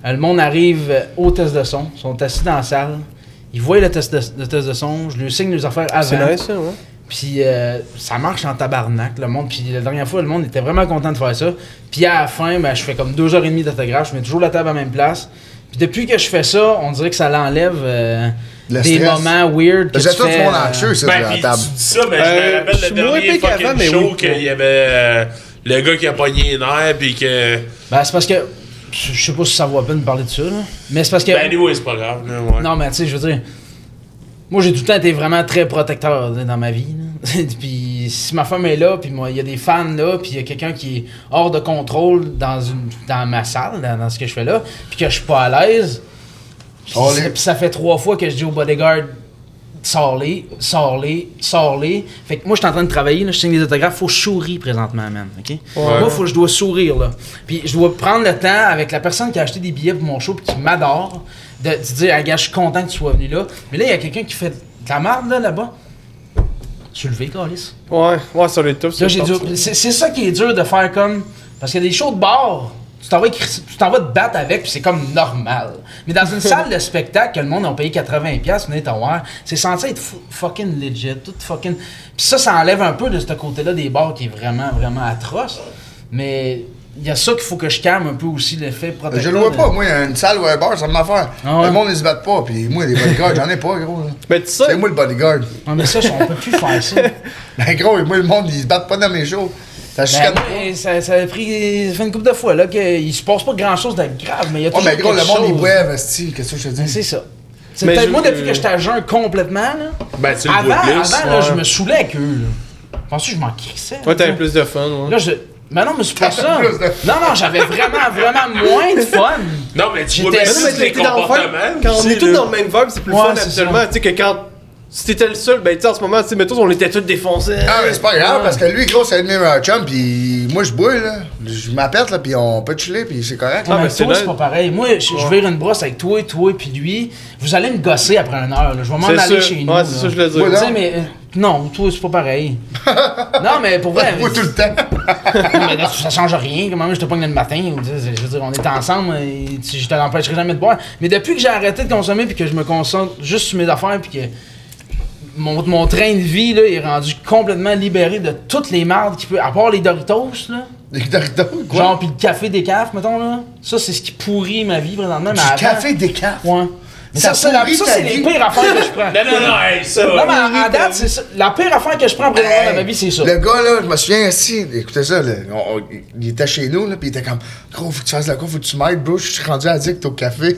Euh, le monde arrive euh, au test de son. Ils sont assis dans la salle. Ils voient le test de, le test de son. Je lui signe les affaires avant.
C'est nice, ça, ouais.
Puis euh, ça marche en tabarnak, le monde. Puis la dernière fois, le monde était vraiment content de faire ça. Puis à la fin, ben, je fais comme deux heures et demie d'autographe. Je mets toujours la table à la même place. Puis depuis que je fais ça, on dirait que ça l'enlève euh,
Le
des
stress.
moments weird. Que
J'ai
tu
tout
fais,
mon
euh,
anxieux, ça, sur
Ben,
la
pis
table.
tu dis ça, mais je me
Euh,
rappelle
je
le
suis moins
dernier
pire
fucking
qu'avant, mais
show
oui.
qu'il y avait euh, le gars qui a pogné les nerfs, puis que...
Ben, c'est parce que. Je je sais pas si ça vaut la peine de parler de ça, là. Mais c'est parce que.
Ben, anyway, c'est pas grave, là, ouais.
Non, mais tu sais, je veux dire. Moi, j'ai tout le temps été vraiment très protecteur là, dans ma vie. là. puis si ma femme est là, puis moi, il y a des fans là, puis il y a quelqu'un qui est hors de contrôle dans, une, dans ma salle, dans, dans ce que je fais là, puis que je suis pas à l'aise. Puis
Allez.
ça- puis ça fait trois fois que je dis au bodyguard sors-les, sors-les, sors-les. Fait que moi, je suis en train de travailler, là, je signe des autographes, faut que je souris présentement, man. OK? Moi, faut que je dois sourire, là. Puis je dois prendre le temps avec la personne qui a acheté des billets pour mon show puis qui m'adore, de, de dire, ah, gars, je suis content que tu sois venu là. Mais là, il y a quelqu'un qui fait de la merde, là, là-bas. Soulevez, Calis.
Ouais, ouais, ça doit être tough. ça,
Là,
je
j'ai
pense.
dû- C'est c'est ça qui est dur de faire comme. Parce qu'il y a des shows de bar, tu t'en vas, cri- tu t'en vas te battre avec, puis c'est comme normal. Mais dans une salle de spectacle que le monde a payé 80$, venez t'en voir, c'est censé être fu- fucking legit, tout fucking. Puis ça, ça enlève un peu de ce côté-là des bars qui est vraiment, vraiment atroce. Mais il y a ça qu'il faut que je calme un peu aussi, l'effet protecteur.
Je le vois
de-
pas, moi, une salle ou un bar, ça me affaire.
Ah ouais.
Le monde, ils se battent pas, puis moi, les bodyguards, j'en ai pas, gros. là.
Mais tu sais,
C'est moi le bodyguard.
Non, mais ça, on peut plus faire ça.
Ben, gros, moi, le monde, ils se battent pas dans mes shows. Ça
Ben,
chicane.
moi, ça, ça a pris. Ça fait une couple de fois, là, qu'il se passe pas grand-chose de grave, mais il y a
Oh,
toujours
mais gros, le
quelque
monde, ils
chose.
boivent, esti, qu'est-ce que je te
Ben,
dis?
c'est ça. C'est
Mais
peut-être
je-
moi, depuis que j'étais à jeun complètement, là,
Ben, tu le
avant,
vois plus.
avant là,
ouais.
je me saoulais avec eux. Là. Pensais que je m'en crissais.
ouais, t'avais
là.
plus de fun, ouais.
Là, je. Mais non, mais c'est pas ça.
plus de-
Non, non, j'avais vraiment, vraiment moins de fun.
Non, mais tu vois
J'étais-
bien
Mais non, mais
plus
t'es-
les
t'es dans le vibe. Quand
comportements.
on est tous dans le même vibe, c'est plus
Ouais,
fun
c'est
absolument.
ça.
Tu sais que quand. Si t'étais le seul, ben tu sais, en ce moment, tu sais, mettons, on était tous défoncés.
Ah, mais c'est pas grave, parce que lui, gros, c'est un de mes meilleurs chums, puis moi, je bois, là. Je m'appelle, là, puis on peut chiller, puis c'est correct.
Non,
mais
mais
c'est
toi, c'est
là-
pas pareil. Moi, je, je vais vire une brosse avec toi, toi, puis lui. Vous allez me gosser après une heure. là. Je vais m'en
C'est
aller
sûr.
chez nous.
Ouais,
là.
c'est ça que je voulais dire.
Tu
Voilà.
sais, mais. euh, Non, toi, c'est pas pareil. non, mais pour vrai.
Moi, tout le temps.
Non, mais là, ça change rien. Comment je te pogne le matin? Je veux dire, on est ensemble et tu- je te l'empêcherai jamais de boire. Mais depuis que j'ai arrêté de consommer puis que je me concentre juste sur mes affaires puis que mon, mon train de vie là, est rendu complètement libéré de toutes les mardes qu'il peut, à part les Doritos, là,
Des Doritos, quoi.
genre puis le café des cafes, mettons, là. Ça, c'est ce qui pourrit ma vie présentement.
Du
mais avant-
café des cafes.
Ouais. Mais ça,
Ça
c'est la-
pourrit
ça,
ta
c'est
vie.
les pires affaires que je prends.
Non, non, non, hey, ça.
Non, mais à- à date, c'est ça. La pire affaire que je prends présentement dans ma vie, c'est ça.
Le gars, là, je me souviens, si, écoutez ça, là, on- on- il était chez nous, là, pis il était comme, gros, faut que tu fasses de la quoi, faut que tu m'aides, bro, je suis rendu addict au café.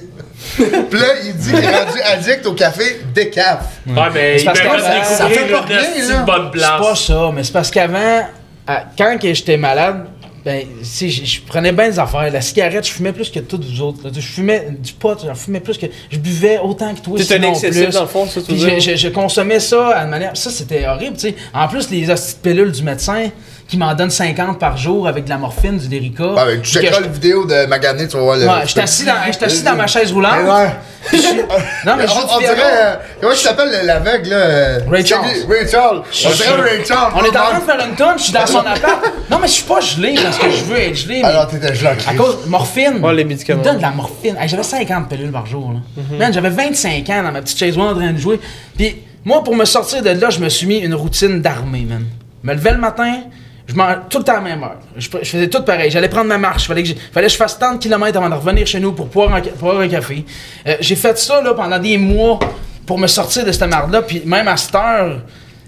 pis là, il dit qu'il est rendu addict au café décaf.
Ouais, mais
C'est
il
parce que ça-
mérite
ça
fait
découvrir
pas rien,
une
là.
petite bonne
C'est pas
place.
ça, mais c'est parce qu'avant, à- quand que j'étais malade, ben, si je je prenais bien des affaires. La cigarette, je fumais plus que tous vous autres. là. Je fumais du pot, j'en fumais plus que. Je buvais autant que toi.
T'es un
sinon
excessif,
plus.
dans le fond, ça, tu
Puis
veux
je, je-
dire?
je consommais ça à une manière. Ça, c'était horrible, tu sais. En plus, les hosties de pilules du médecin qui m'en donne 50 par jour avec de la morphine, du Derica.
Ah, ben,
Puis
tu
que
checkeras
je-
la vidéo de Magané, tu vas voir le.
Ouais, j'étais assis, dans- j'étais assis dans ma chaise roulante.
Mais euh, ouais.
Puis je- Non, mais je joue
on,
du
on
piano.
dirait. euh, comment je t'appelle l'aveugle, là euh,
Ray Charles.
c'est lui, Ray Charles. On dirait Ray Charles.
On est en train de
Mark.
faire une tonne, je suis dans son appart. Non, mais je suis pas gelé parce que je veux être gelé. mais-
Alors, t'étais gelé en
À
crise.
cause morphine.
Ouais, les médicaments.
Il
Mhm.
me donne de la morphine. Hey, j'avais 50 pilules par jour. Là. Man, j'avais 25 ans dans ma petite chaise roulante en train de jouer. Puis moi, pour me sortir de là, je me suis mis une routine d'armée, man. Je me levais le matin, je m'en tout le temps à la même heure. Je, pre- je faisais tout pareil. J'allais prendre ma marche. Fallait que je, fallait que je fasse tant de kilomètres avant de revenir chez nous pour boire un, ca- boire un café. Euh, j'ai fait ça là, pendant des mois pour me sortir de cette marde-là. Puis même à cette heure, là,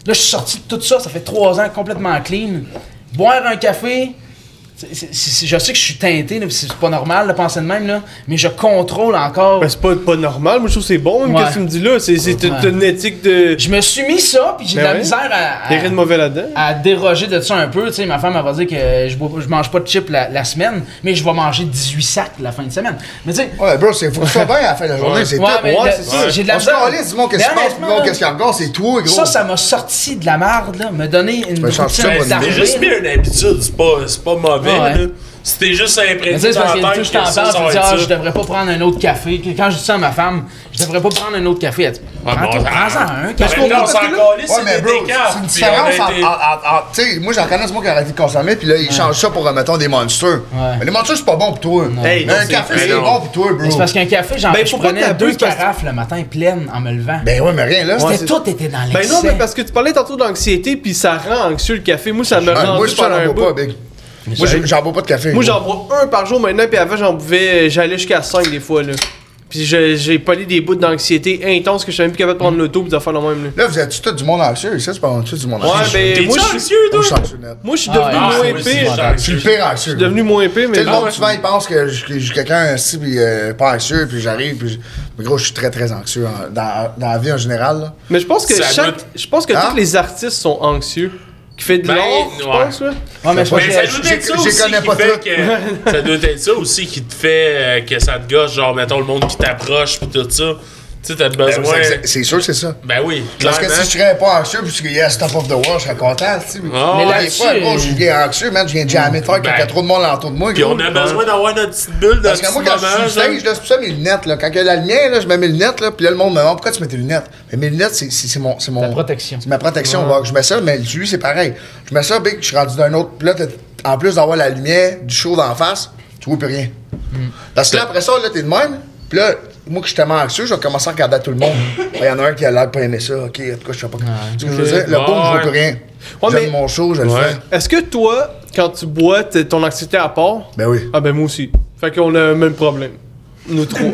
je suis sorti de tout ça. Ça fait trois ans complètement clean. Boire un café, c'est- c'est- c'est- je sais que je suis teinté, là, pis c'est pas normal de penser de même, là, mais je contrôle encore.
Ben, c'est pas, pas normal, moi je trouve que c'est bon, même
Ouais.
qu'est-ce que tu me dis là. C'est c'est
Ouais.
une éthique de.
Je me suis mis ça, puis j'ai de
Ben
la
ouais.
misère à, à-
Y'a rien de mauvais là-dedans.
à déroger de ça un peu. Tu sais, ma femme, elle va dire que je, bois- je mange pas de chips la, la semaine, mais je vais manger 18 sacs la fin de semaine. Mais tu sais,
Ouais, bro, c'est faut que tu sois bien à la fin de la journée, c'est
ouais,
top.
mais
ouais,
la-
c'est ça.
j'ai de la
On se
misère.
calisse, dis-moi qu'est-ce qui
Mais
passe,
honnêtement,
dis-moi
là,
qu'est-ce qui encore, c'est toi, gros.
Ça, ça m'a sorti de la marde, là, me donner une
Ben, change ça,
routine
bonne
Ben,
idée.
C'est
d'arrêt,
juste mis
là.
une habitude, c'est pas, c'est pas mauvais.
Ouais.
là. Si t'es juste
Mais tu sais,
imprégné
c'est
dans
parce
la
que
tête
tout je t'en
que ça,
parle,
ça
je
va
me dis,
être
ah,
ça.
je devrais pas prendre un autre café. Quand je dis ça à ma femme, je devrais pas prendre un autre café. Elle dit,
Ah, bon,
prends-en prends-en un.
Ben,
qu'est-ce qu'on
là, on
parce
s'en
que là-
calisse,
Ouais, mais
c'est
bro,
des décaps,
c'est
puis on
une
a
différence entre.
été-
en- en- en- Tu sais, moi, j'en connais ce moi qui a arrêté de consommer, puis là, il change ça pour, euh, mettons, des monsters.
Ouais.
Mais les monsters, c'est pas bon pour toi.
Hey,
Mais
non,
un
c'est-
café,
mais
c'est
non.
bon pour toi, bro.
Mais C'est parce qu'un café, j'en
Ben,
je
pourquoi
prenais
t'abuses
deux
parce que-
carafes le matin pleines en me levant.
Ben ouais, mais rien, là.
C'était
c'est-
tout était dans l'excès.
Ben non, mais parce que tu parlais tantôt d'anxiété, puis ça rend anxieux le café. Moi, ça me
Ah,
rend
Moi, je
pendant un
t'en bois
bout.
ben, pas, Big. Moi, j'ai- j'en bois pas de café.
Moi,
gros.
j'en bois un par jour maintenant, puis avant, j'en buvais. euh, J'allais jusqu'à 5 des fois, là. Puis je- j'ai polé des bouts d'anxiété intense que je suis même plus capable de prendre l'auto, puis de faire le même, là.
Là, vous êtes tout du monde anxieux. Ça, c'est pas tout du monde
Ouais,
anxieux.
ben, moi,
T'es-tu
je suis.
anxieux,
Moi,
toi?
je suis anxieux, net.
Moi, je suis
Ah,
devenu
ouais,
moins
ouais, c'est
épais.
bon.
Je suis le pire anxieux.
Je suis devenu moins épais,
Tu
mais.
sais, le monde, souvent, il pense que je que je suis quelqu'un ici, puis euh, pas anxieux, puis j'arrive, puis. je- Mais gros, je suis très, très anxieux en- dans dans la vie en général, là.
Mais je pense que
Ça
chaque-
doute.
Je pense que
Hein?
tous les artistes sont anxieux. Qui fait de
Ben,
l'art, je
ouais.
pense, là.
Ouais, mais je
Mais
pense
Mais
que-
ça
je-
doit être
je-
ça
je
aussi
connais
qui
pas
fait
tout.
que- ça doit être ça aussi qui te fait euh, que ça te gosse, genre, mettons, le monde qui t'approche pis tout ça. Tu sais, t'as besoin.
C'est- c'est- C'est sûr que c'est ça.
Ben oui,
Ben Parce que
clairement.
si je serais pas anxieux, puis que yes, top of the world, je serais content, tu sais.
Ah,
Mais
ouais.
Des fois, gros, je viens anxieux, man, je viens jamais de faire qu'il y a
Ben.
trop de monde autour de moi.
Puis
gros.
on a besoin d'avoir notre petite bulle, notre
Parce que
petit
moi, quand je suis sur
moment.
le stage,
genre.
là, c'est pour ça mes lunettes. Là. Quand il y a la lumière, là, je mets mes lunettes, là, puis là, le monde me demande pourquoi tu mets tes lunettes. Mais mes lunettes, c'est c'est- c'est mon, c'est mon.
Ta protection.
C'est ma protection. bah, Je mets ça, mais lui, c'est pareil. Je mets ça, big, je suis rendu d'un autre. Puis là, t'as- en plus d'avoir la lumière, du chaud d'en face, tu vois plus rien. Parce que là, après ça, là, t'es de même. Puis là, moi, que je suis tellement anxieux, je vais commencer à regarder à tout le monde. Il y en a un qui a l'air de pas aimer ça. OK, en tout cas, je sais pas. Tu sais ce que je veux dire? Le
Ouais,
boom, je vois plus
ouais.
rien.
Ouais,
J'aime
mais-
mon show, je le
Ouais.
fais.
Est-ce que toi, quand tu bois, t'es- ton anxiété à part
Ben oui.
Ah, ben moi aussi. Fait qu'on a le même problème. Nous trois.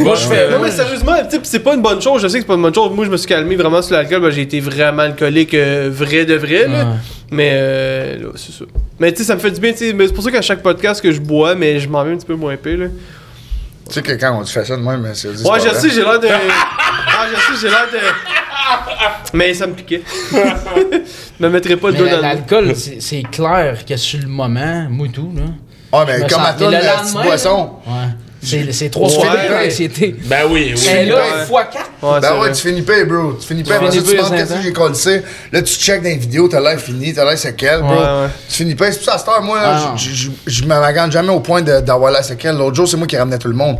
Moi, je fais.
non, mais sérieusement, tu sais, pis c'est pas une bonne chose. Je sais que c'est pas une bonne chose. Moi, je me suis calmé vraiment sur l'alcool. Ben, j'ai été vraiment alcoolique, euh, vrai de vrai. Là.
Ouais.
Mais euh, là, c'est ça. Mais tu sais, ça me fait du bien. tu sais, mais C'est pour ça qu'à chaque podcast que je bois, mais je m'en vais un petit peu moins pire. Là.
Tu sais que quand on te fait ça de même, c'est. c'est
Ouais,
pas
je
vrai.
sais, j'ai l'air de. Ah, je sais, j'ai l'air de. Mais ça me piquait. je me mettrais pas de
Mais
dos
la-
dans le.
l'alcool, c'est c'est clair que sur le moment, moi et tout, là.
Ah,
je
mais
me
comme à
sentais
toute
le
la
lendemain,
petite
là.
boisson. Ben
Ah,
Ouais. C'est c'est trois
Ouais.
fois
Ouais.
l'anxiété.
Ben oui, oui.
Mais
Ouais.
là, fois quatre.
Ouais, c'est
Ben ouais,
vrai.
tu finis pas, bro. Tu finis pas, après ça,
finis
tu
pas,
demandes
les
qu'est-ce que
enfants.
j'ai collé. Là, tu check dans les vidéos, t'as l'air fini, t'as l'air séquelle, bro.
Ouais, ouais.
Tu finis pas. C'est pour ça, à cette heure, moi,
Ah
là,
non.
je- je- je me magane jamais au point de- d'avoir la séquelle. L'autre jour, c'est moi qui ramenais tout le monde.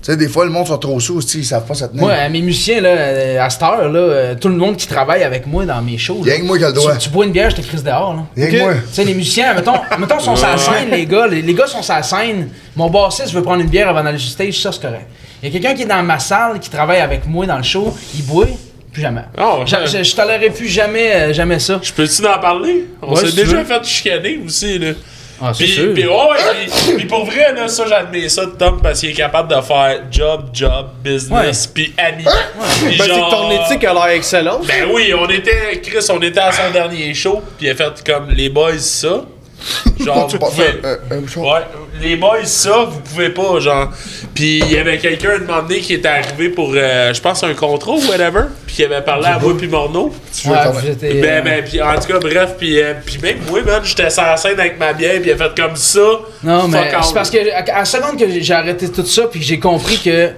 Tu sais, des fois, le monde sont trop sous aussi, ils savent pas se tenir.
Moi, à mes musiciens, là, euh, à cette heure, là, euh, tout le monde qui travaille avec moi dans mes shows.
Y'a
là,
que moi qui a le
tu-
droit.
Tu, bois une bière, je te crise dehors. Là.
Rien que moi.
Tu sais, les musiciens, mettons, mettons sont sur la scène, les gars. Les, les gars sont sur la scène. Mon bassiste veut prendre une bière avant d'aller sur le stage, ça, c'est correct. Il y a quelqu'un qui est dans ma salle, qui travaille avec moi dans le show, il boit, plus jamais.
Ah, ouais.
Je- je, je tolérerai plus jamais, euh, jamais ça.
Je peux-tu en parler? On
Ouais,
s'est
si tu
déjà
veux.
fait chicaner aussi, là.
Ah, c'est
Puis,
sûr.
puis, ouais, ouais, puis- puis pour vrai, là, ça, j'admets ça de Tom parce qu'il est capable de faire job, job, business, puis ami. Puis
Ben, c'est que
genre-
ton éthique a l'air excellente.
Ben oui, on était, Chris, on était à son dernier show, puis il a fait comme les boys, ça. Genre,
Tu
vous
passes
pouvez-
un- un- un bouchon.
Ouais, les boys, ça, vous pouvez pas, genre. Puis il y avait quelqu'un un moment donné qui était arrivé pour, euh, je pense, un contrat ou whatever, puis il avait parlé à moi puis Morneau.
veux
Ouais,
quand
vous
même.
étiez, euh,
Ben, ben, pis en tout cas, bref, pis, euh, pis même moi, man, j'étais sur la scène avec ma bière, pis il a fait comme ça.
Non,
Fuck
mais
all.
c'est parce que à, à la seconde que j'ai- j'ai arrêté tout ça, puis que j'ai compris que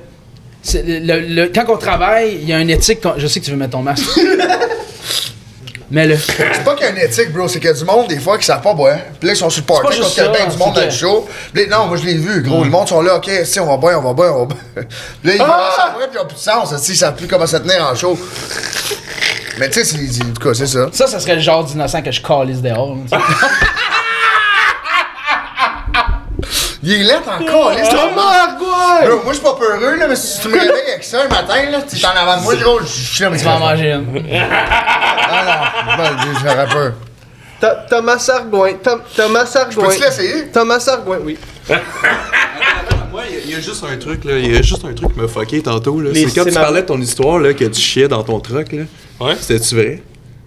c'est le, le- quand on travaille, il y a une éthique. qu'on- Je sais que tu veux mettre ton masque. mais le.
C'est pas qu'il y a une éthique, bro. C'est qu'il y a du monde, des fois, qui savent pas boire. Puis là, ils sont sur le party
pas
parce
juste
qu'il y a
ça,
bien du monde
c'est
dans le
que- Hmm.
show. Puis là, non, moi, je l'ai vu, gros. Le monde sont là, OK, si, on va boire, on va boire, on va boire. Puis
Ah!
là, ils commencent à boire, puis ils ont plus de sens. si, Ils savent plus comment se tenir en show. Mais tu sais, c'est- en tout cas, c'est ça.
Ça, ça serait le genre d'innocent que je calisse dehors. là, tu sais.
Il est laid encore, laisse
Oh, Margot!
Bro, moi, je suis pas peureux, là, mais si tu me réveilles avec ça un matin, là, tu es en avant de moi, gros, je suis là, mais
tu vas en manger une.
Ah non, je vais le dire, j'aurais peur.
Tho- Thomas Sargouin. Tom- Thomas Sargouin.
Peux-tu l'essayer?
Thomas Sargouin, oui.
Moi, il y a- il y, a juste un truc, là. Il y a juste un truc qui m'a fucké tantôt, là.
Les-
C'est quand
c'est
tu
ma-
parlais de ton histoire, là, que tu chiais dans ton truck, là.
Ouais,
C'était-tu vrai?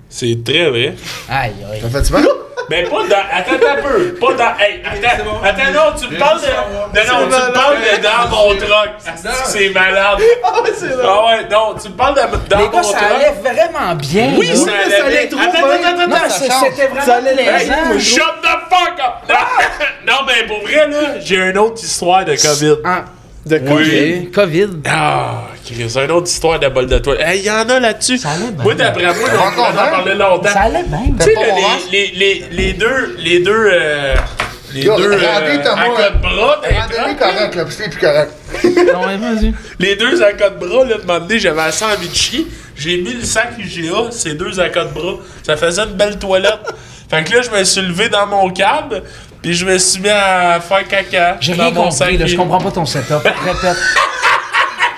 c'est très vrai.
Aïe, aïe.
T'as fait du mal?
Mais pas dans. Attends un peu. Pas dans. Hey, attends. Attends, non, tu me parles de. Non, non, tu me parles de dans mon truck. C'est- C'est malade. Ah ouais, c'est Ah ouais, non, tu me parles de dans
Les
mon
gars, ça
truck.
allait vraiment bien.
Oui,
là.
ça allait.
allait
bien.
trop
Attends,
bien.
attends, attends,
Non,
attends.
c'est-
change.
c'était
Ça
vraiment
allait
Hey,
plaisant. là.
shut the fuck up! Non, mais pour vrai, là, j'ai une autre histoire de COVID.
Ah,
De
oui. Covid.
Ah, Chris, une autre histoire de bol de toile. Hey, il y en a là-dessus.
allait bien.
Moi, d'après moi, on
encore
en
bien.
parler longtemps.
Ça allait bien.
T'as
Tu
pas
sais,
mon masque?
là, les, les, les, les deux. Les deux. Euh, les
Yo,
deux.
Randy,
Euh,
t'as
à
moi.
de bras, dans les
Rendez-vous
trucs, là.
correct, là, puis c'est plus correct.
Non, mais vas-y.
Les deux accas de bras, là, de moment donné, j'avais assez envie de chier. J'ai mis le sac IGA, ces deux accas de bras. Ça faisait une belle toilette. fait que là, je me suis levé dans mon cab, puis je me suis mis à faire caca.
J'ai
dans
rien
mon sac
compris, là. Je
IGA.
comprends pas ton setup. Répète.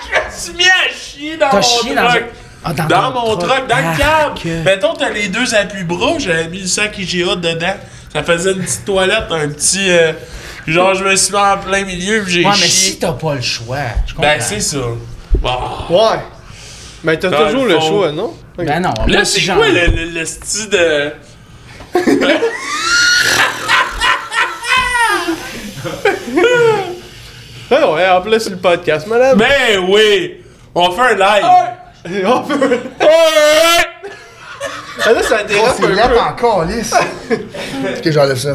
Je me suis mis à chier dans
T'as
mon
chié dans
truck.
un- Ah, dans
dans
ton
mon
truck.
truck, dans
Ah,
le cab.
que-
Mettons, t'as les deux appuis bras, j'avais mis le sac IGA dedans. Ça faisait une petite toilette, un petit. euh, genre, je me suis mis en plein milieu, puis j'ai
Ouais, mais
chié.
si t'as pas le choix, je comprends.
ben, c'est ça. Bon.
Ouais. Mais t'as
Dans
toujours
le
le
fond.
choix, non? Ok.
Ben non.
Là,
moi,
c'est
si j'en-
quoi le, le, le style de.
Ah ouais, en plus, sur le podcast, madame.
Ben oui! On fait un live!
On peut.
Ouais!
Oh,
Ah, là, ça dérape
C'est
un
laid
peu.
encore, lisse. Ok, j'enlève ça.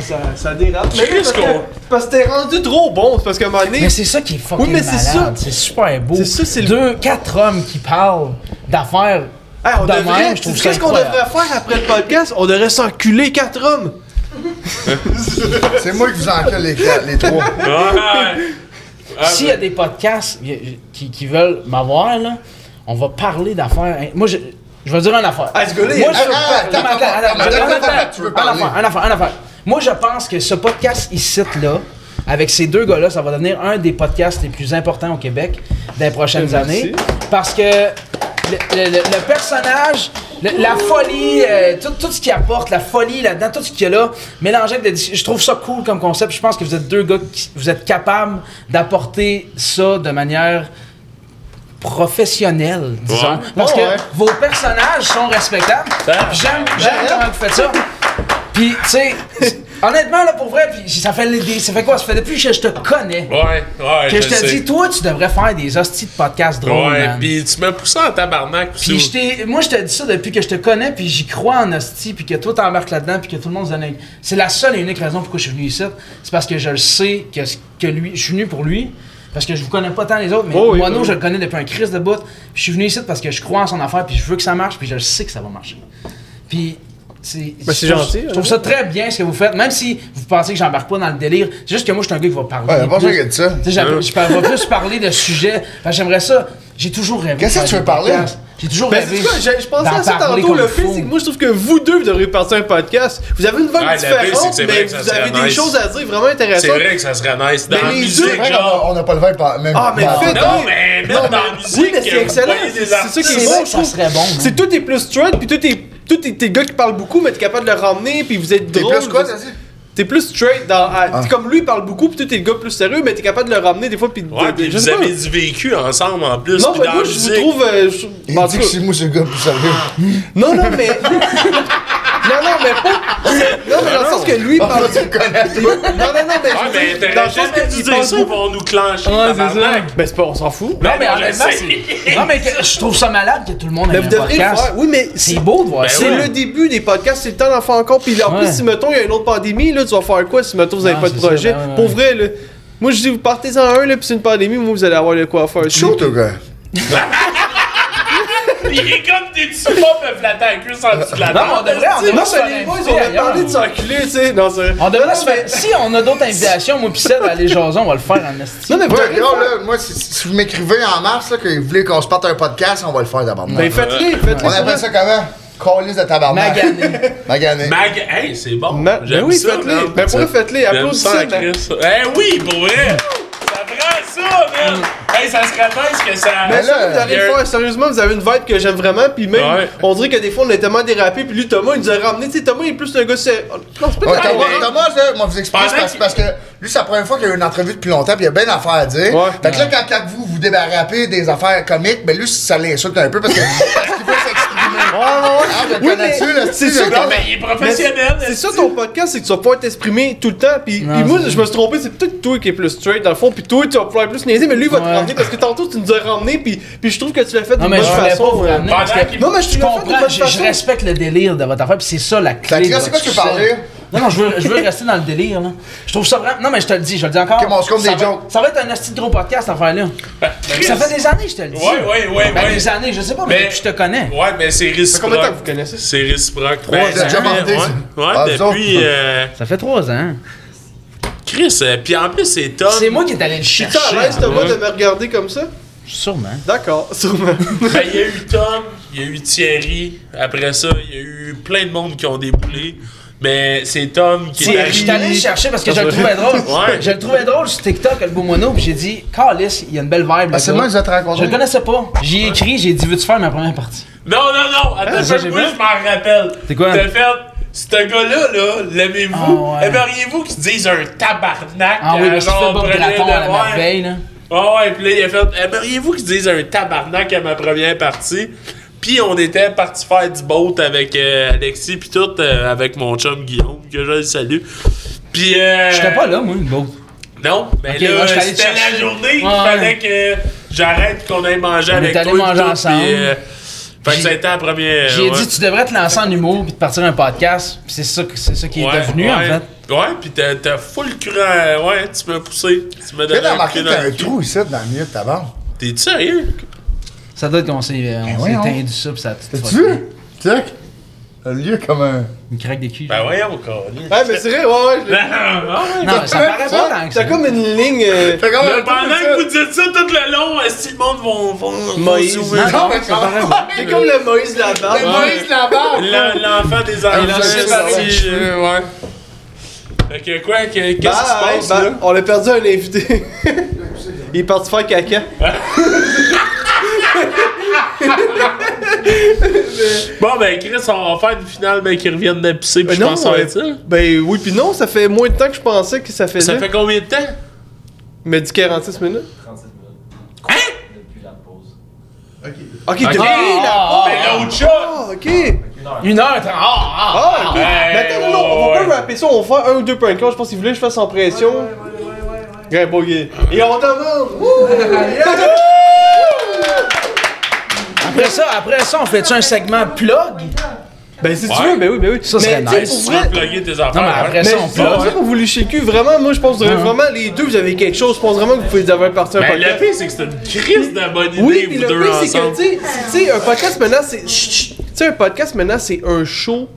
Ça, ça dérape. Mais oui, parce
Qu'est-ce
que-
qu'on-
parce que t'es rendu trop bon. C'est parce qu'à un moment donné.
Mais c'est ça qui est fucking
Oui, mais c'est
malade.
ça.
C'est super beau.
C'est ça, c'est le-
Deux, quatre hommes qui parlent d'affaires.
Hey, Ah, on
de
devrait-
même, je trouve ça
Qu'est-ce qu'on
incroyable.
devrait faire après le podcast? On devrait s'enculer quatre hommes.
C'est moi qui vous encule les, quatre- les trois.
Ouais. Ah,
S'il y a des podcasts y- qui, qui veulent m'avoir, là, on va parler d'affaires. Moi, je, je vais dire une affaire.
Ah, ce gars-là, il-
Moi, je
Ah, ah, attends,
Attends, attends,
attends,
attends,
attends,
attends,
attends,
attends.
tu veux
Une
parler.
affaire, une affaire, une affaire. Moi, je pense que ce podcast ici, là, avec ces deux gars-là, ça va devenir un des podcasts les plus importants au Québec dans les prochaines
Merci.
années. Parce que le, le- le- le personnage, le- la folie, euh, tout, tout ce qui apporte, la folie là-dedans, tout ce qu'il y a là, mélangé avec des dis- Je trouve ça cool comme concept. Je pense que vous êtes deux gars qui vous êtes capables d'apporter ça de manière professionnelle, disons.
Ouais.
Parce que
Ouais, ouais.
vos personnages sont respectables.
Ben,
J'aime, j'aime comment vous faites ça. Puis, tu sais, honnêtement, là, pour vrai, puis ça fait, des- ça fait quoi? Ça fait depuis que je te connais
Ouais, ouais.
que je te
sais.
dis, toi, tu devrais faire des hosties de podcasts drôles,
Ouais,
man.
pis tu m'as poussé en tabarnak. pis
Puis
tout.
je t'ai- moi, je te dis ça depuis que je te connais, puis j'y crois en hostie, puis que toi, t'embarques là-dedans, puis que tout le monde se donne... un- C'est la seule et unique raison pourquoi je suis venu ici. C'est parce que je le sais que, ce- que lui... Je suis venu pour lui, parce que je vous connais pas tant les autres, mais
Oh oui,
Mono,
oui.
je le connais depuis un crise de bout. Je suis venu ici parce que je crois en son affaire, puis je veux que ça marche, puis je le sais que ça va marcher. Puis... C'est
Ben, c'est
je trouve-
gentil,
Je trouve ça très bien ce que vous faites, même si vous pensez que j'embarque pas dans le délire. C'est juste que moi, je suis un gars qui va parler.
Ouais, y'a pas
plus.
ça qui a dit ça.
Tu sais, j'appelle- Je par- vais plus parler de sujets. Enfin, J'aimerais ça. J'ai toujours rêvé. de
Qu'est-ce que
faire
tu veux
des
parler?
podcasts. J'ai toujours
Ben,
rêvé.
c'est ça, je, je pensais
d'en
à ça
parler
tantôt.
comme
Le
fou.
fait, c'est que moi, je trouve que vous deux, vous devriez partir un podcast. Vous avez une vibe
Ouais, la vérité,
différente,
c'est que c'est
mais
vrai que
vous
ça
avez
serait
des
nice.
choses à dire vraiment
C'est
intéressantes.
vrai que ça serait nice. Dans la
Mais les
C'est
musique,
vrai
genre.
qu'on n'a pas le verbe par- même.
Ah, mais
par-
faites
Bah, Non, mais même
Non,
dans la
mais-
musique.
oui, mais c'est
euh,
excellent.
voyez des
C'est ça qui est
artistes.
C'est
bon,
vrai que
je
ça
trouve.
serait bon. man.
C'est tout est plus straight, puis tout est. Tout est tes gars qui parlent beaucoup, mais t'es capable de le ramener, puis vous êtes
T'es
drôle.
plus quoi,
vous-
t'as dit?
T'es plus straight dans. à- Comme lui, il parle beaucoup, puis tout est le gars plus sérieux, mais t'es capable de le ramener des fois, puis.
Ouais,
de-
pis
je
vous
sais pas.
avez du vécu ensemble en plus.
Non,
pis
mais
dans
moi,
la
je vous
musique.
trouve. euh, je-
Il
Bon, en
dit
tout
que
cas-
c'est moi, c'est le gars plus sérieux.
Non, non, mais. non, non, mais pas. Non, mais dans le sens que lui parle.
Tu le connais, toi?
Non, non, non, mais.
Ouais,
je veux
mais
dire, dans le sens
t'aurais
que
jamais dû
il
dire
pense
ça
beaucoup.
pour nous clencher.
Ouais, c'est ça.
tabarnak.
Ben, c'est pas, on s'en fout.
Non, mais
je
honnêtement,
sais.
c'est- non, mais que- je trouve ça malade que tout le monde
Mais
ait
vous
un
devriez le
podcast.
faire. Oui, mais
C'est beau de voir
Ben
ça.
C'est
ouais.
le début des podcasts, c'est le temps d'en faire encore. Puis en
Ouais.
plus, si mettons, il y a une autre pandémie, là, tu vas faire quoi si mettons, vous avez
Non,
pas de
c'est ça,
projet?
ben ouais, ouais.
Pour vrai, là. Moi, je dis, vous partez en un, là, puis c'est une pandémie, moi, vous allez avoir le quoi à faire.
Chaud, toi, gars.
Il est comme des petits pas me flatter la cuisse en dessous de la
Non, on
table.
devrait, on
Ah, Non,
devrait
non,
se
c'est
faire
les boys,
inviter
on a
ailleurs.
parlé de s'enculer, tu sais. Non, c'est
On devrait se faire- Si on a d'autres invitations, moi pis Seb, à les jaser, on va le faire en esti.
Non, mais vous
Ouais,
devriez le
gars,
faire.
là, moi, si, si vous m'écrivez en mars, là, que vous voulez qu'on se parte un podcast, on va le faire d'abord.
Ben, faites-les,
on
faites-les.
appelle ça comment? Calice de tabarnak.
Magané.
Magané.
Mag, hey, c'est bon.
Ma- Ben
J'aime
oui,
ça,
faites-les.
man.
Ben, pour vrai, faites-les.
J'aime
Applaudissez.
ça,
ben.
Chris. Eh oui, pour vrai. Ça prend ça, man. Hey, ça serait nice que ça.
Mm. Mais
Ben
là,
là,
vous allez le faire, sérieusement, vous avez une vibe que j'aime vraiment, puis même,
Ouais.
on dirait que des fois, on est tellement dérapé, puis lui, Thomas, il nous a ramené, tu sais, Thomas, il est plus un gars, c'est... Non, c'est pas
Ouais,
Thomas,
Thomas,
hein.
Thomas, là, moi, vous explique,
Pendant
c'est parce,
qu'il-
parce que lui, c'est la première fois qu'il y a eu une entrevue depuis longtemps, puis il y a bien d'affaires à dire.
Ouais.
fait que là, quand, quand vous vous débarrappez des affaires comiques, ben lui, ça l'insulte un peu parce que- parce qu'il veut s'exprimer. Ah, je le
Oui,
connais-tu,
mais
là,
c'est
tu sais,
ça
le
que-
gars?
Mais Ben, il est
Mais c'est
professionnel.
c'est ça ton podcast, c'est que tu vas pouvoir t'exprimer tout le temps. Puis,
Non,
puis moi,
c'est-
je me suis trompé, c'est peut-être toi qui est plus straight dans le fond. Puis toi, tu vas pouvoir plus niaiser, mais lui, il va te
Ouais.
ramener parce que tantôt, tu nous as ramené. Puis, puis je trouve que tu l'as fait
Non,
d'une
mais
bonne
je voulais pas
façon.
vous
euh.
ramener parce que-
Non, mais je
Je
te l'ai fait d'une
comprends,
bonne
je, je
façon.
respecte le délire de votre affaire, puis c'est ça la clé.
Fait que là,
de votre
c'est quoi que tu
succès.
parlais?
Non, non, je veux, je veux rester dans le délire, là. Je trouve ça vraiment. Non, mais je te le dis, je le dis encore.
Ok, bon, on se compte
ça
des
va-
jokes.
Ça va être un asti de gros podcast, cette affaire-là. Ça fait des années, je te le dis.
Ouais, ouais, ouais,
Ben,
ouais.
des années, je sais pas, mais,
Mais-
depuis que je te connais.
Ouais, mais c'est
Ça fait combien de temps que
réciproque.
vous connaissez
C'est réciproque.
Ouais, vous avez déjà
depuis-
bandé,
ouais.
ça.
Ouais,
Ah, vous
depuis.
autres.
euh,
Ça fait trois ans.
Chris, euh, pis en plus, c'est top.
C'est moi qui est allé le
Je suis
chercher.
à l'aise,
hein.
Thomas, de me regarder comme ça.
Sûrement.
D'accord, sûrement.
Ben, il y a eu Tom, il y a eu Thierry. Après ça, il y a eu plein de monde qui ont déboulé. Mais c'est Tom qui est
Je suis allé le
arrivé.
chercher parce que je le trouvais drôle.
Ouais.
Je le trouvais drôle sur TikTok, le beau mono, puis j'ai dit, Carlis, il y a une belle vibe. là
Ah, c'est moi qui vous ai
Je le
rencontré.
connaissais pas. J'y ai écrit, j'ai dit, veux-tu faire ma première partie?
Non, non, non, attends,
Ah, ça,
moi,
j'ai
je
vu.
m'en rappelle.
C'est quoi?
T'as fait, ce gars-là, là, l'aimez-vous?
Ah ouais.
Aimeriez-vous qu'il se dise un tabarnak?
Ah oui,
euh,
parce qu'il fait
genre,
Bob
prenez
Graton
le-
à la
ouais.
merveille, là.
Ah ouais, puis là, il a fait, aimeriez-vous qu'il se dise un tabarnak à ma première partie? Puis on était parti faire du boat avec euh, Alexis, puis tout, euh, avec mon chum Guillaume, que je le salue. Puis. Euh,
J'étais pas là, moi, une beau.
Non, mais
Ok,
là,
moi, je suis allé te
c'était la
chercher.
journée qu'il
Ouais.
fallait que j'arrête qu'on aille manger
On
avec
est allé
toi. puis
manger
tout, puis,
ensemble.
euh, fait que
J'ai-
ça a été la première.
J'ai
ouais.
dit, tu devrais te lancer en humour puis de partir un podcast. Puis c'est ça, que- c'est ça qui est
Ouais,
devenu, en
ouais.
fait.
Ouais, pis t'as, t'as full curant. Ouais, tu peux pousser. Tu me
Tu sais,
donnes
t'as
un pied
remarqué que
dans
t'as un
le cul.
trou ici, dans le milieu de ta barbe.
T'es sérieux?
Ça doit être qu'on s'est euh, on
Ben
s'est
voyons.
éteint du ça, pis ça a tout
T'as-tu
fucké.
vu? Check. Le milieu comme un.
Une craque de cul.
Ben
genre.
voyons, Colin.
Ah, mais c'est vrai, ouais, ouais. je l'ai-
Ah,
Non, mais ça paraît pas tant que ça.
T'as comme une ligne. euh,
T'as comme
Là,
un trou
pendant
ici.
que vous dites ça tout le long, est-ce que le monde vont. vont- vont
Moïse.
s'ouvrir?
Non, non,
mais
ça paraît pas.
T'es comme le Moïse de la barbe.
Le Moïse la barbe.
L'en- L'enfant des enfants.
séparé
c'est-
les
Ouais. Fait que quoi, que- qu'est-ce qui se
Bye,
passe
bye.
là?
On a perdu un invité. Il est parti faire caca.
Bon, ben Chris, on va faire une finale, ben qu'ils reviennent de pisser, pis
Ben
je pense que ça va
ouais.
être ça.
Ben oui, puis non, ça fait moins de temps que je pensais que ça faisait.
Ça fait combien de temps?
Mais dit 46 minutes.
37 minutes.
Hein?
Depuis la pause.
Ok, t'as
Ah,
là.
ah,
Ben l'autre chat!
Ah, ok.
Une heure.
Une heure, t'as- ah, ah.
Ah, ok.
ouais,
Mais attends, non, non, on
ouais,
va
ouais.
pas rapper ça, on va faire un ou deux prank calls. Je pense qu'il voulait que je fasse sans pression. Ouais, ouais, ouais, ouais.
Ah,
Et on demande. Wouh!
Ah, Après ça, après ça, on fait-tu un segment plug?
Ben si tu
Ouais.
veux, ben oui, ben oui.
Ça serait
Mais, tu sais,
nice.
pour
Tu
vrai,
veux plugger tes affaires?
Non, mais
hein?
après
Mais
ça, on
c'est pour
plug.
ça qu'on vous léchez le cul, vraiment, moi je pense que vraiment les deux vous avez quelque chose, je pense vraiment que vous pouvez avoir parti un
Ben,
podcast.
le pire, c'est que c'est une crise de bonne idée,
Oui, pis
vous
le
deux
pire, c'est que,
ensemble.
tu sais, c'est- tu sais, un podcast maintenant, c'est. Chut, chut. Tu sais, un podcast maintenant, c'est un show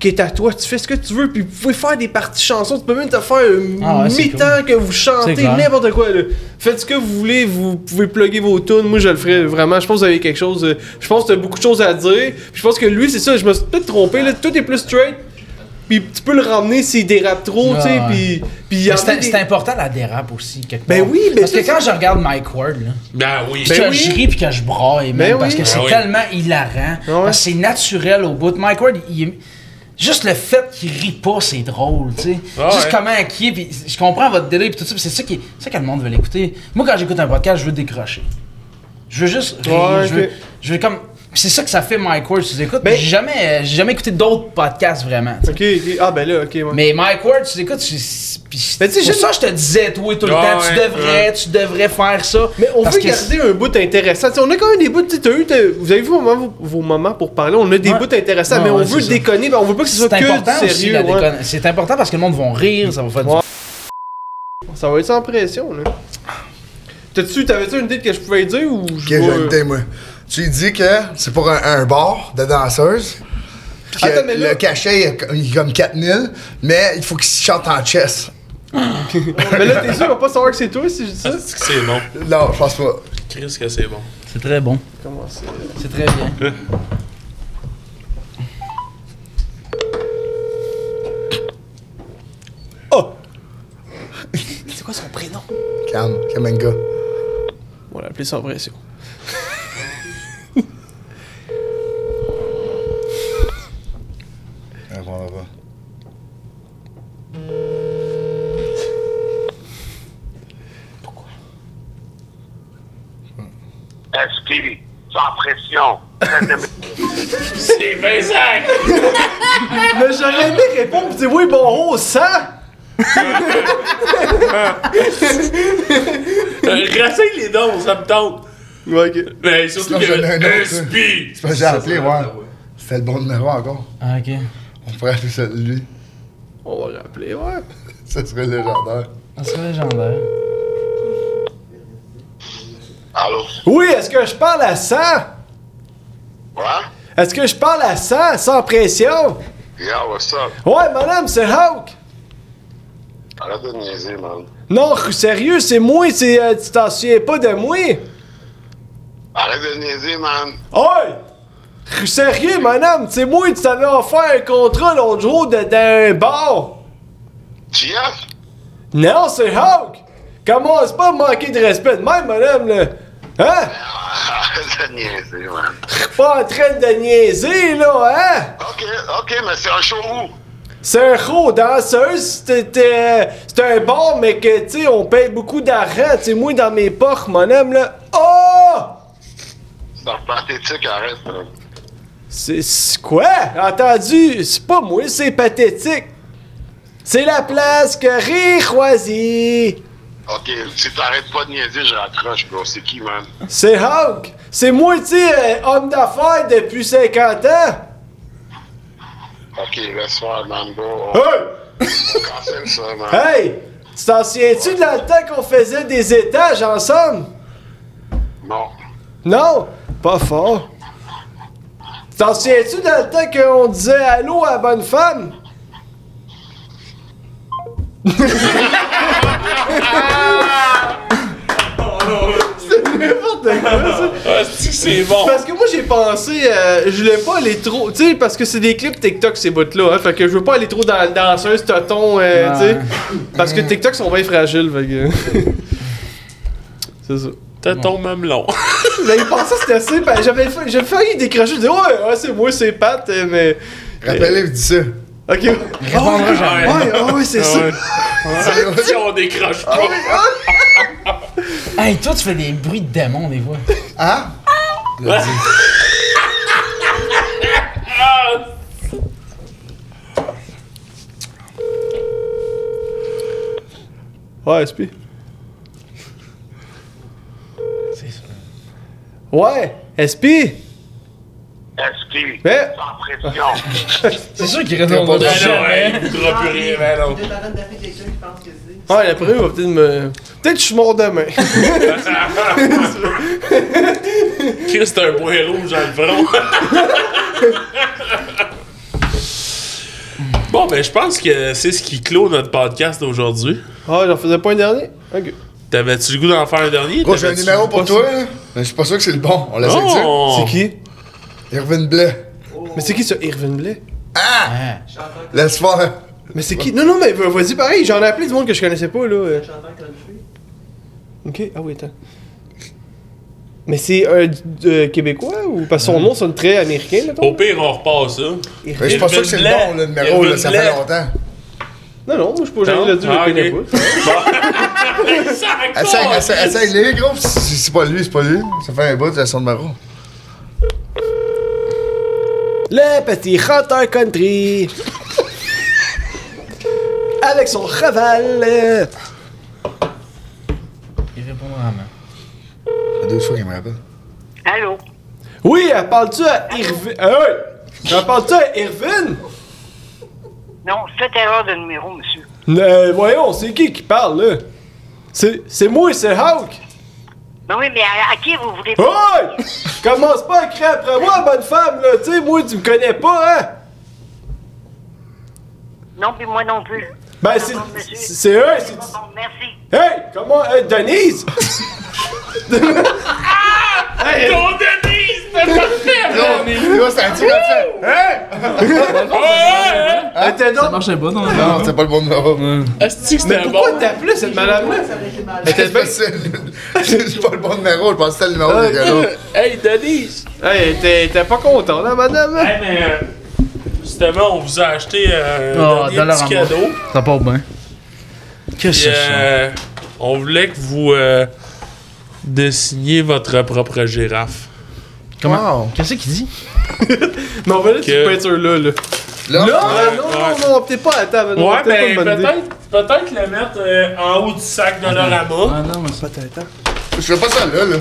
qui est à toi. Tu fais ce que tu veux, puis vous pouvez faire des parties chansons. Tu peux même te faire un
Ah ouais, c'est
mi-temps que vous
C'est
chantez,
clair.
n'importe quoi. Là. Faites ce que vous voulez, vous pouvez plugger vos tunes. Moi, je le ferai vraiment. Je pense que vous avez quelque chose. euh, Je pense que t'as beaucoup de choses à dire. Puis je pense que lui, c'est ça, je me suis peut-être trompé. Là, tout est plus straight. Puis tu peux le ramener s'il dérape trop, tu sais.
Ah ouais.
Puis. Puis il y en
Mais
a
C'est
des-
c'est important la dérape aussi, quelque
Ben
part.
oui, mais
Parce que
ça,
quand je regarde Mike Ward, là,
Ben oui.
que
oui.
je ris puis que je braille, même,
Ben
parce
oui.
que c'est
Ben oui.
tellement hilarant.
Ah ouais.
Parce que c'est naturel au bout. Mike Ward, il est- Juste le fait qu'il rit pas, c'est drôle, tu sais.
Ah
Juste
ouais.
comment qui est, puis je comprends votre délire, puis tout ça, puis c'est ça qui, est- c'est ça que le monde veut l'écouter. Moi, quand j'écoute un podcast, je veux décrocher. Je veux juste rire,
Ouais,
je,
ok.
veux, je veux comme, puis c'est ça que ça fait Mike Ward, tu écoutes.
Ben-
j'ai jamais, j'ai jamais écouté d'autres podcasts vraiment. tu sais.
Ok, ok. Ah, ben là, ok. ouais.
Mais Mike Ward, tu écoutes, tu. c'est- Pis,
Mais Ben, tu sais,
pour
j'ai-
ça, je te disais, toi, tout le
Ah
temps, tu
ouais,
devrais, tu devrais faire ça.
Mais on
Parce
veut
que
garder un bout intéressant. T'sais, on a quand même des bouts. t'sais, t'as eu, t'as- vous avez vu vos moments, vos moments pour parler. On a des
Ouais.
bouts intéressants,
Ouais,
mais on
ouais,
veut
c'est ça.
déconner. mais on veut pas que ce soit
C'est
que
important
du
aussi,
sérieux.
la
ouais.
déconne. C'est important parce que le monde va rire, ça va faire du.
Ouais. Ça va être sans pression. là. T'as-tu, t'avais-tu une idée de que je pouvais dire ou je
Ok, j'ai
vois-
une idée, moi. Tu lui dis que c'est pour un, un bar de danseuses. Puis que
Attends, mais là-
le cachet, il est co- il est comme 4000, mais il faut qu'il chante en chess.
Mais là, t'es sûr, on va pas savoir que c'est toi si je dis ça.
Ah,
Est-ce que c'est bon?
Non, je pense pas.
Chris, que c'est bon.
C'est très bon.
Comment c'est-
C'est très bien.
C'est quoi son prénom
Calme, comme un gars.
On l'a appelé sans pression.
Elle répondra pas.
Esti, sans pression.
C'est Vincent!
Mais j'aurais aimé répondre pis dire oui, bon, oh, ça
Euh, Racine les dons, ça me tente.
Ouais, ok.
Mais surtout
Sinon,
que.
j'en ai un autre, ça.
SP!
C'est pas j'ai appelé, ouais. C'était le bon numéro encore.
Ah, ok.
On pourrait appeler ça lui.
On va le rappeler, ouais.
Ça serait légendaire.
Ça serait légendaire.
Allô?
Oui, est-ce que je parle à ça
What?
Est-ce que je parle à ça sans pression
Yeah, what's up?
Ouais, madame, c'est Hawk!
Arrête de niaiser, man.
Non, sérieux, c'est moi, c'est, euh, tu t'en souviens pas de moi?
Arrête de niaiser, man.
Hey! Sérieux, madame, c'est moi, tu t'avais offert un contrat l'autre jour de- d'un bar!
GF?
Non, c'est Hawk! Commence pas à me manquer de respect de même, madame, là! Hein?
Arrête de niaiser, man.
Pas en train de niaiser, là, hein?
Ok, ok, mais c'est un show où?
C'est un show danseuse, c'est euh, c'est un bar, mais que, tu sais, on paye beaucoup d'argent, c'est moi dans mes poches, madame, là. Oh!
C'est un pathétique, arrête, man.
C'est c'est quoi? Entendu, c'est pas moi, c'est pathétique. C'est la place que rire choisit.
Ok, si t'arrêtes pas de niaiser, je raccroche, bro. C'est qui, man?
C'est Hawk. C'est moi, tu sais, euh, homme d'affaires depuis 50 ans.
Ok, laisse faire, man, bro.
Hey!
Cancel ça, man.
Hey! Tu t'en souviens-tu de la temps qu'on faisait des étages ensemble?
Non.
Non? Pas fort. Tu t'en souviens-tu de la temps qu'on disait allô à la bonne femme? C'est n'importe quoi, ça.
Ah, c'est-tu que c'est bon.
Parce que moi j'ai pensé, euh, je voulais pas aller trop, tu sais, parce que c'est des clips TikTok ces bouts-là, hein, fait que je veux pas aller trop dans danseuse, toton, euh, tu sais, parce que TikTok sont bien fragiles, fait que... c'est ça.
T'as ton mamelon.
Là il pensait que c'était assez, ben, j'avais fa- j'avais failli décrocher, je disais ouais, ouais c'est moi, c'est Pat, euh, mais...
Rappelez-vous de ça.
Ok. ouais,
Répondra jamais.
ouais, ouais, ouais, c'est ça.
Ouais. Si on décroche
Ah
pas.
Hey, toi, tu fais des bruits de démons, des fois.
Hein?
Ouais, SP.
C'est ça.
Ouais, SP!
SP.
Mais-
Sans pression.
C'est sûr qu'il répondra
Ben non,
jamais.
hey, il voudra plus rien, ben
Ah
non.
Ouais, après, il va peut-être me. Peut-être que je suis mort demain.
Chris, t'as un point rouge dans le front. bon, ben, je pense que c'est ce qui clôt notre podcast aujourd'hui.
Ah, j'en faisais pas un dernier? Ok.
T'avais-tu le goût d'en faire un dernier?
Gros, j'ai un
T'avais-tu-
numéro pour toi, là. Mais je suis ben, pas sûr que c'est le bon. On l'a oh.
Oh!
C'est qui?
Irvin Bleu.
Mais c'est qui ce Irvin Blais?
Ah! Laisse faire. Ben,
Mais c'est qui? Non, non, mais va- vas-y pareil, j'en ai appelé du monde que je connaissais pas, là. euh. Ok, ah oui, attends. Mais c'est un d- euh, Québécois ou. Parce que son nom sonne très américain,
Au
mettons.
pire, on repasse ça.
Mais je suis pas sûr que c'est le bon, le numéro, là. Ça fait longtemps.
Non, non, moi je suis pas jamais
Non?
le dire,
Ah,
je le
ok.
connais pas.
Essaye, essaye,
Bon.
essaye. Les gros, c'est c'est pas lui, c'est pas lui. Ça fait un bout, de son numéro.
Le petit chanteur country. Avec son raval. euh.
Il répondra jamais.
Ça fait deux fois qu'il me rappelle.
Allô?
Oui, elle parle-tu à Irvin? Hey! Elle parle-tu à Irvin?
Non, faites erreur de numéro, monsieur.
Euh, voyons, c'est qui qui parle, là? C'est, c'est moi, c'est Hawk!
Non, Ben oui, mais à, à qui vous voulez
Hey! Commence pas à crier après moi, bonne femme, là! Tu sais, moi, tu me connais pas, hein?
Non, puis moi non plus.
Ben, c'est, c'est, c'est eux, c'est...
Bon, merci.
Hey! Comment... euh, Denise!
Ton Denise, c'est parfait!
Là, là, c'est un petit peu fait.
Ouais!
Attends, donc,
marchait pas, non?
Non, c'est pas le bon numéro.
Est-ce que
mais
c'était bon?
pourquoi t'appelais cette madame-là?
C'est pas le- c'est pas le bon numéro, je pense que c'était le numéro des gars là.
Hey, Denise!
Hey, t'es, t'es pas content, là, madame? hein?
Hey, mais euh, justement, on vous a acheté euh,
Oh,
un dernier
dollar
petit
en bas.
cadeau.
Ça part bien. Qu'est-ce
Puis,
que c'est
euh, on voulait que vous euh, dessiniez votre propre girafe.
Comment?
Wow.
Qu'est-ce qu'il dit?
Non, mais là, tu
Que-
peinture là, là. Ah,
Là,
Ouais,
non,
ouais.
non, non, peut-être pas, attends, madame.
Ouais,
ben, peut-être
mais
pas une bonne idée.
peut-être peut-être le mettre euh, en haut du sac de l'orama.
Ah non, mais ça.
je fais pas ça là, là.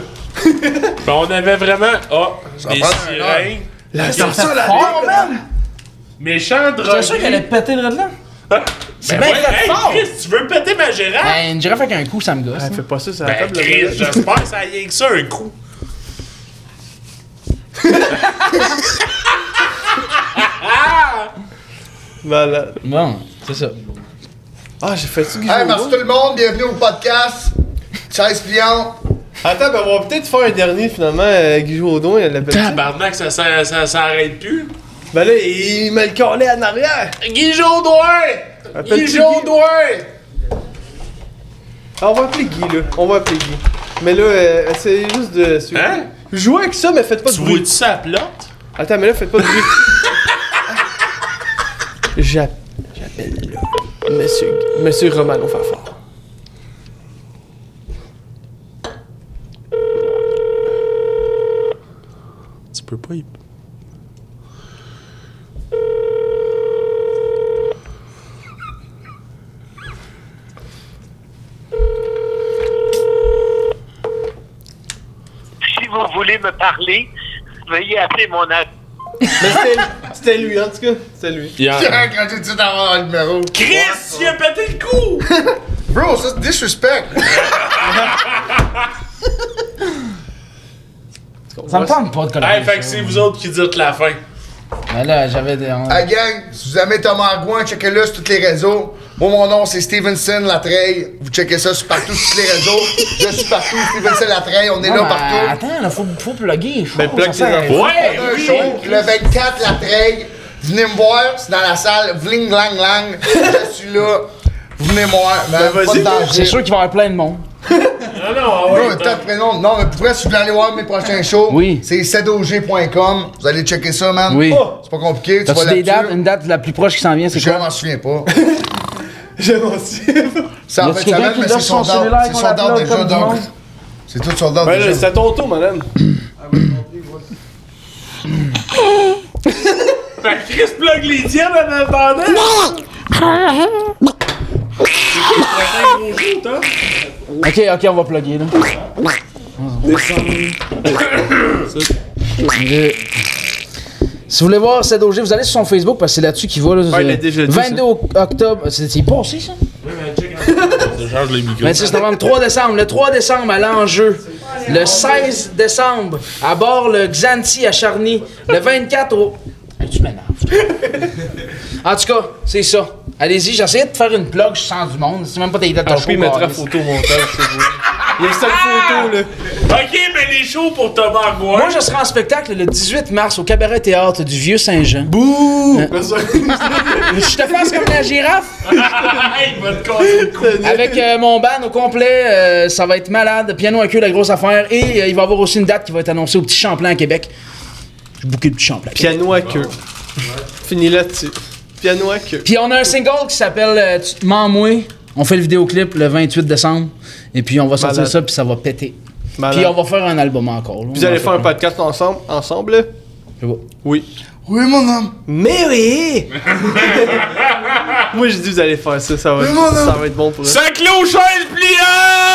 Ben, on avait vraiment. Ah,
Ça
des
prend un
sirènes. Oh,
La
Ils ont
ça, la
Fort, man!
Méchants drogués.
T'es sûr qu'elle allait péter le red là? C'est
Ben
bien
ouais,
fait
hey,
fort!
Chris, tu veux péter ma girafe?
Ben, une girafe avec un coup, ça me gosse.
Elle fait pas ça, c'est la
Ben,
table, la
Chris,
madame.
j'espère que ça a rien que ça, un coup.
Voilà.
Bon, c'est ça.
Ah, j'ai fait ça.
Hey, merci tout le monde, bienvenue au podcast. Chaise pliante.
Attends, ben, on va peut-être faire un dernier finalement. Euh, Guy Jodoin, elle l'appelle. ça.
Tabarnak, ça, ça, ça, ça arrête plus.
Ben là, il m'a le collé en arrière.
Guy Jodoin!
Appelle-tu
Guy
Guy?
Jodoin!
Ah, on va appeler Guy, là. On va appeler Guy. Mais là, euh, essayez juste de. suivre.
Hein?
Jouez avec ça, mais faites pas de
Tu
bruit.
vois-tu sa plate?
Attends, mais là, faites pas de bruit. J'app- J'appelle là. Monsieur, Guy- Monsieur Romano Fafard.
Tu peux pas y.
Si vous voulez me parler, veuillez appeler mon agent.
Mais c'était- C'était lui, en tout cas. C'était lui.
Yeah.
Quand j'ai dit d'avoir le numéro.
Chris, il a pété le cou!
Bro, ça c'est disrespect.
Ça me tente pas de collaborer.
Hey, fait que c'est vous autres qui dites la fin.
Mais là, j'avais des.
La Ah, gang, si vous aimez Thomas Argoin, checkez-le sur tous les réseaux. Moi, mon nom, c'est Stevenson Latreille. Vous checkez ça sur partout, sur tous les réseaux. Je suis partout, Stevenson Latreille. On est
Non,
là
Ah, mais
partout.
Attends, là, faut, faut plugger.
Ben, plug tes affaires.
Ouais,
un
oui!
show le 24 Latreille. Venez me voir, c'est dans la salle. Vling, lang, lang. Je suis là. Venez me voir. Mais
Ben,
pas de
vas-y,
danger.
C'est sûr qu'il va y avoir plein de monde.
Non, non,
Bro,
Ah ouais.
t'as le prénom. Non, mais pour vrai, si vous voulez aller voir mes prochains shows,
Oui.
c'est cdog.com. Vous allez checker ça, man.
Oui.
Oh, c'est pas compliqué. Tu vas
T'as-tu des
là-dessus.
dates, une date la plus proche qui s'en vient, c'est
Je
quoi?
m'en souviens pas.
J'ai menti.
C'est
Y
en
a-tu
fait
quelqu'un
semaine,
qui lâche
mais c'est
son
son
cellulaire
C'est
qu'on
son
appelle
déjà,
comme du
donc.
monde?
C'est tout son date
Ben là, c'est
déjà.
à ton tour, madame.
Fait que Chris plug les tiennes en attendant!
Ok, ok, on va plugger, là. Le- Si vous voulez voir CDOG, vous allez sur son Facebook parce que c'est là-dessus qu'il va. Là,
il l'a déjà dit,
22 octobre. C'est c'est passé, ça?
Je change les micros.
26 novembre, 3 décembre. Le 3 décembre à l'enjeu. Le 16 décembre à bord le Xanti à Charny. Le 24 au. Hey, tu m'énerves. En tout cas, c'est ça. Allez-y, j'essayais de faire une plug, je sens du monde. C'est même pas des dates de
Tant pis,
show,
il mettra
Carlis.
photo au montage, c'est vous. Il y a une seule photo, là.
Ok, mais les shows pour Thomas Gouin.
Moi, je serai en spectacle le 18 mars au Cabaret Théâtre du Vieux Saint-Jean.
Bouh! Personne-
Je te fasse comme la girafe
hey, il va te casser le cou.
avec euh, mon ban au complet. euh, ça va être malade. Piano à queue, la grosse affaire. Et euh, il va y avoir aussi une date qui va être annoncée au Petit Champlain à Québec. J'ai bouqué le Petit Champlain. à Québec.
Piano à queue. Fini là-dessus. Piano à queue.
Puis on a un single qui s'appelle euh, Tu te mens, moi. On fait le vidéoclip le 28 décembre. Et puis on va sortir
Malade.
ça, puis ça va péter.
Malade.
Puis on va faire un album encore. là. On
Vous allez
va
faire un podcast ensemble, ensemble, là?
Je sais pas.
Oui.
Oui, mon homme.
Mais oui! Moi, j'ai dit, vous allez faire ça, ça va,
Mais mon
ça
homme.
va être bon pour eux.
Ça clôt chaise pliante! Eh